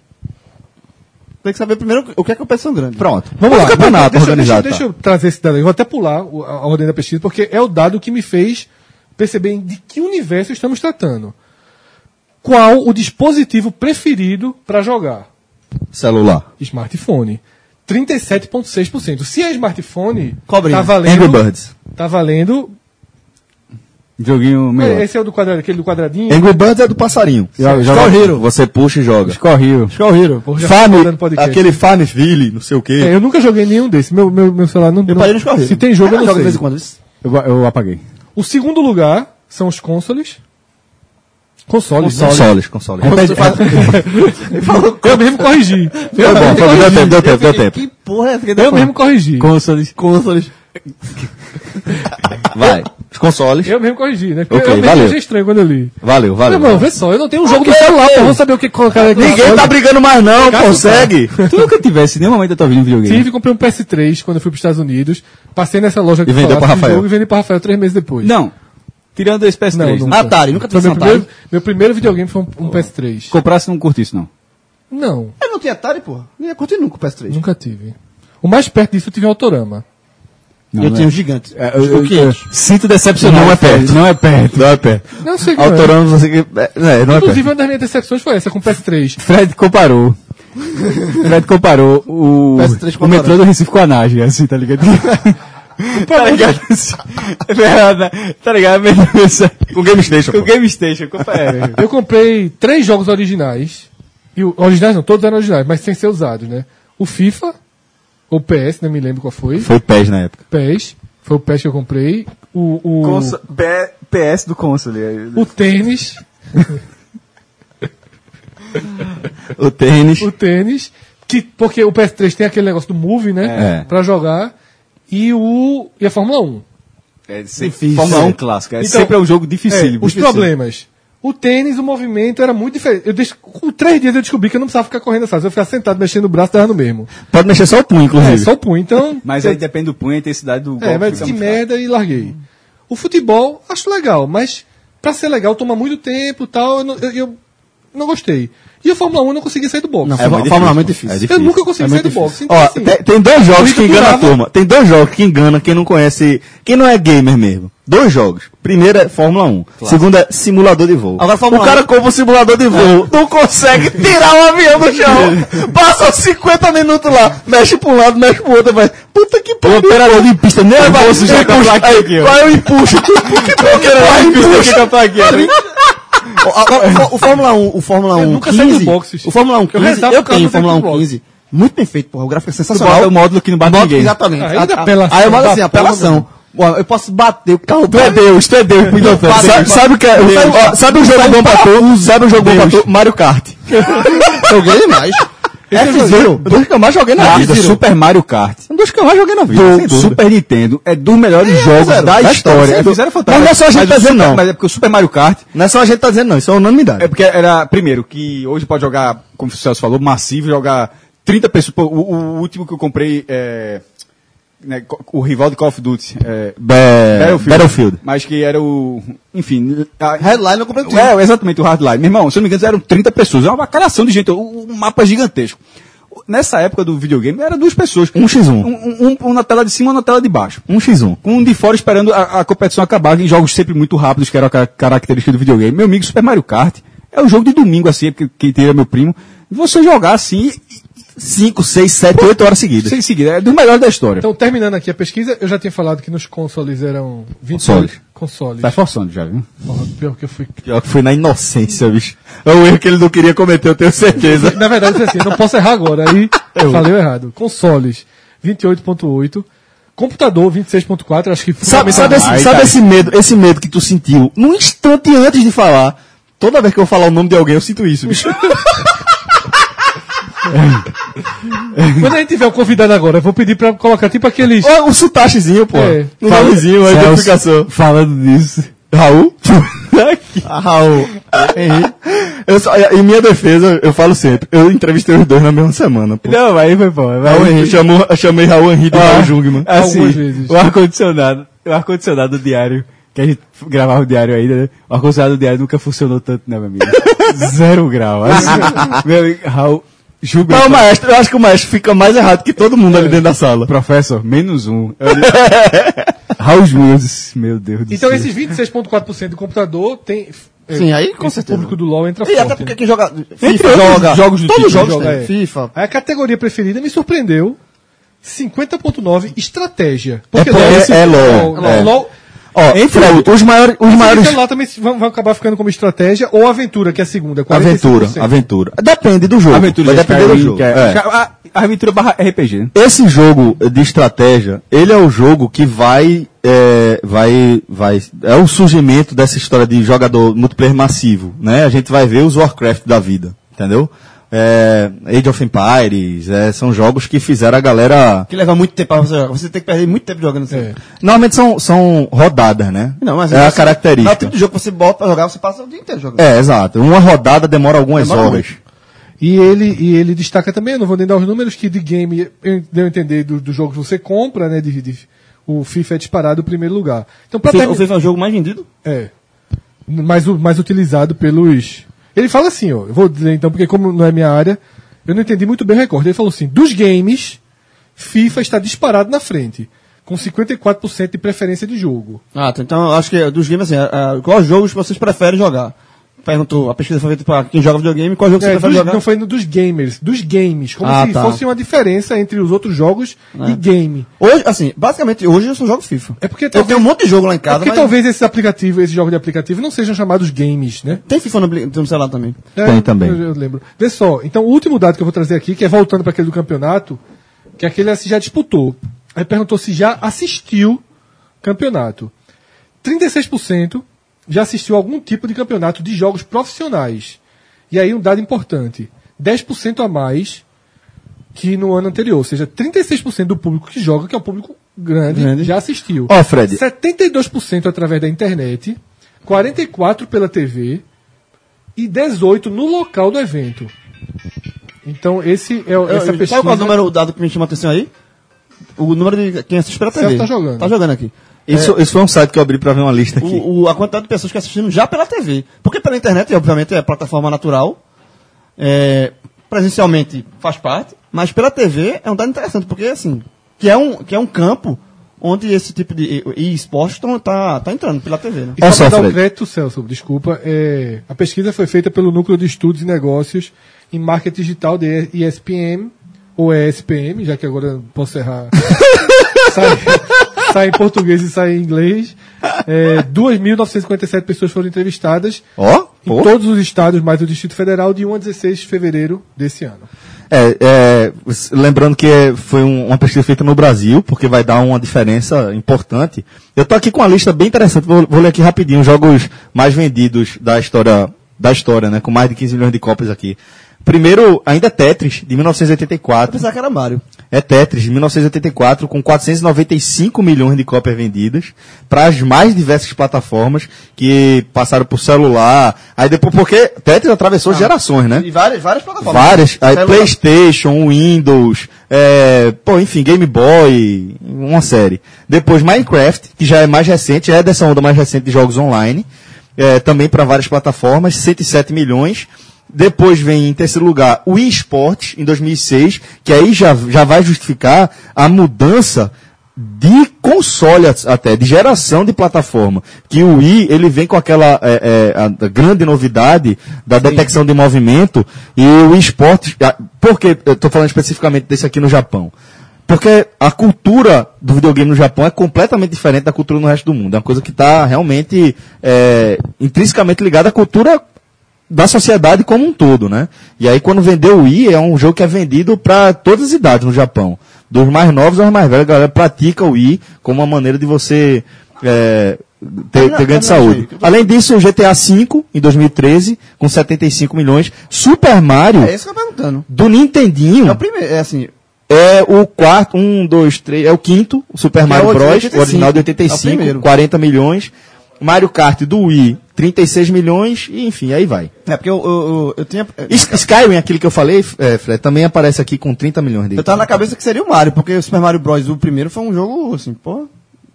Speaker 6: Tem que saber primeiro o que é competição grande.
Speaker 2: Pronto.
Speaker 3: Vamos lá.
Speaker 2: Um campeonato
Speaker 3: deixa,
Speaker 2: organizado.
Speaker 3: Deixa,
Speaker 2: tá?
Speaker 3: deixa eu trazer esse dado aí. Eu Vou até pular o- a a ordem da pesquisa, porque é o dado que me fez perceber de que universo estamos tratando. Qual o dispositivo preferido para jogar?
Speaker 2: Tá. Celular.
Speaker 3: Smartphone. 37,6%. Se é smartphone,
Speaker 6: Cobrinha.
Speaker 3: tá valendo.
Speaker 2: Angry Birds.
Speaker 3: Tá valendo.
Speaker 5: Joguinho melhor.
Speaker 3: Esse é o do quadrado, aquele do quadradinho.
Speaker 2: Angry Birds é do passarinho.
Speaker 5: Joga- joga-
Speaker 2: Hero. Você puxa e joga.
Speaker 5: Escorrio.
Speaker 3: Acho que é o Hero. Porra, já tô
Speaker 2: Farm,
Speaker 3: olhando podcast.
Speaker 2: aquele Farmville, não sei o quê.
Speaker 3: É, eu nunca joguei nenhum desses. Meu, meu, meu celular não. não-
Speaker 6: parei no escorrego.
Speaker 3: Se tem jogo, eu
Speaker 6: Joga
Speaker 3: não
Speaker 6: de
Speaker 3: sei.
Speaker 6: vez em quando. isso.
Speaker 5: Eu, eu apaguei.
Speaker 3: O segundo lugar são os consoles. Consoles. né?
Speaker 2: Consoles, consoles.
Speaker 3: Eu mesmo corrigi. Eu,
Speaker 2: Foi bom, foi bom, deu tempo, deu tempo, deu tempo.
Speaker 6: Que porra é essa? que
Speaker 3: eu
Speaker 6: deu
Speaker 3: mesmo corrigi.
Speaker 5: Consoles.
Speaker 6: Consoles.
Speaker 2: Vai. Os consoles.
Speaker 3: Eu mesmo corrigi, né? Porque
Speaker 2: Ok,
Speaker 3: eu mesmo
Speaker 2: valeu.
Speaker 3: achei estranho quando eu li.
Speaker 2: Valeu,
Speaker 3: Meu
Speaker 2: valeu.
Speaker 3: irmão, vê só, eu não tenho um jogo do celular, pô. Eu vou saber o que colocar aqui.
Speaker 2: Ninguém tá brigando mais não,
Speaker 3: Caso
Speaker 2: consegue.
Speaker 5: Tu nunca tivesse em nenhum momento da tua vida um videogame.
Speaker 3: Tive, comprei um PS3 quando eu fui para os Estados Unidos. Passei nessa loja que
Speaker 2: E vendeu
Speaker 3: falava
Speaker 2: pra
Speaker 3: de
Speaker 2: Rafael.
Speaker 3: jogo e vendi pra Rafael três meses depois.
Speaker 4: Não. Tirando esse PS3.
Speaker 3: Não,
Speaker 4: né?
Speaker 3: nunca.
Speaker 6: Atari, nunca
Speaker 3: Foi
Speaker 6: tive
Speaker 3: meu,
Speaker 6: Atari.
Speaker 3: primeiro, meu primeiro videogame foi um, um PS3.
Speaker 4: Comprasse não curtisse, não.
Speaker 3: Não,
Speaker 6: Eu não tinha Atari, porra. Nem ia curtir nunca o PS3.
Speaker 3: nunca tive. O mais perto disso eu tive um Autorama.
Speaker 5: Não,
Speaker 6: eu
Speaker 5: não
Speaker 6: tinha
Speaker 5: é.
Speaker 6: um gigante.
Speaker 5: É, eu-
Speaker 6: Tipo
Speaker 5: eu-
Speaker 6: 500.
Speaker 2: Sinto decepcionado.
Speaker 5: Não é perto. Não é perto.
Speaker 2: Não é perto.
Speaker 3: Não sei como é.
Speaker 2: Autoramos assim que. É, não é perto.
Speaker 3: Inclusive, uma das minhas decepções foi essa com o PS3.
Speaker 5: Fred comparou. Fred comparou o,
Speaker 6: PS3
Speaker 5: o metrô do Recife com a Nage, assim, tá ligado? tá ligado? tá ligado?
Speaker 2: Com Game Station.
Speaker 5: O Game Station, comparei.
Speaker 2: É.
Speaker 3: Eu comprei três jogos originais. E o- originais não, todos eram originais, mas sem ser usados, né? O FIFA, ou PS, não me lembro qual foi.
Speaker 2: Foi o PES na época.
Speaker 3: PES, foi o PES que eu comprei. O, o,
Speaker 4: Conso- P- PS do é, console.
Speaker 3: o tênis,
Speaker 2: O tênis.
Speaker 3: o tênis. Que, porque o PS3 tem aquele negócio do Move, né?
Speaker 2: É.
Speaker 3: Pra jogar. E, o, e a Fórmula 1.
Speaker 4: É sempre, Fórmula 1 clássica. É
Speaker 3: Então,
Speaker 4: sempre é um jogo
Speaker 3: É,
Speaker 4: dificílimo.
Speaker 3: os problemas. O tênis, o movimento era muito diferente. Eu des... Com três dias eu descobri que eu não precisava ficar correndo atrás. Eu ficava sentado mexendo o braço, dava no mesmo.
Speaker 2: Pode mexer só o punho, inclusive.
Speaker 3: É, só o punho. Então,
Speaker 4: Mas aí depende do punho e intensidade do golpe.
Speaker 3: É, mas de
Speaker 4: digamos.
Speaker 3: merda e larguei. O futebol, acho legal, mas pra ser legal toma muito tempo e tal, eu não, eu- eu não gostei. E a Fórmula 1 eu não conseguia sair do boxe.
Speaker 6: Não, Fórmula- Fórmula é muito difícil.
Speaker 2: É
Speaker 3: eu nunca consegui sair do boxe. Então,
Speaker 2: Ó,
Speaker 3: assim,
Speaker 2: tem, tem dois jogos
Speaker 3: Luiz
Speaker 2: que enganam a
Speaker 3: Durava.
Speaker 2: turma. Tem dois jogos que enganam quem não conhece, quem não é gamer mesmo. Dois jogos. Primeiro é Fórmula 1. Segundo é simulador de voo.
Speaker 6: Agora, Fórmula
Speaker 2: o cara
Speaker 6: 1.
Speaker 2: compra um simulador de voo, não consegue tirar o avião do chão. Passa 50 minutos lá, mexe pra um lado, mexe pro outro, vai. Puta que pariu. O operador de pista nem é
Speaker 5: bolso já tá aqui,
Speaker 2: aí,
Speaker 5: ó.
Speaker 2: Vai eu empuxo. Que que porra que
Speaker 5: Deixa
Speaker 2: é?
Speaker 5: eu cantar aqui, né?
Speaker 6: Ó, agora, o Fó- o Fórmula 1, o Fórmula 1
Speaker 3: nunca saí
Speaker 6: 15,
Speaker 3: dos boxes.
Speaker 6: o Fórmula 1
Speaker 3: Eu
Speaker 6: 15, eu,
Speaker 3: rezava por causa
Speaker 6: tenho o
Speaker 3: do
Speaker 6: Fórmula 1
Speaker 3: box.
Speaker 6: 15, muito bem feito, porra, o gráfico é
Speaker 5: Tu bota
Speaker 3: um
Speaker 6: sensacional.
Speaker 5: o módulo que não bate
Speaker 6: Bota-
Speaker 5: ninguém.
Speaker 6: Exatamente.
Speaker 3: Aí
Speaker 6: A-
Speaker 3: dá
Speaker 6: a-
Speaker 3: Ah, apelação Tá
Speaker 6: aí eu mando
Speaker 3: da
Speaker 6: assim,
Speaker 3: porra,
Speaker 6: apelação. Ó, eu posso bater o carro
Speaker 2: Tu é Deus, tu é Deus, pilotão.
Speaker 6: Padre,
Speaker 2: Sabe,
Speaker 6: padre.
Speaker 2: sabe o que é?
Speaker 6: Deus.
Speaker 2: Ó, sabe um jogo bom pra tu? Sabe um jogo bom pra tu? Mario Kart.
Speaker 6: Joguei demais. F-Zero.
Speaker 2: Dois que eu mais joguei na vida.
Speaker 5: Nada, é Super Mario Kart.
Speaker 2: Dois que eu mais joguei na vida.
Speaker 5: Do
Speaker 2: sem dúvida.
Speaker 5: Super Nintendo é dos melhores
Speaker 2: É,
Speaker 5: jogos
Speaker 2: fizeram,
Speaker 5: da
Speaker 2: da história,
Speaker 5: história.
Speaker 2: sem
Speaker 5: fizeram
Speaker 2: dúvida. Mas não é só a gente
Speaker 5: o
Speaker 2: fazer,
Speaker 5: Super-
Speaker 2: não.
Speaker 5: Mas é porque o Super Mario Kart
Speaker 2: Não é só a gente tá dizendo, não, isso é unanimidade.
Speaker 5: É
Speaker 2: É,
Speaker 5: porque era, primeiro, que hoje pode jogar, como o Celso falou, massivo, jogar 30 pessoas. Pô, o, o último que eu comprei é. né, co- o rival de Call of Duty. É,
Speaker 2: Battlefield. Battlefield.
Speaker 5: Mas que era o. Enfim. a-
Speaker 6: Headline eu comprei tudo.
Speaker 5: é, exatamente, o Hardline. Meu irmão, se eu não me engano, eram 30 pessoas. É uma bacalhação de gente. Um um mapa gigantesco. Nessa época do videogame, era duas pessoas.
Speaker 2: Um x um.
Speaker 5: Um, um- um na tela de cima e um na tela de baixo.
Speaker 2: Um x 1
Speaker 5: Com um de fora esperando a, a competição acabar, em jogos sempre muito rápidos, que era a ca- característica do videogame. Meu amigo, Super Mario Kart, é um jogo de domingo, assim, que quem teria meu primo. E Você jogar assim, e-
Speaker 2: 5, 6, 7, 8 horas seguidas.
Speaker 5: sem seguir, é do melhor da história.
Speaker 3: então, terminando aqui a pesquisa, eu já tinha falado que nos consoles eram 20
Speaker 2: Consoles.
Speaker 3: Consoles.
Speaker 5: tá forçando já, viu?
Speaker 3: Porra, pior que eu fui.
Speaker 2: Pior que foi na inocência, bicho. É o erro que ele não queria cometer, eu tenho certeza.
Speaker 3: Na verdade, eu disse assim, eu não posso errar agora. Aí eu falei errado. Consoles, 28.8. Computador, 26.4. Acho que
Speaker 2: Sabe, sabe, esse,
Speaker 5: Ai,
Speaker 2: sabe
Speaker 5: cara.
Speaker 2: esse medo, esse medo que tu sentiu num instante antes de falar? Toda vez que eu falar o nome de alguém, eu sinto isso, bicho.
Speaker 3: Quando a gente tiver um convidado agora, eu vou pedir pra colocar tipo aqueles.
Speaker 2: Ó, o É um sotachezinho, pô.
Speaker 3: É.
Speaker 2: O nomezinho, a
Speaker 5: Celso,
Speaker 2: identificação.
Speaker 5: Falando disso.
Speaker 2: Raul? Ah, Raul. Eu só- em minha defesa, eu falo sempre, eu entrevistei os dois na mesma semana, pô.
Speaker 5: Não, aí foi bom. Ah,
Speaker 2: Raul Henrique, chamou, eu chamei Raul Henrique de Raul Jungmann.
Speaker 3: Algumas vezes.
Speaker 5: o ar-condicionado, É o ar-condicionado diário, que a gente gravava o diário ainda, né? O ar-condicionado diário nunca funcionou tanto, né, meu amigo? Zero grau. Assim, meu amigo, Raul, julga.
Speaker 2: Não, o maestro, eu acho que o maestro fica mais errado que todo mundo ali dentro da sala.
Speaker 5: Professor, menos um. Eu li- Raul Mendes, meu Deus do
Speaker 3: Então
Speaker 5: céu.
Speaker 3: esses 26.4% do computador tem. é,
Speaker 6: Sim, aí com
Speaker 3: esse
Speaker 6: certeza.
Speaker 3: público do LoL entra
Speaker 6: E
Speaker 3: forte.
Speaker 6: até porque quem joga
Speaker 5: Entre
Speaker 6: FIFA joga,
Speaker 5: outros jogos do
Speaker 6: né? todos
Speaker 5: tipo,
Speaker 6: os jogos
Speaker 3: joga,
Speaker 6: tem.
Speaker 3: é.
Speaker 6: FIFA.
Speaker 3: Aí a categoria preferida me surpreendeu. 50.9 estratégia.
Speaker 2: É, é, é LOL, é.
Speaker 3: LOL
Speaker 2: Ó,
Speaker 5: Entre
Speaker 2: Fred, os maiores, os
Speaker 3: Maiores...
Speaker 2: maiores,
Speaker 3: celular também se- vão, vão acabar ficando como estratégia ou aventura, que é a segunda. 45%.
Speaker 2: aventura, aventura. Depende do jogo.
Speaker 5: Aventura
Speaker 2: vai
Speaker 5: de
Speaker 2: depender do
Speaker 5: Skyrim,
Speaker 2: jogo.
Speaker 5: que é-
Speaker 2: É.
Speaker 5: A- a Aventura barra RPG. né?
Speaker 2: Esse jogo de estratégia, ele é o jogo que vai, é, vai, vai, é o surgimento dessa história de jogador multiplayer massivo, né? A gente vai ver os Warcraft da vida, entendeu? É, Age of Empires, é, são jogos que fizeram a galera.
Speaker 6: Que leva muito tempo pra você jogar. Você tem que perder muito tempo jogando isso.
Speaker 3: É.
Speaker 6: aí.
Speaker 2: Normalmente são, são rodadas, né? é
Speaker 6: você-
Speaker 2: a característica.
Speaker 6: Mas o tipo de jogo que você bota pra jogar, você passa o dia inteiro jogando.
Speaker 2: É, exato. Uma rodada demora algumas
Speaker 6: Demora
Speaker 2: horas.
Speaker 3: E ele, e ele destaca também, eu não vou nem dar os números, que de game, eu deu a entender do- dos jogos que você compra, né? De, de- o FIFA é disparado em primeiro lugar. Então, pra termi-
Speaker 6: é o jogo mais vendido?
Speaker 3: É. Mais, u- mais utilizado pelos. Ele fala assim, ó. Eu vou dizer então, porque como não é minha área, eu não entendi muito bem o recorde. Ele falou assim: dos games, FIFA está disparado na frente. com 54% de preferência de jogo.
Speaker 6: Ah, tá. então eu acho que dos games, assim, a, a, quais jogos vocês preferem jogar? Perguntou, a pesquisa foi feita para quem joga videogame, qual jogo você
Speaker 3: É,
Speaker 6: prefere
Speaker 3: dos-
Speaker 6: jogar?
Speaker 3: não foi no dos gamers, dos games, como
Speaker 6: Ah,
Speaker 3: se
Speaker 6: tá. É.
Speaker 3: fosse uma diferença entre os outros jogos e game.
Speaker 6: Hoje, assim, basicamente hoje eu só jogo FIFA.
Speaker 3: É porque
Speaker 6: eu
Speaker 3: talvez-
Speaker 6: tenho um monte de jogo lá em
Speaker 3: É
Speaker 6: casa,
Speaker 3: porque
Speaker 6: mas
Speaker 3: talvez esses aplicativos, esses jogos de aplicativo não sejam chamados games, né?
Speaker 6: tem FIFA no, bli- no celular também.
Speaker 3: É,
Speaker 2: Tem também.
Speaker 3: Eu, eu lembro. Vê só, então o último dado que eu vou trazer aqui, que é voltando para aquele do campeonato, que aquele assim, já disputou. Aí perguntou se já assistiu campeonato. 36% já assistiu algum tipo de campeonato de jogos profissionais. E aí um dado importante, 10% a mais que no ano anterior, ou seja, 36% do público que joga, que é um público grande,
Speaker 6: Grande.
Speaker 3: já assistiu.
Speaker 2: Ó, Fred.
Speaker 3: 72% através da internet, 44% pela TV, e 18 no local do evento. Então, esse é o-
Speaker 6: Eu-
Speaker 3: essa
Speaker 6: eu-
Speaker 3: pesquisa.
Speaker 6: Sabe qual é o número o dado que me chama a atenção aí? O número de quem assiste pela
Speaker 3: Celso
Speaker 6: TV.
Speaker 3: tá jogando.
Speaker 6: Tá jogando aqui.
Speaker 2: Isso, isso foi um site que eu abri pra ver uma lista aqui.
Speaker 6: O, o- a quantidade de pessoas que assistiram já pela TV. Porque pela internet, obviamente, é plataforma natural. É, presencialmente faz parte, mas pela TV é um dado interessante, porque assim, que é um, que é um campo onde esse tipo de e- esporte tão- tá, tá entrando pela TV, né?
Speaker 3: E
Speaker 2: Olha
Speaker 3: só
Speaker 2: só,
Speaker 3: pra dar o
Speaker 2: é Fred.
Speaker 3: crédito, Celso, desculpa. é, a pesquisa foi feita pelo Núcleo de Estudos e Negócios em Marketing Digital da ESPM, ou ESPM, já que agora eu posso errar. sai, sai em português e sai em inglês. É, 2.957 pessoas foram entrevistadas
Speaker 2: Ó,
Speaker 3: em
Speaker 6: Então,
Speaker 2: pô.
Speaker 3: todos os estados, mais o Distrito Federal, de 1 a 16 de fevereiro desse ano.
Speaker 2: É, é, s- lembrando que é- foi um- uma pesquisa feita no Brasil, porque vai dar uma diferença importante. Eu tô aqui com uma lista bem interessante, vou, vou ler aqui rapidinho, os jogos mais vendidos da história, da história, né? Com mais de 15 milhões de cópias aqui. Primeiro, ainda é Tetris, de 1984.
Speaker 6: Apesar que era Mario.
Speaker 2: É Tetris, de 1984, com 495 milhões de cópias vendidas, para as mais diversas plataformas que passaram por celular. Aí depois, porque Tetris atravessou gerações, né?
Speaker 6: E várias, várias plataformas.
Speaker 2: Várias. Aí,
Speaker 6: Celular.
Speaker 2: PlayStation, Windows, é, pô, enfim, Game Boy, uma série. Depois Minecraft, que já é mais recente, já é dessa onda mais recente de jogos online. é, também para várias plataformas, 107 milhões. Depois vem, em terceiro lugar, o eSports, em 2006, que aí já, já vai justificar a mudança de console at- até, de geração de plataforma. Que o Wii, ele vem com aquela é, é, a a grande novidade da detecção de movimento e o esporte... ah, Por que eu estou falando especificamente desse aqui no Japão? Porque a cultura do videogame no Japão é completamente diferente da cultura no resto do mundo. É uma coisa que está realmente é, intrinsecamente ligada à cultura da sociedade como um todo, né? E aí quando vendeu o Wii, é um jogo que é vendido para todas as idades no Japão. Dos mais novos aos mais velhos, a galera pratica o Wii como uma maneira de você é, ter, ter grande saúde. Além disso, o GTA V, em 2013, com 75 milhões. Super Mario,
Speaker 6: É isso que eu tô perguntando.
Speaker 2: do
Speaker 6: É
Speaker 2: Nintendinho,
Speaker 6: o primeiro, é assim,
Speaker 2: é o quarto, um, dois, três, é o quinto, o Super Mario
Speaker 6: o de
Speaker 2: Bros,
Speaker 6: 85,
Speaker 2: o original de
Speaker 6: é o
Speaker 2: 85,
Speaker 6: primeiro.
Speaker 2: 40 milhões. Mario Kart do Wii, 36 milhões, e enfim, aí vai.
Speaker 6: é porque eu, eu, eu, eu tinha.
Speaker 2: Is- Skyrim, aquele que eu falei, f- é, Fred, também aparece aqui com 30 milhões dele.
Speaker 6: Eu tava na cabeça que seria o Mario, porque o Super Mario Bros. o primeiro foi um jogo, assim, pô.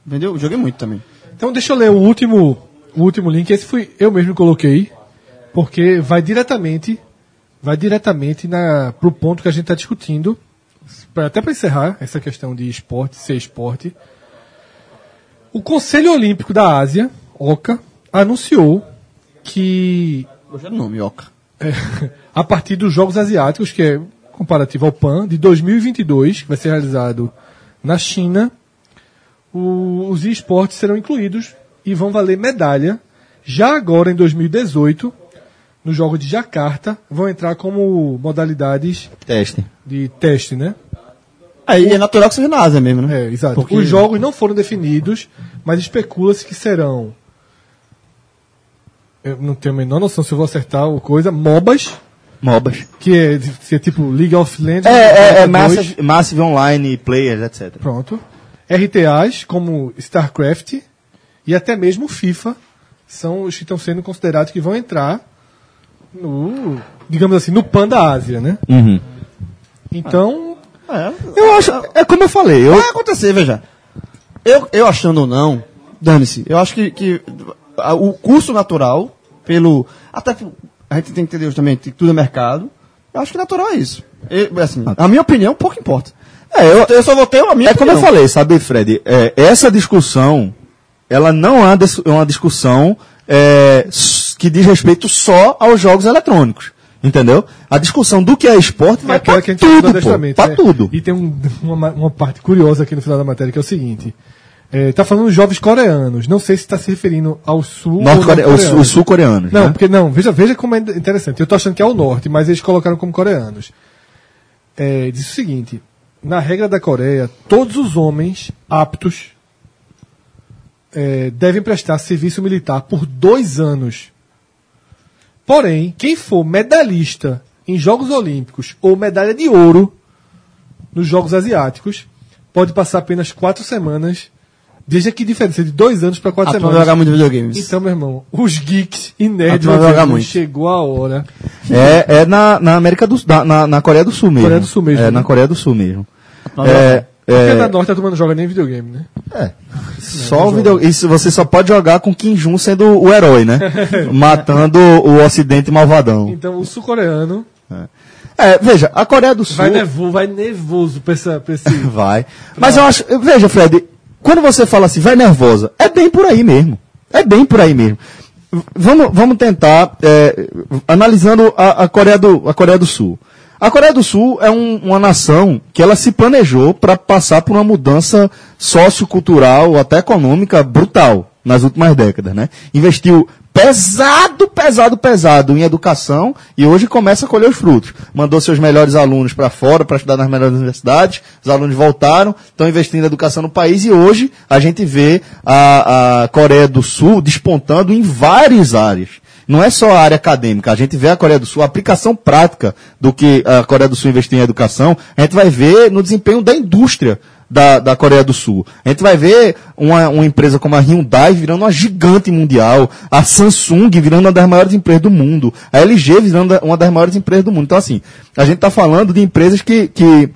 Speaker 6: Vendeu? Joguei muito também.
Speaker 3: Então deixa eu ler o último, o último link. Esse fui eu mesmo que coloquei, porque vai diretamente, vai diretamente na pro ponto que a gente está discutindo. Pra- até para encerrar essa questão de esporte, ser esporte. O Conselho Olímpico da Ásia, OCA, anunciou que
Speaker 6: Gostei do nome, Oca.
Speaker 3: é, a partir dos Jogos Asiáticos, que é comparativo ao PAN, de 2022, que vai ser realizado na China, o- os esportes serão incluídos e vão valer medalha. Já agora, em 2018, no jogo de Jacarta, vão entrar como modalidades
Speaker 2: Teste.
Speaker 3: de teste, né?
Speaker 6: Aí é natural que seja na Ásia mesmo, né?
Speaker 3: É, exato.
Speaker 6: Porque-
Speaker 3: Os jogos não foram definidos, mas especula-se que serão. Eu não tenho a menor noção se eu vou acertar ou coisa. MOBAs,
Speaker 2: MOBAs.
Speaker 3: que é, que é tipo League of Legends.
Speaker 2: É, é, é
Speaker 3: Dota 2,
Speaker 2: Massive, Massive Online Players, etc.
Speaker 3: Pronto. RTAs como StarCraft e até mesmo FIFA são os que estão sendo considerados que vão entrar no, digamos assim, no PAN da Ásia, né?
Speaker 2: Uhum.
Speaker 3: Então,
Speaker 2: Eu acho, é como eu falei, eu,
Speaker 6: Vai acontecer, veja. Eu, eu achando ou não, dane-se. Eu acho que, que a- o curso natural, pelo. Até que a gente tem que entender hoje também que tudo é mercado. Eu acho que natural é isso. Eu, assim, a minha opinião pouco importa.
Speaker 2: É, É, eu,
Speaker 7: Eu só vou ter uma minha
Speaker 2: é como eu
Speaker 7: opinião.
Speaker 2: falei, sabe, Fred? É, essa discussão, ela não é uma dis- uma discussão é, s- que diz respeito só aos jogos eletrônicos. Entendeu? A discussão do que é esporte vai
Speaker 3: aquela
Speaker 2: para
Speaker 3: que a gente
Speaker 2: tudo,
Speaker 3: falou do
Speaker 2: pô,
Speaker 3: adestramento,
Speaker 2: pra
Speaker 3: né?
Speaker 2: tudo.
Speaker 3: E tem um- uma, ma- uma parte curiosa aqui no final da matéria, que é o seguinte. É, tá falando dos jovens coreanos. Não sei se está se referindo ao sul ou
Speaker 2: Norte-core- os,
Speaker 3: norte-coreano.
Speaker 2: os sul-coreanos,
Speaker 3: Não,
Speaker 2: né?
Speaker 3: porque não, veja, veja como é interessante. Eu tô achando que é o norte, mas eles colocaram como coreanos. É, diz o seguinte: na regra da Coreia, todos os homens aptos é, devem prestar serviço militar por dois anos. Porém, quem for medalhista em Jogos Olímpicos ou medalha de ouro nos Jogos Asiáticos pode passar apenas quatro semanas. Desde que diferença de dois anos para quatro
Speaker 6: A turma
Speaker 3: semanas.
Speaker 6: jogar muito videogames.
Speaker 3: Então, meu irmão, os geeks e nerds
Speaker 6: turma
Speaker 3: vão
Speaker 6: joga
Speaker 3: dizer,
Speaker 6: muito.
Speaker 3: chegou a hora.
Speaker 2: É, é na, na América do Sul, na, na- na Coreia do Sul mesmo.
Speaker 3: Coreia do Sul mesmo,
Speaker 2: É,
Speaker 3: né?
Speaker 2: na Coreia do Sul mesmo.
Speaker 6: Não,
Speaker 2: É,
Speaker 3: Porque tá
Speaker 2: é,
Speaker 3: na Norte a turma não joga nem videogame, né?
Speaker 2: Só o video... Isso você só pode jogar com Kim Jong sendo o herói, né? Matando o Ocidente
Speaker 4: Hum.
Speaker 2: malvadão.
Speaker 3: Então o sul-coreano
Speaker 2: É, veja, a Coreia do Sul
Speaker 3: vai, nervo, vai nervoso pra, essa, pra esse.
Speaker 4: Hum.
Speaker 2: vai. Mas eu acho, veja, Fred, quando você fala assim, vai nervosa, é bem por aí mesmo. É bem por aí mesmo. V- Vamos, vamos tentar é, analisando a, a Coreia do, a Coreia do Sul. A Coreia do Sul é um- uma nação que ela se planejou para passar por uma mudança sociocultural, até econômica, brutal nas últimas décadas, né? Investiu pesado, pesado, pesado em educação e hoje começa a colher os frutos. Mandou seus melhores alunos para fora para estudar nas melhores universidades, os alunos voltaram, estão investindo em educação no país e hoje a gente vê a, a Coreia do Sul despontando em várias áreas. Não é só a área acadêmica, a gente vê a Coreia do Sul, a aplicação prática do que a Coreia do Sul investiu em educação, a gente vai ver no desempenho da indústria da, da Coreia do Sul. A gente vai ver uma, uma empresa como a Hyundai virando uma gigante mundial, a Samsung virando uma das maiores empresas do mundo, a LG virando uma das maiores empresas do mundo. Então, assim, a gente está falando de empresas que, que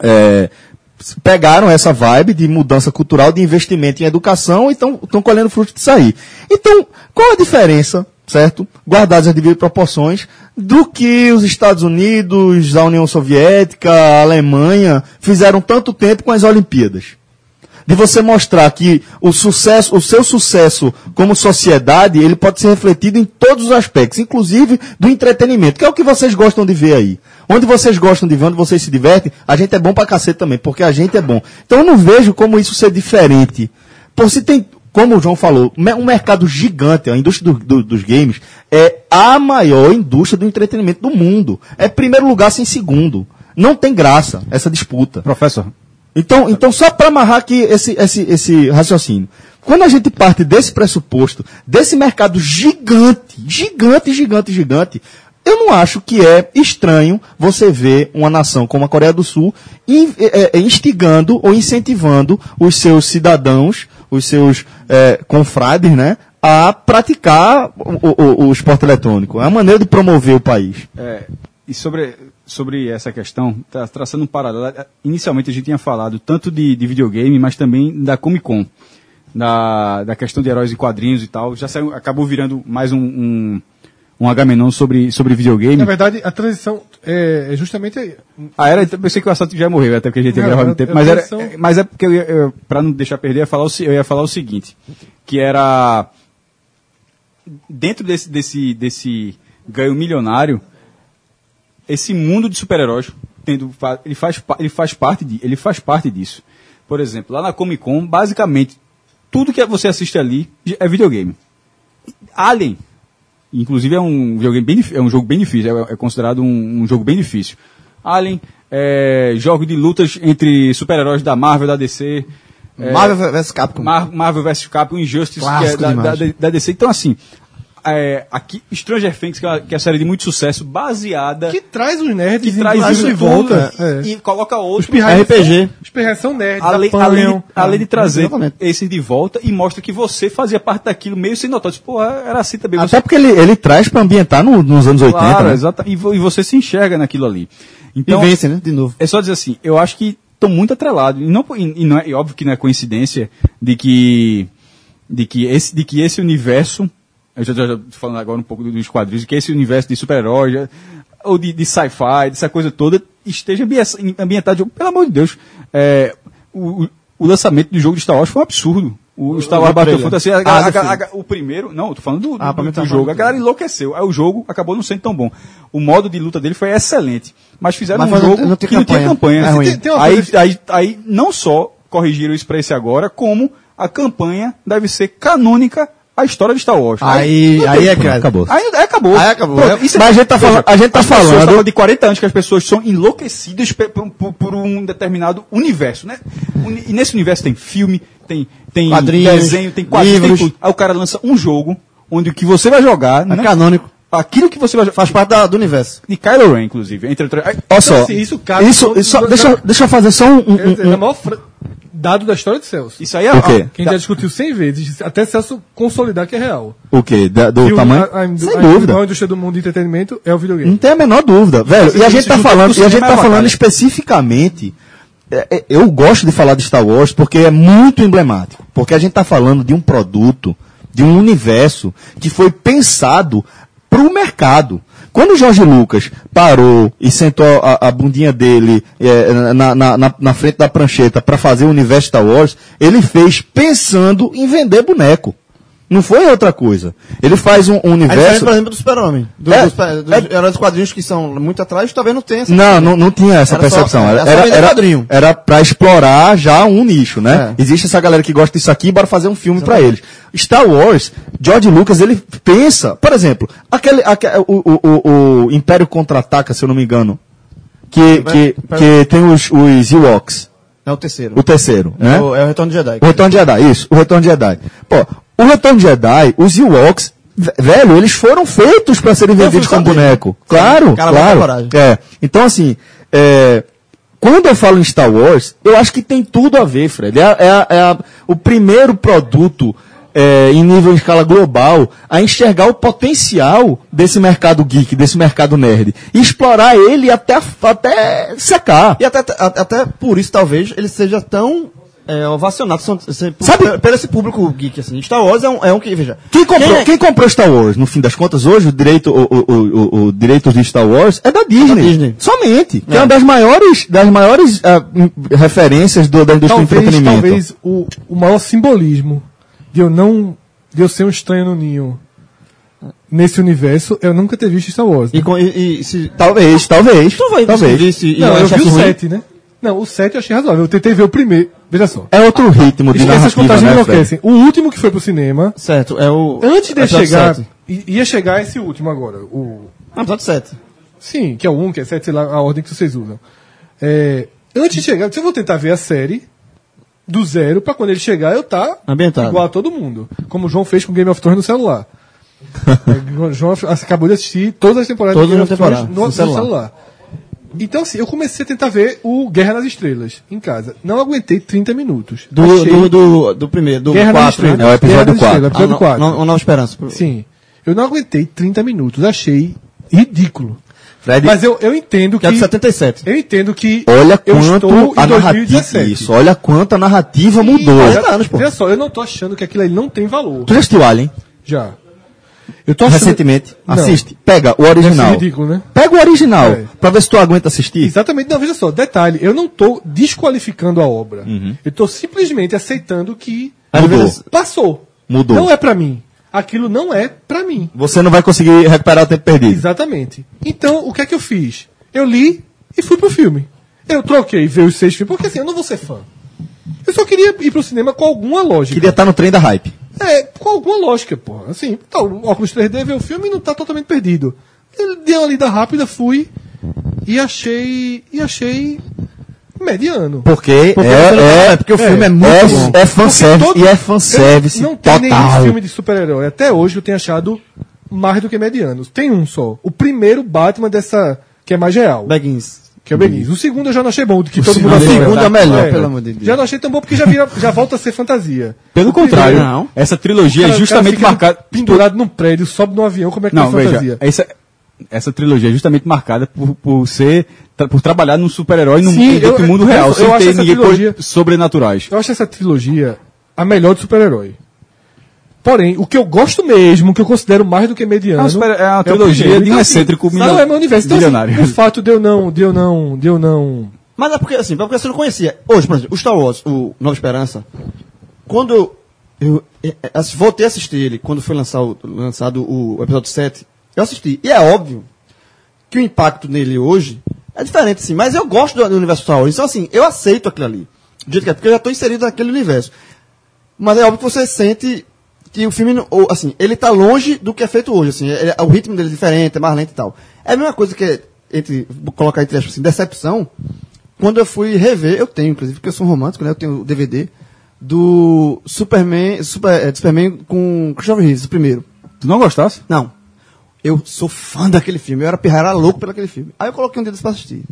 Speaker 2: é, s- pegaram essa vibe de mudança cultural, de investimento em educação e estão colhendo frutos disso aí. Então, qual a diferença, certo? Guardadas as devidas proporções, do que os Estados Unidos, a União Soviética, a Alemanha fizeram tanto tempo com as Olimpíadas? de você mostrar que o sucesso, o seu sucesso como sociedade, ele pode ser refletido em todos os aspectos, inclusive do entretenimento, que é o que vocês gostam de ver aí. Onde vocês gostam de ver, onde vocês se divertem, a gente é bom pra cacete também, porque a gente é bom. Então eu não vejo como isso ser diferente. Por se tem, como o João falou, me- um mercado gigante, a indústria do- do- dos games é a maior indústria do entretenimento do mundo. É primeiro lugar sem segundo. Não tem graça essa disputa.
Speaker 5: Professor,
Speaker 2: Então, então só para amarrar aqui esse, esse, esse raciocínio. Quando a gente parte desse pressuposto, desse mercado gigante, gigante, gigante, gigante, eu não acho que é estranho você ver uma nação como a Coreia do Sul in- eh, eh, instigando ou incentivando os seus cidadãos, os seus eh, confrades, né, a praticar o, o- o- o esporte eletrônico. É uma maneira de promover o país.
Speaker 4: É, e sobre, sobre essa questão, tá traçando um paralelo. Inicialmente a gente tinha falado tanto de, de videogame, mas também da Comic Con. Da, da questão de heróis e quadrinhos e tal. Já saiu, acabou virando mais um, um, um Agamenon sobre, sobre videogame.
Speaker 3: Na verdade, a transição é, é justamente aí.
Speaker 4: Ah, era, eu pensei que o assunto já morreu, até porque a gente ia
Speaker 3: Não,
Speaker 4: gravar
Speaker 3: eu-
Speaker 4: no tempo.
Speaker 3: eu
Speaker 4: Mas, era,
Speaker 3: penso-
Speaker 4: é, mas é porque, eu, ia- eu, pra não deixar perder, eu ia falar o, se- eu ia falar o seguinte, que era... Dentro desse, desse, desse ganho milionário, esse mundo de super-heróis, tendo fa- ele, faz, pa- ele, faz parte de, ele faz parte disso. Por exemplo, lá na Comic Con, basicamente, tudo que você assiste ali é videogame. Alien, Inclusive é um videogame bem dif- é um jogo bem difícil, é, é considerado um, um jogo bem difícil. Alien, é, jogo de lutas entre super-heróis da Marvel, da DC, é,
Speaker 6: Marvel vs Capcom.
Speaker 4: Mar- Marvel vs Capcom, Injustice, que é
Speaker 6: Clássico
Speaker 4: da, da,
Speaker 6: demais.
Speaker 4: da DC. Então assim, é, aqui Stranger Things, que é, uma- que é a série de muito sucesso, baseada
Speaker 3: Que traz os nerds
Speaker 4: que traz
Speaker 3: inclusive,
Speaker 4: isso né?
Speaker 3: de volta. É.
Speaker 4: e coloca
Speaker 3: Os
Speaker 4: outro
Speaker 3: pirraias
Speaker 6: RPG.
Speaker 3: São, os pirraias são nerds.
Speaker 4: além,
Speaker 3: apanham. É,
Speaker 4: além de, além de trazer
Speaker 6: exatamente.
Speaker 4: esse de volta e mostra que você fazia parte daquilo meio sem notar. Tipo, Porra, era assim também. você
Speaker 2: Até porque ele, ele traz para ambientar no- nos anos 80,
Speaker 4: Claro,
Speaker 2: né?
Speaker 4: exata- E, vo- e você se enxerga naquilo ali. Então,
Speaker 6: e vence, né? De novo.
Speaker 4: é só dizer assim, eu acho que estou muito atrelado. E, não, e, e não é, e óbvio que não é coincidência de que, de que, esse, de que esse universo. Eu já estou falando agora um pouco do- dos quadrinhos, de que esse universo de super-herói, já- ou de, de sci-fi, dessa coisa toda, esteja ambie- ambientado. de- um, Pelo amor de Deus, é, o, o- o lançamento do jogo de Star Wars foi um absurdo. O, Star Wars Battlefront, assim, a- a- a- a- o primeiro, não, eu tô falando do, do-
Speaker 6: Ah, pra mim
Speaker 4: do
Speaker 6: tá
Speaker 4: jogo.
Speaker 6: bom.
Speaker 4: A galera enlouqueceu. Aí o jogo acabou não sendo tão bom. O modo de luta dele foi excelente. Mas fizeram
Speaker 6: Mas
Speaker 4: um
Speaker 6: faz-
Speaker 4: jogo
Speaker 6: não tem
Speaker 4: que não tinha
Speaker 6: campanha.
Speaker 4: campanha.
Speaker 6: É ruim.
Speaker 4: Tem- tem uma aí, aí, aí não só corrigiram isso pra esse agora, como a campanha deve ser canônica à história de Star Wars.
Speaker 6: Aí,
Speaker 4: não
Speaker 6: aí
Speaker 4: tem
Speaker 6: é
Speaker 4: como.
Speaker 6: que-
Speaker 2: acabou.
Speaker 4: Aí não- aí acabou.
Speaker 6: Aí acabou.
Speaker 4: Pronto, isso é-
Speaker 2: Mas a gente tá
Speaker 4: Veja,
Speaker 2: falando- a gente tá
Speaker 4: as pessoas
Speaker 2: falando-
Speaker 4: estavam de 40 anos que as pessoas são enlouquecidas pe- por, por- por um determinado universo, né? Uni- E nesse universo tem filme, tem, tem
Speaker 6: Quadrinhos,
Speaker 4: desenho, tem quadrinhos,
Speaker 6: livros.
Speaker 4: tem tudo. Aí o cara lança um jogo onde o que você vai jogar, né?
Speaker 6: É canônico.
Speaker 4: aquilo que você vai jogar,
Speaker 6: Faz parte da- do universo.
Speaker 4: de Kylo Ren, inclusive, entre outras... Então, Aí-
Speaker 2: Olha só.
Speaker 3: assim, isso cabe
Speaker 2: isso,
Speaker 3: todo-
Speaker 2: isso- só- deixa, eu- deixa eu fazer só um. um-
Speaker 3: Quer dizer,
Speaker 2: um-
Speaker 3: é o maior fra- dado da história de Celso.
Speaker 4: Isso aí é...
Speaker 2: O quê?
Speaker 3: Que a gente já discutiu 100 vezes, até Celso consolidar que é real.
Speaker 2: um, o quê? Da- do
Speaker 3: E o-
Speaker 2: tamanho?
Speaker 3: a- a-
Speaker 2: Sem
Speaker 3: a-
Speaker 2: dúvida.
Speaker 3: A maior indústria do mundo de entretenimento é o
Speaker 2: Não
Speaker 3: videogame.
Speaker 2: tem a menor dúvida, velho. E a gente tá
Speaker 6: é
Speaker 2: falando, e a gente tá falando especificamente. é, é, Eu gosto de falar de Star Wars porque é muito emblemático. Porque a gente tá falando de um produto, de um universo que foi pensado pro mercado. Quando o Jorge Lucas parou e sentou a, a bundinha dele é, na, na- na- na frente da prancheta para fazer o universo Star Wars, ele fez pensando em vender boneco. Não foi outra coisa. Ele faz um, um
Speaker 6: A diferença,
Speaker 2: universo.
Speaker 6: por exemplo, do super-homem. Do,
Speaker 2: É,
Speaker 6: do super- dos
Speaker 2: é-
Speaker 6: heróis dos quadrinhos que são muito atrás, tá talvez não tenha. essa-
Speaker 3: Hum.
Speaker 2: Não, não, não tinha essa
Speaker 6: Era
Speaker 2: percepção.
Speaker 6: só- era
Speaker 2: era,
Speaker 6: só
Speaker 2: era,
Speaker 6: vender
Speaker 2: era,
Speaker 6: quadrinho. É.
Speaker 2: era pra explorar já um nicho, né? Existe essa galera que gosta disso aqui, bora fazer um filme pra eles. Star Wars, George Lucas, ele pensa, por exemplo, aquele, aque- o, o- o- o Império Contra-Ataca, se eu não me engano, que, que, que tem os, os Ewoks,
Speaker 6: É o terceiro.
Speaker 2: o terceiro, né?
Speaker 6: É o- é o Retorno de Jedi.
Speaker 2: O Retorno de Jedi, isso, o Retorno de Jedi. Pô, o Retorno de Jedi, os Ewoks, ve- velho, eles foram feitos pra serem vendidos
Speaker 6: fui
Speaker 2: como
Speaker 6: saber.
Speaker 2: boneco. Claro,
Speaker 6: cara, muita
Speaker 2: claro.
Speaker 6: coragem.
Speaker 2: É. Então, assim, é, quando eu falo em Star Wars, eu acho que tem tudo a ver, Fred. É, a- é a- é a- o primeiro produto é, em nível em escala global a enxergar o potencial desse mercado geek, desse mercado nerd. E explorar ele até, até secar.
Speaker 6: E até, a- até por isso, talvez, ele seja tão é, ovacionado são- se- por-
Speaker 2: Sabe-
Speaker 6: pe- pelo esse público geek, assim. Star Wars é um, é um que, veja...
Speaker 2: Quem comprou,
Speaker 6: Quem é-
Speaker 2: quem, comprou Star Wars, no fim das contas, hoje, o direito, o, o, o, o- o direito de Star Wars é da Disney.
Speaker 6: Disney.
Speaker 2: Somente. Que é uma das maiores, das maiores ah, hum, referências do, da indústria do
Speaker 3: Talvez,
Speaker 2: entretenimento.
Speaker 3: talvez o, o maior simbolismo de eu não. de eu ser um estranho no ninho nesse universo é eu nunca ter visto Star Wars. né?
Speaker 6: E, com- e- e se...
Speaker 2: Talvez, talvez.
Speaker 3: Então
Speaker 6: Tu vai
Speaker 2: talvez.
Speaker 6: descobrir se... e assim,
Speaker 3: Não, eu
Speaker 6: achar
Speaker 3: vi o
Speaker 6: isso ruim?
Speaker 3: 7, né? Não, o 7 eu achei razoável. Eu tentei ver o primeiro. Veja só.
Speaker 2: É outro ritmo de
Speaker 3: Essas
Speaker 2: narrativa,
Speaker 3: contagens
Speaker 2: né, Fred?
Speaker 3: enlouquecem. O último que foi pro cinema,
Speaker 6: Certo, é o...
Speaker 3: antes de
Speaker 6: episódio
Speaker 3: chegar.
Speaker 6: sete.
Speaker 3: i- Ia chegar esse último agora. O,
Speaker 6: Ah, episódio 7.
Speaker 3: Sim, que é o 1, que é 7, sei lá, a ordem que vocês usam. É, antes de chegar, se eu vou tentar ver a série do zero, pra quando ele chegar eu tá
Speaker 6: Ambientado.
Speaker 3: igual a todo mundo. Como o João fez com Game of Thrones no celular. É, o João af- acabou de assistir todas as temporadas
Speaker 6: Todas
Speaker 3: de Game
Speaker 6: as
Speaker 3: of Thrones
Speaker 6: temporadas,
Speaker 3: no,
Speaker 6: no
Speaker 3: no
Speaker 6: celular.
Speaker 3: celular. Então, assim, eu comecei a tentar ver o Guerra nas Estrelas em casa. Não aguentei 30 minutos.
Speaker 6: Do,
Speaker 3: Achei
Speaker 6: do, do, do primeiro, do
Speaker 3: Guerra nas
Speaker 6: 4.
Speaker 3: Estrelas.
Speaker 2: né? É o episódio
Speaker 3: Guerra nas
Speaker 2: quatro.
Speaker 3: Estrelas,
Speaker 6: Ah,
Speaker 3: episódio
Speaker 6: no-
Speaker 3: 4.
Speaker 6: no- Uma Nova Esperança.
Speaker 3: Sim. Eu não aguentei 30 minutos. Achei ridículo.
Speaker 2: Fred,
Speaker 3: Mas eu, eu entendo
Speaker 6: Que
Speaker 3: que.
Speaker 6: é de 77.
Speaker 3: Eu entendo que.
Speaker 2: olha
Speaker 3: eu
Speaker 2: quanto
Speaker 3: estou
Speaker 2: a
Speaker 3: em
Speaker 2: narrativa...
Speaker 3: 2017.
Speaker 2: Isso, olha quanto a narrativa mudou.
Speaker 6: olha-
Speaker 3: Olha,
Speaker 6: 40 anos, pô.
Speaker 3: Olha só, eu não tô achando que aquilo aí não tem valor.
Speaker 2: Tu já assistiu Alien?
Speaker 3: Já. Eu tô achando...
Speaker 2: Recentemente.
Speaker 3: Não.
Speaker 2: Assiste. Pega o
Speaker 3: Deve ser
Speaker 2: original.
Speaker 3: ridículo, né?
Speaker 2: Pega o original,
Speaker 3: É.
Speaker 2: pra ver se tu aguenta assistir.
Speaker 3: Exatamente. Não, veja só, detalhe, eu não tô desqualificando a obra. Eu tô simplesmente aceitando que
Speaker 2: Uhum. Ah, Mudou.
Speaker 3: passou.
Speaker 2: Mudou.
Speaker 3: Não é pra mim. Aquilo não é pra mim.
Speaker 2: Você não vai conseguir recuperar o tempo perdido.
Speaker 3: Exatamente. Então, o que é que eu fiz? Eu li e fui pro filme. Eu troquei ver os seis filmes, porque assim, eu não vou ser fã. Eu só queria ir pro cinema com alguma lógica.
Speaker 2: Queria estar no trem da hype.
Speaker 3: É, com alguma lógica, porra. Assim, tá, o óculos 3D vê o filme e não tá totalmente perdido. Ele deu uma lida rápida, fui e achei. E achei. mediano.
Speaker 2: Porque,
Speaker 3: tá
Speaker 6: você não-
Speaker 2: é,
Speaker 6: é, porque o filme é muito bom.
Speaker 2: É fanservice
Speaker 3: Porque
Speaker 2: e
Speaker 3: todo-
Speaker 2: é fanservice
Speaker 3: Eu Não tem nenhum
Speaker 2: total.
Speaker 3: filme de super-herói. Até hoje eu tenho achado mais do que mediano. Tem um só. O primeiro Batman dessa. que é mais real.
Speaker 6: Baggins.
Speaker 3: Que é o Beguins. O segundo eu já não achei bom, do que todo
Speaker 6: segundo-
Speaker 3: mundo
Speaker 6: o
Speaker 3: adora.
Speaker 6: segundo é o melhor, pelo amor de Deus.
Speaker 3: Já não achei tão bom porque já, vira- já volta a ser fantasia.
Speaker 4: Pelo
Speaker 3: O
Speaker 4: contrário,
Speaker 3: primeiro-
Speaker 6: não.
Speaker 4: essa trilogia
Speaker 3: Cara,
Speaker 4: é
Speaker 3: o
Speaker 4: justamente
Speaker 3: cara fica
Speaker 4: marcada...
Speaker 3: Pendurado num prédio, sobe num avião, como é que
Speaker 4: Não,
Speaker 3: é
Speaker 4: veja, essa, essa trilogia é justamente marcada por, por ser... tra- por trabalhar num super-herói no
Speaker 3: Sim, eu-
Speaker 4: mundo
Speaker 3: eu-
Speaker 4: real,
Speaker 3: eu
Speaker 4: sem
Speaker 3: acho
Speaker 4: ter
Speaker 3: essa
Speaker 4: ninguém
Speaker 3: trilogia-
Speaker 4: por- sobrenaturais.
Speaker 3: Eu acho essa trilogia a melhor de super-herói. Porém, o que eu gosto mesmo, o que eu considero mais do que mediano.
Speaker 4: É um super- é uma
Speaker 3: o
Speaker 4: trilogia
Speaker 3: primeiro.
Speaker 4: de um excêntrico
Speaker 3: assim,
Speaker 4: milio-
Speaker 3: sabe, é meu universo. Então, assim,
Speaker 4: bilionário.
Speaker 3: o fato de eu não, de eu não, de eu não
Speaker 6: Mas é porque, assim, é porque você não conhecia. Hoje, por exemplo, o Star Wars, o Nova Esperança, quando eu, eu, eh, eh, ass- voltei a assistir ele, quando foi lançar o- lançado o, episódio 7, eu assisti. E é óbvio que o impacto nele hoje é diferente, sim. Mas eu gosto do, do universo Star Wars. Então, assim, eu aceito aquilo ali. Do jeito que é, porque eu já estou inserido naquele universo. Mas é óbvio que você sente que o filme, não- ou, assim, ele tá longe do que é feito hoje, assim, ele- o ritmo dele é diferente, é mais lento e tal. É a mesma coisa que, é entre, vou colocar entre aspas, assim, decepção, quando eu fui rever, eu tenho, inclusive, porque eu sou um romântico, né, eu tenho o DVD, do Superman, Super, é, do Superman com Christopher Reeves, o primeiro.
Speaker 4: Tu não gostasse?
Speaker 6: Não. Eu sou fã daquele filme. Eu era pirrara louco pelo aquele filme. Aí eu coloquei um dedo pra assistir.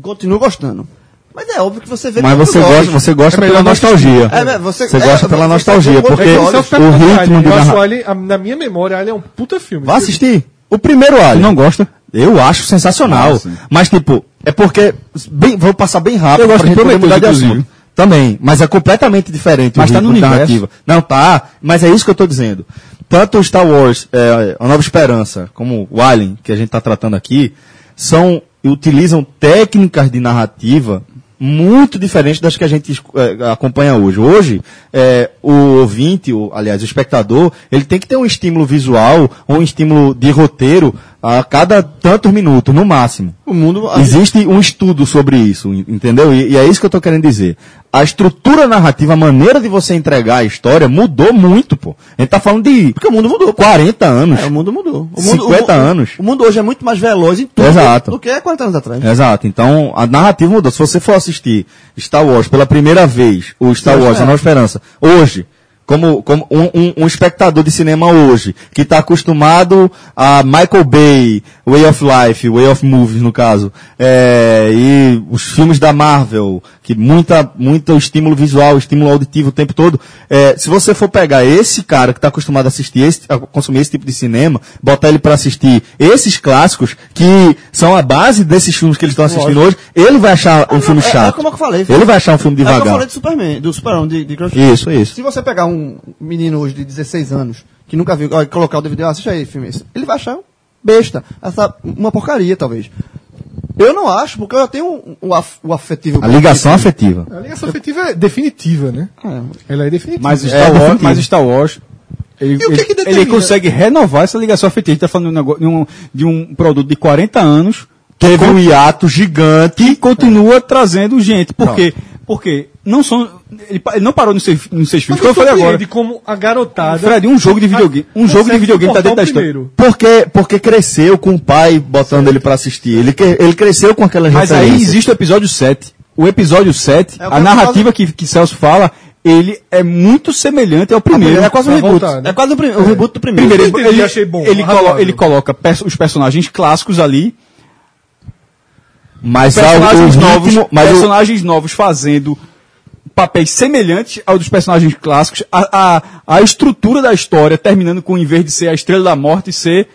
Speaker 6: Continuo gostando. Mas é óbvio que você vê
Speaker 2: Mas
Speaker 6: pelos
Speaker 2: você
Speaker 6: olhos.
Speaker 2: gosta, você gosta
Speaker 3: É melhor
Speaker 2: pela
Speaker 3: não
Speaker 2: nostalgia.
Speaker 6: É, né, você-
Speaker 2: Você
Speaker 6: é,
Speaker 2: gosta pela
Speaker 6: você
Speaker 2: nostalgia,
Speaker 6: pega um
Speaker 2: porque
Speaker 6: outro
Speaker 3: Isso é
Speaker 2: o
Speaker 6: episódio.
Speaker 2: ritmo de
Speaker 3: Eu acho
Speaker 2: narrativa.
Speaker 3: Alien, a- na minha memória, Alien é um puta filme.
Speaker 2: Vá assistir. O primeiro Alien.
Speaker 4: Não gosta?
Speaker 2: Eu acho sensacional.
Speaker 4: Ah, sim.
Speaker 2: mas, tipo, é porque. Bem, vou passar bem rápido
Speaker 4: Eu gosto
Speaker 2: pra
Speaker 4: de
Speaker 2: gente poder
Speaker 4: Prometheus,
Speaker 2: mudar de
Speaker 4: inclusive.
Speaker 2: assunto. Também, mas é completamente diferente
Speaker 4: Mas tá
Speaker 2: ritmo
Speaker 4: no
Speaker 2: da
Speaker 4: universo.
Speaker 2: Não, tá, mas é isso que eu tô dizendo. Tanto o Star Wars, é, A Nova Esperança, como o Alien, que a gente tá tratando aqui, são, utilizam técnicas de narrativa muito diferentes das que a gente é, acompanha hoje. Hoje, é, o ouvinte, o, aliás, o espectador, ele tem que ter um estímulo visual, um estímulo de roteiro a cada tantos minutos, no máximo.
Speaker 6: O mundo. assim,
Speaker 2: Existe um estudo sobre isso, en- entendeu? E, e é isso que eu tô querendo dizer. A estrutura narrativa, a maneira de você entregar a história mudou muito, pô. A gente tá falando de. Porque o mundo mudou. 40 anos.
Speaker 6: É, o mundo mudou. O mundo,
Speaker 2: 50
Speaker 6: o, mu-
Speaker 2: anos.
Speaker 6: O mundo hoje é muito mais veloz em tudo
Speaker 2: Exato.
Speaker 6: do que é 40 anos atrás.
Speaker 2: Exato. Então, a narrativa mudou. Se você for assistir Star Wars pela primeira vez, o Star Wars, A Nova Esperança, hoje, como, como um, um- um espectador de cinema hoje, que está acostumado a Michael Bay, Way of Life, Way of Movies, no caso, é, e os filmes da Marvel, que muita, muito estímulo visual, estímulo auditivo o tempo todo, é, se você for pegar esse cara que está acostumado a assistir, esse, a consumir esse tipo de cinema, botar ele para assistir esses clássicos, que são a base desses filmes que eles estão assistindo hoje, ele vai achar um filme
Speaker 6: é- é
Speaker 2: chato.
Speaker 6: como eu falei.
Speaker 2: Ele vai achar um filme
Speaker 6: É o que eu falei
Speaker 2: devagar.
Speaker 6: do Superman, do Superman, de, de Crouch-
Speaker 2: Isso, isso.
Speaker 6: Se você pegar um menino hoje de 16 anos, que nunca viu, ó, colocar o DVD, ó, assiste aí, filme esse. Ele vai achar besta, essa, uma porcaria, talvez. Eu não acho, porque eu já tenho o um, um af- o afetivo.
Speaker 2: A ligação afetiva.
Speaker 3: A ligação afetiva é definitiva, né? Ela é definitiva.
Speaker 4: Mas
Speaker 3: é,
Speaker 4: Star, Wars,
Speaker 2: definitivo.
Speaker 4: mas Star Wars. Ele,
Speaker 6: E o que
Speaker 4: ele-
Speaker 6: que determina?
Speaker 4: ele consegue renovar essa ligação afetiva. A gente tá falando de um, negócio- de um- de um produto de 40 anos
Speaker 2: Teve um hiato gigante.
Speaker 4: que continua trazendo gente. Por quê? Porque não são. Ele, pa- ele não parou nos seis, nos seis filmes,
Speaker 3: Mas
Speaker 4: como eu falei agora.
Speaker 3: surpreende como a garotada.
Speaker 4: Fred, um jogo de videogame. Um jogo de
Speaker 3: consegue
Speaker 4: videogame tá dentro da
Speaker 3: suportar o
Speaker 4: história.
Speaker 3: primeiro.
Speaker 2: Porque, porque cresceu com o pai botando ele pra assistir. Ele, que- ele cresceu com aquelas
Speaker 4: Mas aí
Speaker 2: referências.
Speaker 4: existe o episódio 7. O episódio 7,
Speaker 6: É o que
Speaker 4: a
Speaker 6: eu
Speaker 4: narrativa que, que Celso fala, ele é muito semelhante ao primeiro.
Speaker 6: É quase um
Speaker 3: Vai
Speaker 6: reboot.
Speaker 3: voltar, né?
Speaker 6: É quase o, prim- o reboot do primeiro.
Speaker 4: Primeiro,
Speaker 3: Eu
Speaker 4: ele,
Speaker 3: entendi,
Speaker 4: ele,
Speaker 3: achei bom,
Speaker 4: ele,
Speaker 3: razoável.
Speaker 4: colo- ele coloca pers- os personagens clássicos ali,
Speaker 2: Mas há o- o
Speaker 4: personagens novos,
Speaker 2: ritmo, mas o-
Speaker 4: personagens novos fazendo papéis semelhantes ao dos personagens clássicos, a, a, a estrutura da história terminando com, em vez de ser a Estrela da Morte, ser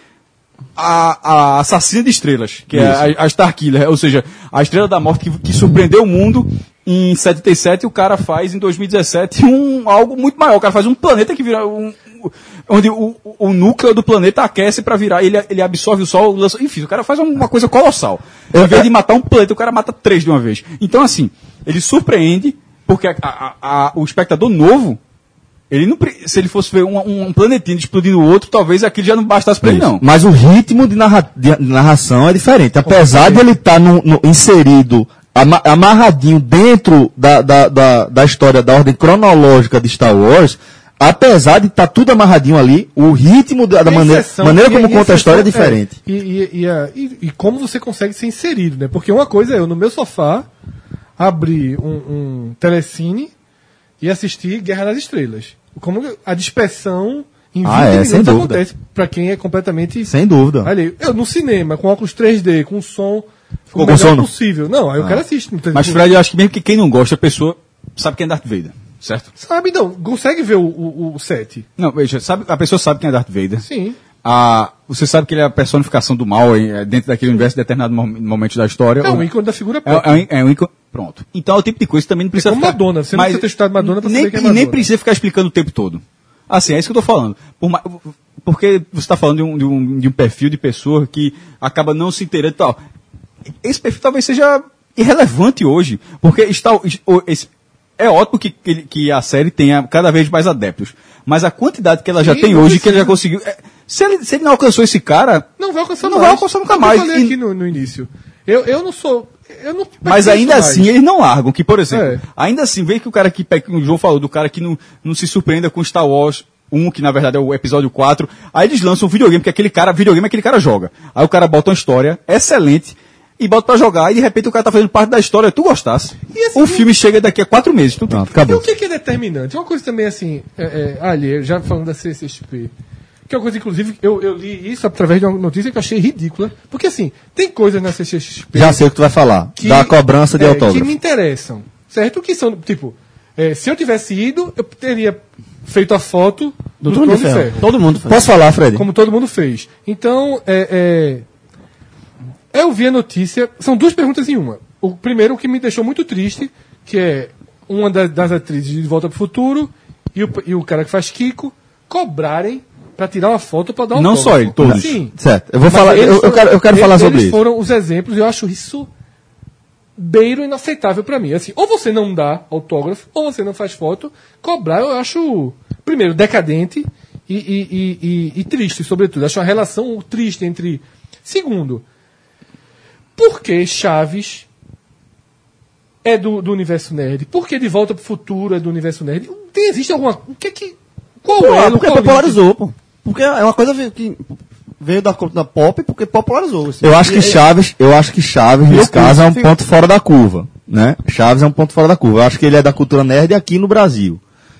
Speaker 4: a, a assassina de estrelas, que é a, a Starkiller, ou seja, a Estrela da Morte que, que surpreendeu o mundo em 77 e o cara faz em 2017 um, algo muito maior, o cara faz um planeta que vira um... um- Onde o, o- o núcleo do planeta aquece pra virar, ele, ele absorve o sol, lança, enfim, o cara faz uma coisa colossal. Em vez de matar um planeta, o cara mata três de uma vez. Então, assim, ele surpreende, porque a- a- a- o espectador novo, ele não, pre- se ele fosse ver um, um planetinho explodindo o outro, talvez aquilo já não bastasse pra ele, não.
Speaker 2: Mas o ritmo de, narra- de narração é diferente. Apesar de ele estar inserido, ama- amarradinho dentro da, da, da, da história, da ordem cronológica de Star Wars, apesar de estar tudo amarradinho ali, o ritmo da, da
Speaker 3: E a
Speaker 2: maneira,
Speaker 3: exceção-
Speaker 2: maneira
Speaker 3: e
Speaker 2: como
Speaker 3: e
Speaker 2: conta a
Speaker 3: exceção-
Speaker 2: história é diferente.
Speaker 3: é, e, e- e a- e- e como você consegue ser inserido, né? Porque uma coisa é eu, no meu sofá, abrir um, um telecine e assistir Guerra nas Estrelas. Como a dispersão em 20
Speaker 2: Ah, é, sem
Speaker 3: minutos
Speaker 2: dúvida.
Speaker 3: acontece pra quem é completamente
Speaker 2: Sem dúvida.
Speaker 3: alheio. Eu, no cinema, com óculos 3D, com som...
Speaker 2: Ficou com
Speaker 3: o melhor
Speaker 2: sono? Ah.
Speaker 3: possível. Não, aí o cara assiste. não tem-
Speaker 4: Mas, Fred, eu acho que mesmo que quem não gosta, a pessoa sabe quem é Darth Vader, certo?
Speaker 3: Sabe, não. Consegue ver o, o, o set.
Speaker 4: Não, veja, sabe, a pessoa sabe quem é Darth Vader.
Speaker 3: Sim.
Speaker 4: A, você sabe que ele é a personificação do mal hein, é, dentro daquele universo em determinado mom- momento da história.
Speaker 3: É
Speaker 4: Ou-
Speaker 3: um ícone da figura
Speaker 4: É,
Speaker 3: pop.
Speaker 4: é um- é um ícone- Pronto. Então é o tipo de coisa que também não precisa
Speaker 3: como Madonna, você não precisa ter estudado Madonna pra
Speaker 4: nem,
Speaker 3: saber que é
Speaker 4: E
Speaker 3: Madonna.
Speaker 4: nem precisa ficar explicando o tempo todo. Assim, é isso que eu tô falando. Por ma- porque você está falando de um, de um- de um perfil de pessoa que acaba não se inteirando e tal. Esse perfil talvez seja irrelevante hoje, porque está es- o- esse- é ótimo que, que, ele- que a série tenha cada vez mais adeptos, mas a quantidade que ela já
Speaker 3: Sim,
Speaker 4: tem
Speaker 3: não
Speaker 4: hoje, que ele já
Speaker 3: precisa.
Speaker 4: conseguiu, é, se, ele, se ele não alcançou esse cara,
Speaker 3: Não vai alcançar
Speaker 4: Não
Speaker 3: mais.
Speaker 4: vai alcançar nunca
Speaker 3: É o que
Speaker 4: mais.
Speaker 3: Eu falei
Speaker 4: E-
Speaker 3: aqui no, no início. Eu, eu não sou. Eu não
Speaker 4: Mas
Speaker 3: pertenço
Speaker 4: ainda
Speaker 3: mais.
Speaker 4: assim eles não largam, que por exemplo,
Speaker 3: É.
Speaker 4: ainda assim, vê que o cara que, pe- que o João falou, do cara que não, não se surpreenda com Star Wars 1, que na verdade é o episódio 4, aí eles lançam um videogame, porque aquele cara, videogame aquele cara joga. Aí o cara bota uma história excelente e bota pra jogar, e de repente o cara tá fazendo parte da história, tu gostasse.
Speaker 3: E assim,
Speaker 4: o filme chega daqui a quatro meses, tu
Speaker 2: Pronto,
Speaker 3: E o
Speaker 2: acabou.
Speaker 3: que que é determinante? Uma coisa também assim, é, é, ali, já falando da CCXP, que é uma coisa, inclusive, eu, eu li isso através de uma notícia que eu achei ridícula. Porque assim, tem coisas na CCXP
Speaker 2: Já sei o que tu vai falar.
Speaker 3: que-
Speaker 2: da cobrança de
Speaker 3: é, Que
Speaker 2: autógrafo.
Speaker 3: me interessam, certo? Que são, tipo, é, se eu tivesse ido, eu teria feito a foto do, Trono de Ferro.
Speaker 6: Todo mundo faz.
Speaker 2: Posso falar, Fred?
Speaker 3: Como todo mundo fez. Então, é, é, eu vi a notícia. São duas perguntas em uma. O primeiro, o que me deixou muito triste, que é uma da- das atrizes de Volta pro Futuro e o, e o cara que faz Kiko cobrarem pra tirar uma foto pra dar um
Speaker 4: Não só ele, todos.
Speaker 3: Sim.
Speaker 2: Certo. Eu vou
Speaker 3: Mas
Speaker 2: falar,
Speaker 3: eles
Speaker 2: eu, eu
Speaker 3: foram-
Speaker 2: quero, eu quero
Speaker 3: eles-
Speaker 2: falar sobre
Speaker 3: eles
Speaker 2: isso.
Speaker 3: foram os exemplos, eu acho isso beiro inaceitável pra mim. Assim, ou você não dá autógrafo, ou você não faz foto. Cobrar eu acho, primeiro, decadente e, e- e- e- e triste, sobretudo. Acho uma relação triste entre. Segundo, por que Chaves é do, do universo nerd? Por que De Volta pro Futuro é do universo nerd? Tem, existe alguma. O que é que. Qual
Speaker 6: Pô,
Speaker 3: é
Speaker 6: porque
Speaker 3: qual
Speaker 6: popularizou, pô. Porque é uma coisa ve- que veio da conta da pop porque popularizou. assim.
Speaker 2: Eu acho
Speaker 3: É.
Speaker 2: que
Speaker 6: E-
Speaker 2: Chaves, eu acho que Chaves, nesse caso, é um ponto fora da curva. Né? Chaves é um ponto fora da curva. Eu acho que ele é da cultura nerd aqui no Brasil.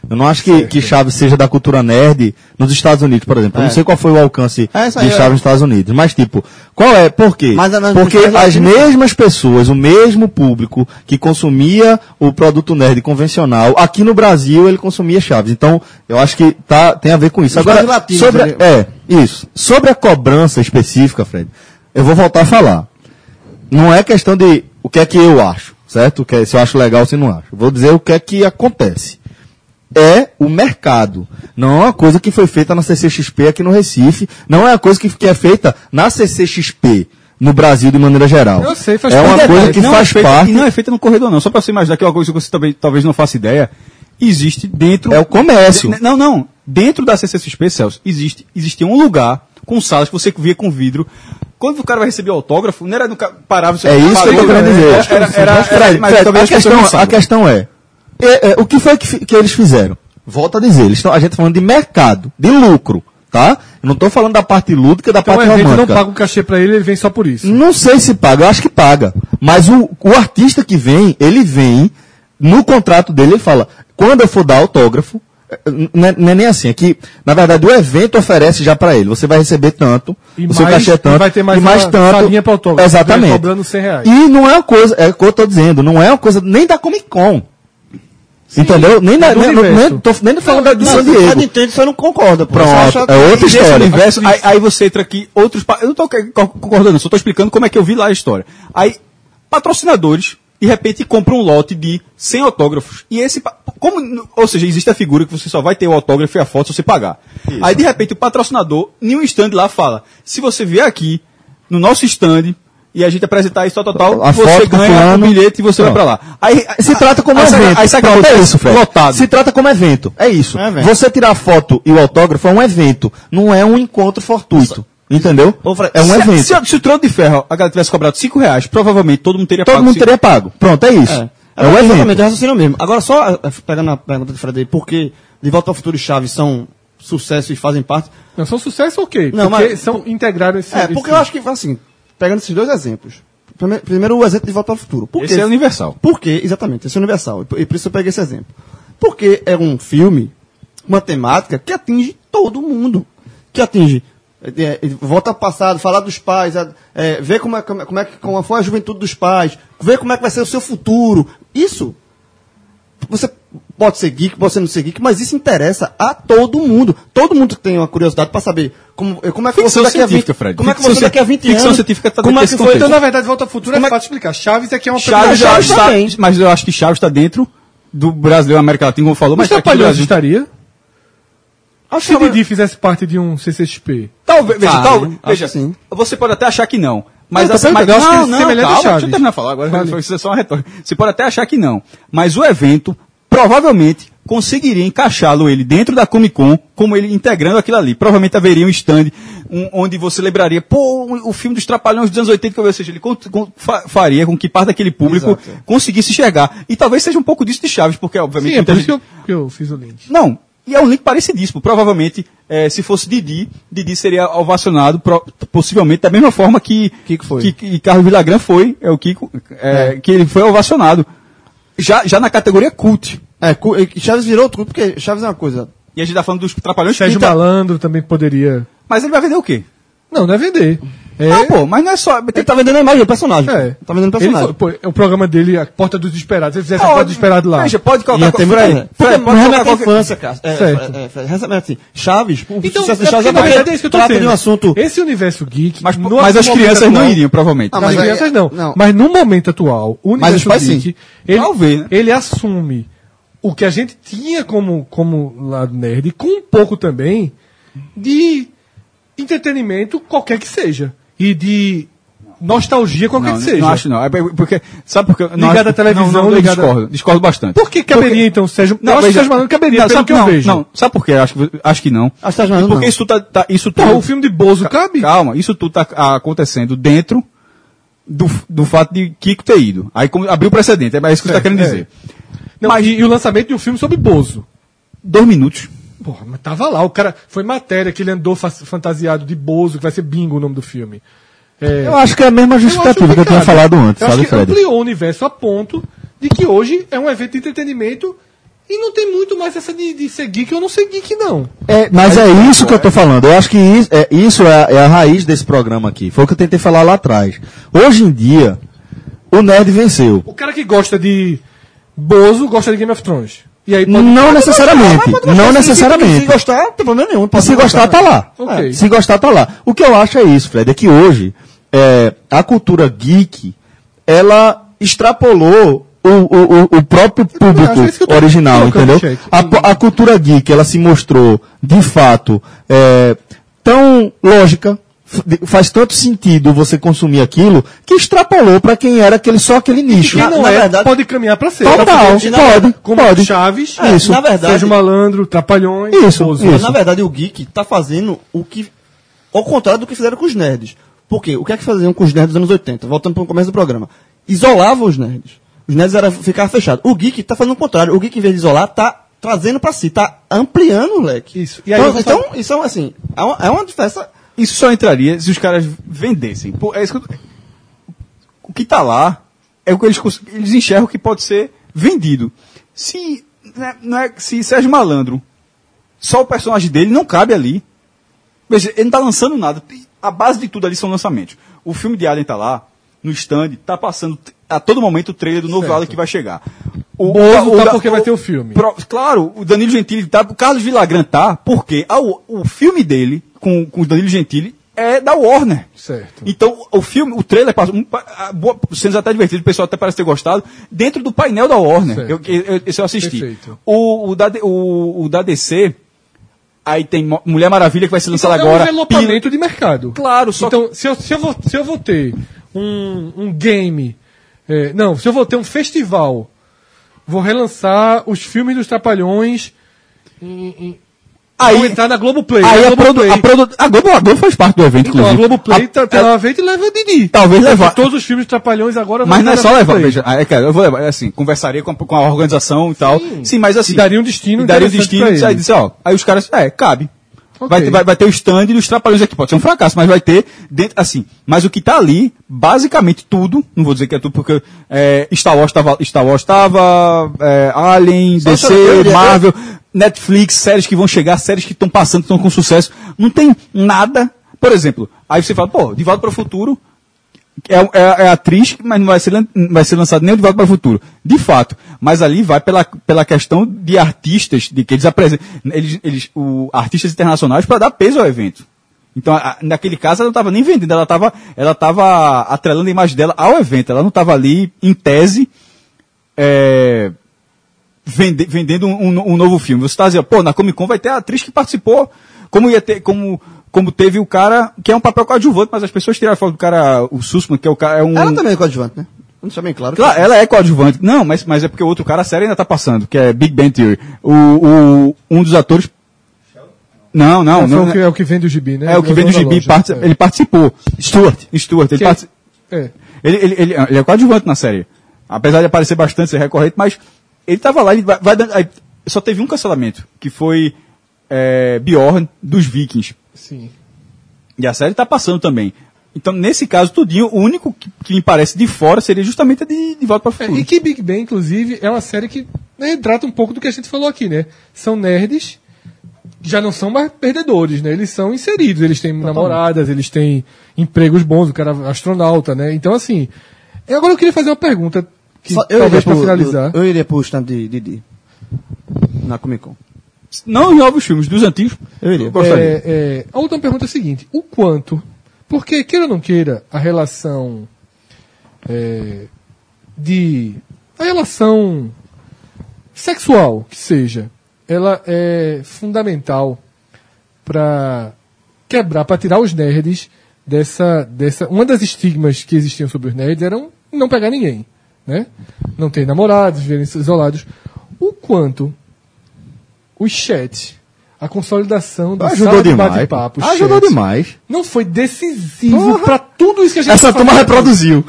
Speaker 2: Eu não acho que, que Chaves seja da cultura nerd nos Estados Unidos, por exemplo. Eu não
Speaker 6: É.
Speaker 2: sei qual foi o alcance
Speaker 6: É, isso aí,
Speaker 2: de Chaves
Speaker 6: é.
Speaker 2: nos Estados Unidos. Mas, tipo, qual é? Por quê?
Speaker 6: Mas é nas-
Speaker 2: Porque
Speaker 6: nas
Speaker 2: as
Speaker 6: latinas-
Speaker 2: mesmas pessoas, o mesmo público que consumia o produto nerd convencional, aqui no Brasil ele consumia Chaves. Então, eu acho que tá, tem a ver com isso.
Speaker 6: Os
Speaker 2: Agora,
Speaker 6: mais latinos,
Speaker 2: sobre,
Speaker 6: né?
Speaker 2: é, isso. Sobre a cobrança específica, Fred, eu vou voltar a falar. Não é questão de o que é que eu acho, certo? O que é- se eu acho legal ou se não acho. Eu Vou dizer o que é que acontece. É o mercado. Não é uma coisa que foi feita na CCXP aqui no Recife. Não é uma coisa que, que é feita na CCXP no Brasil de maneira geral.
Speaker 3: Eu sei, faz
Speaker 2: é uma
Speaker 3: parte.
Speaker 2: coisa que
Speaker 4: não
Speaker 2: faz
Speaker 4: é feita,
Speaker 2: parte.
Speaker 4: E não é feita no corredor, não. Só pra você imaginar que é uma coisa que você também, talvez não faça ideia, existe dentro.
Speaker 2: É o comércio.
Speaker 4: De- Não, não. Dentro da CCXP, Celso, existe, existia um lugar com salas que você via com vidro. Quando o cara vai receber o autógrafo, não era no ca- parava você
Speaker 2: É isso que eu tô querendo
Speaker 4: né?
Speaker 2: dizer.
Speaker 4: Era, era, era,
Speaker 2: Mas, Fred,
Speaker 4: mas
Speaker 2: Fred, a,
Speaker 4: talvez as pessoas não
Speaker 2: questão, a
Speaker 4: saibam.
Speaker 2: questão é, é, é, o que foi que, fi- que eles fizeram? Volto a dizer, eles estão, a gente tá falando de mercado, de lucro, tá? Eu não estou falando da parte lúdica e da
Speaker 3: Então, o
Speaker 2: parte
Speaker 3: evento não
Speaker 2: romântica.
Speaker 3: paga o cachê pra ele, ele vem só por isso.
Speaker 6: Hum.
Speaker 2: Não sei se paga, eu acho que paga. Mas o, o artista que vem, ele vem, no contrato dele, ele fala, quando eu for dar autógrafo, eh, n- não é, não é nem assim, é que, na verdade, o evento oferece já pra ele. Você vai receber tanto,
Speaker 3: E
Speaker 2: o seu
Speaker 3: mais-
Speaker 2: cachê é tanto,
Speaker 3: e vai ter mais
Speaker 2: e mais
Speaker 3: uma
Speaker 2: tanto.
Speaker 3: salinha pra autógrafo,
Speaker 2: Exatamente.
Speaker 3: cobrando 100 reais.
Speaker 2: E não é uma coisa, é o que eu tô dizendo, não é uma coisa nem da Comic Con. Entendeu? Nem, na,
Speaker 3: É do
Speaker 2: nem, nem,
Speaker 3: universo. tá
Speaker 2: tô, nem falando da, de São
Speaker 6: Não, A
Speaker 2: Diego.
Speaker 6: Nintendo só não concorda, pô. Só acha-
Speaker 2: Pronto, é outra
Speaker 6: Deixa-
Speaker 2: história.
Speaker 4: universo, aí, aí você entra aqui, outros. pa- Eu não tô que- co- concordando, só tô explicando como é que eu vi lá a história. Aí, patrocinadores, de repente, compram um lote de 100 autógrafos. E esse. pa- Como, n- ou seja, existe a figura que você só vai ter o autógrafo e a foto se você pagar. Aí, de repente, o patrocinador, em um stand lá, fala: se você vier aqui, no nosso stand. E a gente apresentar isso, tal, tal, tal.
Speaker 2: A
Speaker 4: você
Speaker 2: foto do
Speaker 4: ganha
Speaker 2: fulano.
Speaker 4: o bilhete e você vai pra lá. Aí, aí-
Speaker 2: se trata como
Speaker 4: aí, saca-
Speaker 2: evento.
Speaker 4: Aí saca
Speaker 2: Pronto,
Speaker 4: outra?
Speaker 2: é isso, Fred.
Speaker 4: Lotado.
Speaker 2: Se trata como evento. É isso.
Speaker 6: É um evento.
Speaker 2: Você tirar foto e o autógrafo é um evento. Não é um encontro fortuito. Entendeu?
Speaker 6: Ô, Fred,
Speaker 2: É um
Speaker 4: se,
Speaker 2: evento.
Speaker 4: Se, se o trono de ferro a galera tivesse cobrado 5 reais, provavelmente todo mundo teria assim,
Speaker 2: Todo
Speaker 4: pago
Speaker 2: mundo
Speaker 4: cinco.
Speaker 2: teria pago. Pronto, é isso. É, um
Speaker 6: Exatamente, é o
Speaker 2: evento.
Speaker 6: raciocínio mesmo. Agora, só eh, pegando a pergunta do Fred aí, porque De Volta ao Futuro e Chaves são sucesso e fazem parte.
Speaker 3: Não, são sucesso, ok.
Speaker 6: Não,
Speaker 3: porque
Speaker 6: mas-
Speaker 3: são, integraram esse.
Speaker 6: É, porque
Speaker 3: esse-
Speaker 6: eu acho que, assim, pegando esses dois exemplos. Prime- Primeiro, o exemplo de Volta ao Futuro. Por
Speaker 4: Esse
Speaker 6: quê?
Speaker 4: é universal.
Speaker 6: Por quê? Exatamente, esse é universal. E por- E por isso eu peguei esse exemplo. Porque é um filme, uma temática que atinge todo mundo. Que atinge. é, é, volta ao passado, falar dos pais, é, é, ver como, é, como, é, como é que- como foi a juventude dos pais, ver como é que vai ser o seu futuro. Isso você pode ser geek, pode ser não ser geek, mas isso interessa a todo mundo. Todo mundo tem uma curiosidade para saber como, como é que
Speaker 4: Ficção
Speaker 6: você daqui a 20,
Speaker 4: científica, Fred.
Speaker 6: como é que
Speaker 4: Ficção
Speaker 6: você daqui a 20
Speaker 4: ficção
Speaker 6: anos,
Speaker 4: científica tá
Speaker 6: como é
Speaker 4: dentro
Speaker 6: que
Speaker 4: desse
Speaker 6: foi
Speaker 4: contexto.
Speaker 3: Então, na verdade, Volta ao Futuro
Speaker 6: Como
Speaker 3: é
Speaker 6: é-
Speaker 3: fácil explicar. Chaves é que é uma
Speaker 4: Chaves,
Speaker 6: Chaves
Speaker 4: já
Speaker 6: também.
Speaker 4: está, mas eu acho que Chaves está dentro do brasileiro América Latina, como falou,
Speaker 3: Mas
Speaker 4: mas tá aqui no
Speaker 3: Trapalhões
Speaker 4: Brasil.
Speaker 3: estaria?
Speaker 6: Acho
Speaker 3: Se Didi fizesse parte de um CCXP.
Speaker 4: Talvez, veja,
Speaker 6: Tá,
Speaker 4: tal-
Speaker 6: né? Acho
Speaker 4: veja
Speaker 6: que sim.
Speaker 4: você pode até achar que não. Mas,
Speaker 3: Eu tô
Speaker 4: assim, mas
Speaker 3: perguntando, eu acho que ele
Speaker 4: não,
Speaker 3: é
Speaker 4: não,
Speaker 3: semelhante a
Speaker 4: calma,
Speaker 3: Chaves.
Speaker 4: deixa eu terminar de falar agora.
Speaker 3: Fale.
Speaker 4: Foi isso é só uma retórica. Você pode até achar que não. Mas o evento provavelmente conseguiria encaixá-lo ele dentro da Comic Con, como ele integrando aquilo ali. Provavelmente haveria um stand um- onde você lembraria, pô, um, o- o filme dos Trapalhões dos anos 80 que eu vi, ou seja, ele con- con- fa- faria com que parte daquele público conseguisse enxergar. E talvez seja um pouco disso de Chaves, porque obviamente
Speaker 3: Sim, é
Speaker 4: muita
Speaker 3: por
Speaker 4: gente-
Speaker 3: isso que eu, que eu fiz o link.
Speaker 4: não, e é um link parecidíssimo. Provavelmente, eh, se fosse Didi, Didi seria ovacionado, pro- possivelmente da mesma forma que,
Speaker 3: Kiko foi.
Speaker 4: que, que Carlos Villagrán foi, é o Kiko, eh,
Speaker 6: É.
Speaker 4: que ele foi ovacionado. Já, já na categoria cult.
Speaker 6: É, cu- e Chaves virou outro, porque Chaves é uma coisa.
Speaker 4: E a gente tá falando dos
Speaker 6: Então
Speaker 4: Trapalhões
Speaker 3: Sérgio
Speaker 4: e tá-
Speaker 3: Malandro também poderia.
Speaker 4: Mas ele vai vender o quê?
Speaker 3: Não, não é vender. É,
Speaker 4: Ah, pô, mas não é só.
Speaker 6: Ele tá vendendo a imagem do personagem.
Speaker 3: É.
Speaker 6: Tá vendendo o
Speaker 3: Ele
Speaker 6: personagem.
Speaker 3: foi- pô, é o programa dele, a Porta dos Desesperados. Se ele fizesse a Porta dos Desesperados lá.
Speaker 4: Veja, pode colocar.
Speaker 6: Ia ter
Speaker 4: Fred,
Speaker 6: muita-
Speaker 4: Fred,
Speaker 6: Fred,
Speaker 4: pode
Speaker 6: remete
Speaker 4: colocar
Speaker 6: à
Speaker 4: qualquer-
Speaker 6: infância, cara. É,
Speaker 3: Certo.
Speaker 6: é, Fred, remete assim. Chaves, o
Speaker 3: Então,
Speaker 6: sucesso
Speaker 3: é
Speaker 6: de Chaves
Speaker 3: porque,
Speaker 6: é
Speaker 3: na
Speaker 6: porque
Speaker 3: verdade, é isso que eu tô
Speaker 6: trata de
Speaker 3: dizendo.
Speaker 6: um assunto. é
Speaker 3: Esse universo geek.
Speaker 4: Mas,
Speaker 3: no
Speaker 4: mas as
Speaker 3: momento
Speaker 4: crianças não
Speaker 3: atual-
Speaker 4: iriam, provavelmente.
Speaker 6: Ah,
Speaker 3: As
Speaker 6: mas aí-
Speaker 3: crianças não.
Speaker 6: não.
Speaker 3: Mas no momento atual, o
Speaker 6: Mas os
Speaker 3: universo
Speaker 6: pais,
Speaker 3: geek,
Speaker 6: sim.
Speaker 3: ele,
Speaker 4: Talvez, né?
Speaker 3: ele assume o que a gente tinha como, como lado nerd, com um pouco também de entretenimento, qualquer que seja. E de nostalgia, qualquer
Speaker 4: Não,
Speaker 3: que
Speaker 4: não,
Speaker 3: seja.
Speaker 4: não acho não. É porque, sabe por quê? Não
Speaker 3: Ligado
Speaker 4: acho-
Speaker 3: à televisão,
Speaker 4: não, não, eu
Speaker 3: ligado à-
Speaker 4: discordo, discordo bastante.
Speaker 3: Por que caberia, então, Sérgio? eu acho que Sérgio Malandro caberia,
Speaker 4: não,
Speaker 3: pelo
Speaker 4: sabe,
Speaker 3: que eu
Speaker 4: não,
Speaker 3: vejo.
Speaker 4: Não, sabe por quê? Acho, que- acho que não.
Speaker 6: Acho que Sérgio Malandro
Speaker 4: Porque
Speaker 6: não.
Speaker 4: isso tudo tá, tá- isso
Speaker 3: Porra,
Speaker 4: tudo-
Speaker 3: o filme de Bozo cabe.
Speaker 4: Calma, isso tudo tá ah, acontecendo dentro do, do fato de Kiko ter ido. Aí como, abriu o precedente, é isso que você tá
Speaker 3: Certo,
Speaker 4: querendo
Speaker 3: é.
Speaker 4: dizer.
Speaker 3: Não,
Speaker 4: mas-
Speaker 3: e, e o lançamento de um filme sobre Bozo.
Speaker 4: Dois minutos.
Speaker 3: Porra, mas tava lá. O cara. Foi matéria que ele andou fa- fantasiado de Bozo, que vai ser bingo o nome do filme. É,
Speaker 2: Eu acho que é a mesma justificativa que é eu tinha
Speaker 3: cabe.
Speaker 2: falado antes,
Speaker 3: eu
Speaker 2: sabe,
Speaker 3: acho que
Speaker 2: Fred?
Speaker 3: ampliou o universo a ponto de que hoje é um evento de entretenimento e não tem muito mais essa de, de ser geek ou não ser geek, não.
Speaker 2: É, mas é isso que eu tô falando. Eu acho que isso é, isso é, a- é a raiz desse programa aqui. Foi o que eu tentei falar lá atrás. Hoje em dia, o nerd venceu.
Speaker 3: O cara que gosta de Bozo gosta de Game of Thrones. E aí pode.
Speaker 2: Não necessariamente. Não
Speaker 6: Se
Speaker 2: necessariamente.
Speaker 6: gostar, não tem problema nenhum.
Speaker 2: E se gostar, tá lá.
Speaker 3: Ok.
Speaker 2: É, Se gostar, tá lá. O que eu acho é isso, Fred, é que hoje é, a cultura geek, ela extrapolou o, o, o- o próprio
Speaker 3: acho, é isso que
Speaker 2: público
Speaker 3: eu tô
Speaker 2: original,
Speaker 3: colocando em
Speaker 2: entendeu?
Speaker 3: xeque.
Speaker 2: A, po- a cultura geek, ela se mostrou, de fato, é, tão lógica, f- de- faz tanto sentido você consumir aquilo, que extrapolou para quem era aquele, só aquele nicho.
Speaker 3: Quem não
Speaker 6: na
Speaker 3: é,
Speaker 6: verdade-
Speaker 3: pode caminhar pra ser.
Speaker 2: Total,
Speaker 3: Tá
Speaker 2: pode,
Speaker 6: na
Speaker 2: pode.
Speaker 6: verdade,
Speaker 3: Como Chaves,
Speaker 6: É, na verdade-
Speaker 3: Sérgio Malandro, Trapalhões,
Speaker 2: Isso,
Speaker 3: Bozo.
Speaker 6: Mas, na verdade, o geek tá fazendo o que. Ao contrário do que fizeram com os nerds. Por quê? O que é que faziam com os nerds dos anos 80? Voltando para o começo do programa. Isolavam os nerds. Os nerds era ficar fechado. O geek tá fazendo o contrário. O geek, em vez de isolar, tá trazendo para si, tá ampliando o leque.
Speaker 3: Isso. E aí eu
Speaker 6: então,
Speaker 3: vou
Speaker 6: então,
Speaker 3: falar-
Speaker 6: isso é um, assim, é uma, é uma diferença.
Speaker 4: Isso só entraria se os caras vendessem. Pô, é isso que eu- O que tá lá é o que eles, cons- eles enxergam que pode ser vendido. Se, né, não é- se Sérgio Malandro, só o personagem dele não cabe ali. Veja, ele não tá lançando nada. Tem- A base de tudo ali são lançamentos. O filme de Alien tá lá, no stand, tá passando t- a todo momento o trailer do novo
Speaker 3: Certo.
Speaker 4: Alien que vai chegar. O,
Speaker 3: Bozo tá
Speaker 4: da-
Speaker 3: porque vai ter o filme.
Speaker 4: Pro- claro, o Danilo Gentili tá, o Carlos Villagrán tá, porque a- o, o filme dele com, com o Danilo Gentili é da Warner.
Speaker 3: Certo.
Speaker 4: Então, o filme, o trailer, passou- um, pa- a, boa, cenas até divertido, o pessoal até parece ter gostado, dentro do painel da Warner.
Speaker 3: Certo.
Speaker 4: Eu, eu- eu- esse eu assisti.
Speaker 3: Perfeito.
Speaker 4: O, o, da, D- o, o da DC, aí tem Mo- Mulher Maravilha que vai ser lançada
Speaker 3: Então,
Speaker 4: agora.
Speaker 3: É um envelopamento de mercado.
Speaker 4: Claro, só
Speaker 3: Então, se eu, se eu, vou, se eu vou ter um, um game. é, não, se eu vou ter um festival, vou relançar os filmes dos Trapalhões. vou
Speaker 4: aí,
Speaker 3: entrar na Globoplay.
Speaker 4: aí
Speaker 3: na
Speaker 4: a, produ,
Speaker 3: Globoplay.
Speaker 4: a, produ, a Globo, a Globo faz parte do evento,
Speaker 3: Então, a
Speaker 4: inclusive.
Speaker 3: Globoplay tá, tá
Speaker 4: a-
Speaker 3: lá vento e leva o Didi.
Speaker 4: Talvez
Speaker 3: Porque
Speaker 4: levar-
Speaker 3: Todos os filmes dos Trapalhões agora vão
Speaker 4: Mas não é
Speaker 3: estar
Speaker 4: só
Speaker 3: na
Speaker 4: levar,
Speaker 3: Globoplay.
Speaker 4: veja, ah, é, cara, eu vou levar, é assim, conversaria com a, com a organização e tal. Sim, mas assim.
Speaker 3: E daria um destino
Speaker 4: e daria um
Speaker 3: interessante
Speaker 4: destino,
Speaker 3: pra
Speaker 4: aí
Speaker 3: ele.
Speaker 4: disse, ó, aí os caras, é, cabe.
Speaker 3: Ok.
Speaker 4: Vai, ter- vai, vai ter o stand dos trapalhões aqui, pode ser um fracasso, mas vai ter, dentro, assim, mas o que tá ali, basicamente tudo, não vou dizer que é tudo, porque é, Star Wars tava, Star Wars tava é, Alien,
Speaker 6: Só
Speaker 4: DC,
Speaker 6: essa teoria,
Speaker 4: Marvel, Netflix, séries que vão chegar, séries que estão passando, estão com sucesso, não tem nada, por exemplo, aí você fala, pô, De Volta para o Futuro, é, é, é atriz, mas não vai ser, lan- não vai ser lançado nem o De Volta para o Futuro. De fato. Mas ali vai pela, pela questão de artistas, de que eles apresentam. Eles, eles, o, artistas internacionais para dar peso ao evento. Então, a- a- naquele caso, ela não estava nem vendendo, ela estava ela tava atrelando a imagem dela ao evento. Ela não estava ali, em tese, é, vende- um tá vendendo um, um novo filme. Você está dizendo, pô, na Comic Con vai ter a atriz que participou, como ia ter, como Como teve o cara, que é um papel coadjuvante, mas as pessoas tiraram foto do cara, o Sussman, que é o cara. É um...
Speaker 6: Ela também é coadjuvante, né? Não deixa bem claro.
Speaker 4: Claro, ela é coadjuvante. Não, mas, mas é porque o outro cara, a série ainda tá passando, que é Big Bang Theory. O, o- um dos atores. Não, não,
Speaker 3: É, foi
Speaker 4: não.
Speaker 3: o que, é o que vem do gibi, né?
Speaker 4: é o que
Speaker 3: Nós
Speaker 4: vem do
Speaker 3: vamos na
Speaker 4: gibi,
Speaker 3: loja.
Speaker 4: parte-
Speaker 3: É.
Speaker 4: ele participou. Stuart. Stuart, ele,
Speaker 3: Que-
Speaker 4: parti-
Speaker 3: É.
Speaker 4: ele, ele, ele, ele é coadjuvante na série. Apesar de aparecer bastante, ser recorrente, mas ele tava lá, ele vai, vai dando- aí só teve um cancelamento, que foi é, Bjorn dos Vikings.
Speaker 3: Sim.
Speaker 4: E a série tá passando também. Então, nesse caso, tudinho, o único que, que me parece de fora seria justamente a de, de Volta para o
Speaker 3: É,
Speaker 4: Futuro.
Speaker 3: e que Big Bang, inclusive, é uma série que né, trata um pouco do que a gente falou aqui, né? São nerds, que já não são mais perdedores, né? Eles são inseridos, eles têm namoradas, eles têm empregos bons, o cara é astronauta, né? Então, assim. e Agora eu queria fazer uma pergunta, que
Speaker 6: Só-
Speaker 3: talvez pra
Speaker 6: pro-
Speaker 3: finalizar.
Speaker 6: Eu, eu iria pro stand de Didi. Na Comic Con.
Speaker 4: Não os novos filmes, dos antigos.
Speaker 6: Eu iria.
Speaker 4: gostaria.
Speaker 3: É, é, a última pergunta é a seguinte: o quanto? Porque, queira ou não queira, a relação é, de. A relação sexual, que seja, ela é fundamental para quebrar, para tirar os nerds dessa, dessa. Uma das estigmas que existiam sobre os nerds eram não pegar ninguém, né? Não ter namorados, viverem isolados. O quanto os chats, a consolidação do
Speaker 2: Ajudou
Speaker 3: sala de
Speaker 2: demais.
Speaker 3: bate-papo,
Speaker 2: pô.
Speaker 3: os
Speaker 2: Ajudou
Speaker 3: chats,
Speaker 2: demais.
Speaker 3: não foi decisivo para tudo isso que a gente
Speaker 2: Essa
Speaker 3: tá
Speaker 2: turma
Speaker 3: falando aqui?
Speaker 2: reproduziu.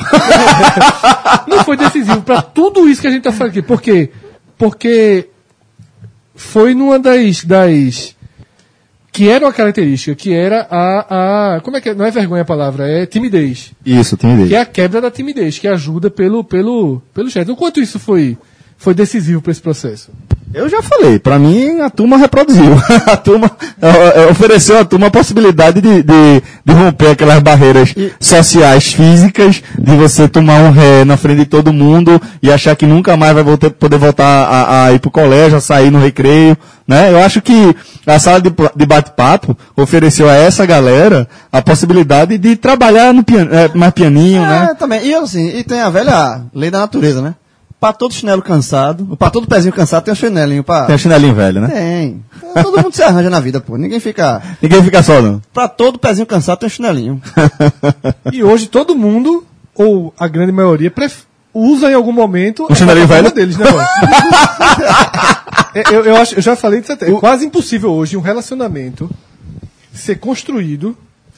Speaker 3: não foi decisivo pra tudo isso que a gente tá falando aqui. Por quê? Porque foi numa das. das que era uma característica, que era a, a. Como é que é? Não é vergonha a palavra, é timidez.
Speaker 2: Isso, tem
Speaker 3: Que é
Speaker 2: ideia.
Speaker 3: a quebra da timidez, que ajuda pelo, pelo, pelo chat. O quanto isso foi, foi decisivo pra esse processo?
Speaker 2: Eu já falei, pra mim a turma reproduziu. A turma eh, eh, ofereceu à turma a possibilidade de, de, de romper aquelas barreiras sociais, físicas, de você tomar um ré na frente de todo mundo e achar que nunca mais vai voltar, poder voltar a, a ir pro colégio, a sair no recreio, né? Eu acho que a sala de, pa- de bate-papo ofereceu a essa galera a possibilidade de trabalhar no pian, eh, mais pianinho, né?
Speaker 6: É, também. E assim, e tem a velha lei da natureza, né? Pra todo chinelo cansado, pra todo pezinho cansado tem um chinelinho pra...
Speaker 2: Tem o chinelinho velho, né?
Speaker 6: Tem. Todo mundo se arranja na vida, pô. Ninguém fica...
Speaker 2: Ninguém fica só, não.
Speaker 6: Pra todo pezinho cansado tem um chinelinho.
Speaker 3: E hoje todo mundo, ou a grande maioria, pref- usa em algum momento a
Speaker 2: cenário
Speaker 3: plataforma
Speaker 2: velho?
Speaker 3: deles, né, mano? É, eu, eu acho, eu já falei disso até. É quase impossível hoje um relacionamento ser construído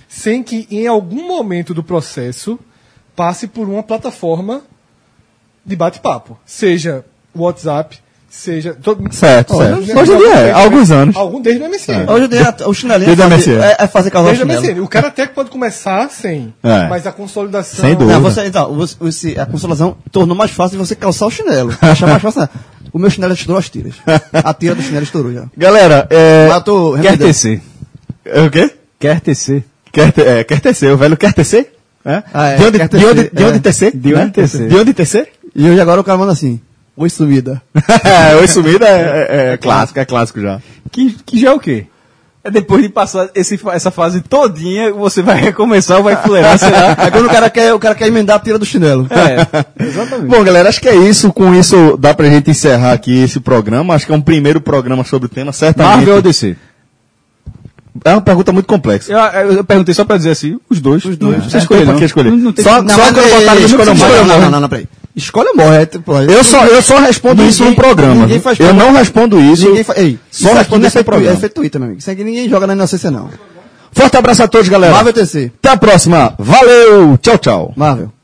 Speaker 3: sem que em algum momento do processo passe por uma plataforma de bate-papo. Seja WhatsApp, seja. todo-
Speaker 2: Certo,
Speaker 3: Olha,
Speaker 2: certo.
Speaker 3: né,
Speaker 2: Hoje em dia é, há alguns anos.
Speaker 3: Algum desde o MSN.
Speaker 6: Hoje em dia, o chinelinho é
Speaker 2: Desde a
Speaker 6: fazer,
Speaker 2: MSN.
Speaker 6: é, é fazer casal
Speaker 3: Desde o
Speaker 6: chinelo.
Speaker 3: MSN. O cara até que pode começar sem,
Speaker 2: É.
Speaker 3: mas a consolidação.
Speaker 2: Sem dúvida.
Speaker 6: Não, você, então, você, você- a consolação tornou mais fácil de você calçar o chinelo. Achar mais fácil. né? O meu chinelo estourou as tiras. A tira do chinelo estourou já.
Speaker 2: Galera, é.
Speaker 6: Lá eu tô
Speaker 2: quer
Speaker 6: remendando.
Speaker 2: tecer. É o quê? Quer tecer. Quer, te- é, quer tecer, o velho quer tecer? É?
Speaker 6: Ah, é,
Speaker 2: de onde,
Speaker 6: quer
Speaker 2: de onde,
Speaker 6: tecer,
Speaker 2: de onde
Speaker 6: é.
Speaker 2: tecer?
Speaker 5: De onde
Speaker 2: né?
Speaker 5: tecer.
Speaker 2: De onde tecer?
Speaker 6: E hoje agora o cara manda assim. Oi, sumida.
Speaker 2: Oi, sumida é, é- é clássico, é clássico já.
Speaker 4: Que, que já é o quê? É depois de passar esse, fa- essa fase todinha, você vai recomeçar ou vai fuleirar, sei lá.
Speaker 6: Assim, né? Aí quando o cara quer, o cara quer emendar a tira do chinelo.
Speaker 4: É, exatamente.
Speaker 2: Bom, galera, acho que é isso. Com isso, dá pra gente encerrar aqui esse programa. Acho que é um primeiro programa sobre o tema, certamente.
Speaker 4: Marvel ou DC?
Speaker 2: É uma pergunta muito complexa.
Speaker 4: Eu, eu perguntei só pra dizer assim, os dois. Os dois. Você escolheu,
Speaker 2: É, pra
Speaker 4: não.
Speaker 2: que escolher?
Speaker 4: Não, não tem
Speaker 2: Só,
Speaker 6: Não,
Speaker 2: só
Speaker 6: mas
Speaker 2: quando
Speaker 6: é-
Speaker 2: botaram no
Speaker 6: é-
Speaker 2: escolha
Speaker 6: não,
Speaker 2: morre.
Speaker 6: não, não, não, não, não, peraí. Escolha ou morre. É, tipo, aí-
Speaker 2: Eu só, eu só respondo isso no
Speaker 6: Ninguém-
Speaker 2: programa.
Speaker 6: ninguém faz
Speaker 2: Eu
Speaker 6: programa.
Speaker 2: não respondo isso.
Speaker 6: Ninguém fa... Ei,
Speaker 2: só
Speaker 6: isso
Speaker 2: respondo
Speaker 6: aqui não
Speaker 2: isso no
Speaker 6: é feito Twitter,
Speaker 2: programa.
Speaker 6: é feito Twitter, meu amigo. Isso aqui ninguém joga na inocência, não.
Speaker 2: Forte abraço a todos, galera.
Speaker 6: Marvel TC.
Speaker 2: Até a próxima. Valeu. Tchau, tchau.
Speaker 6: Marvel.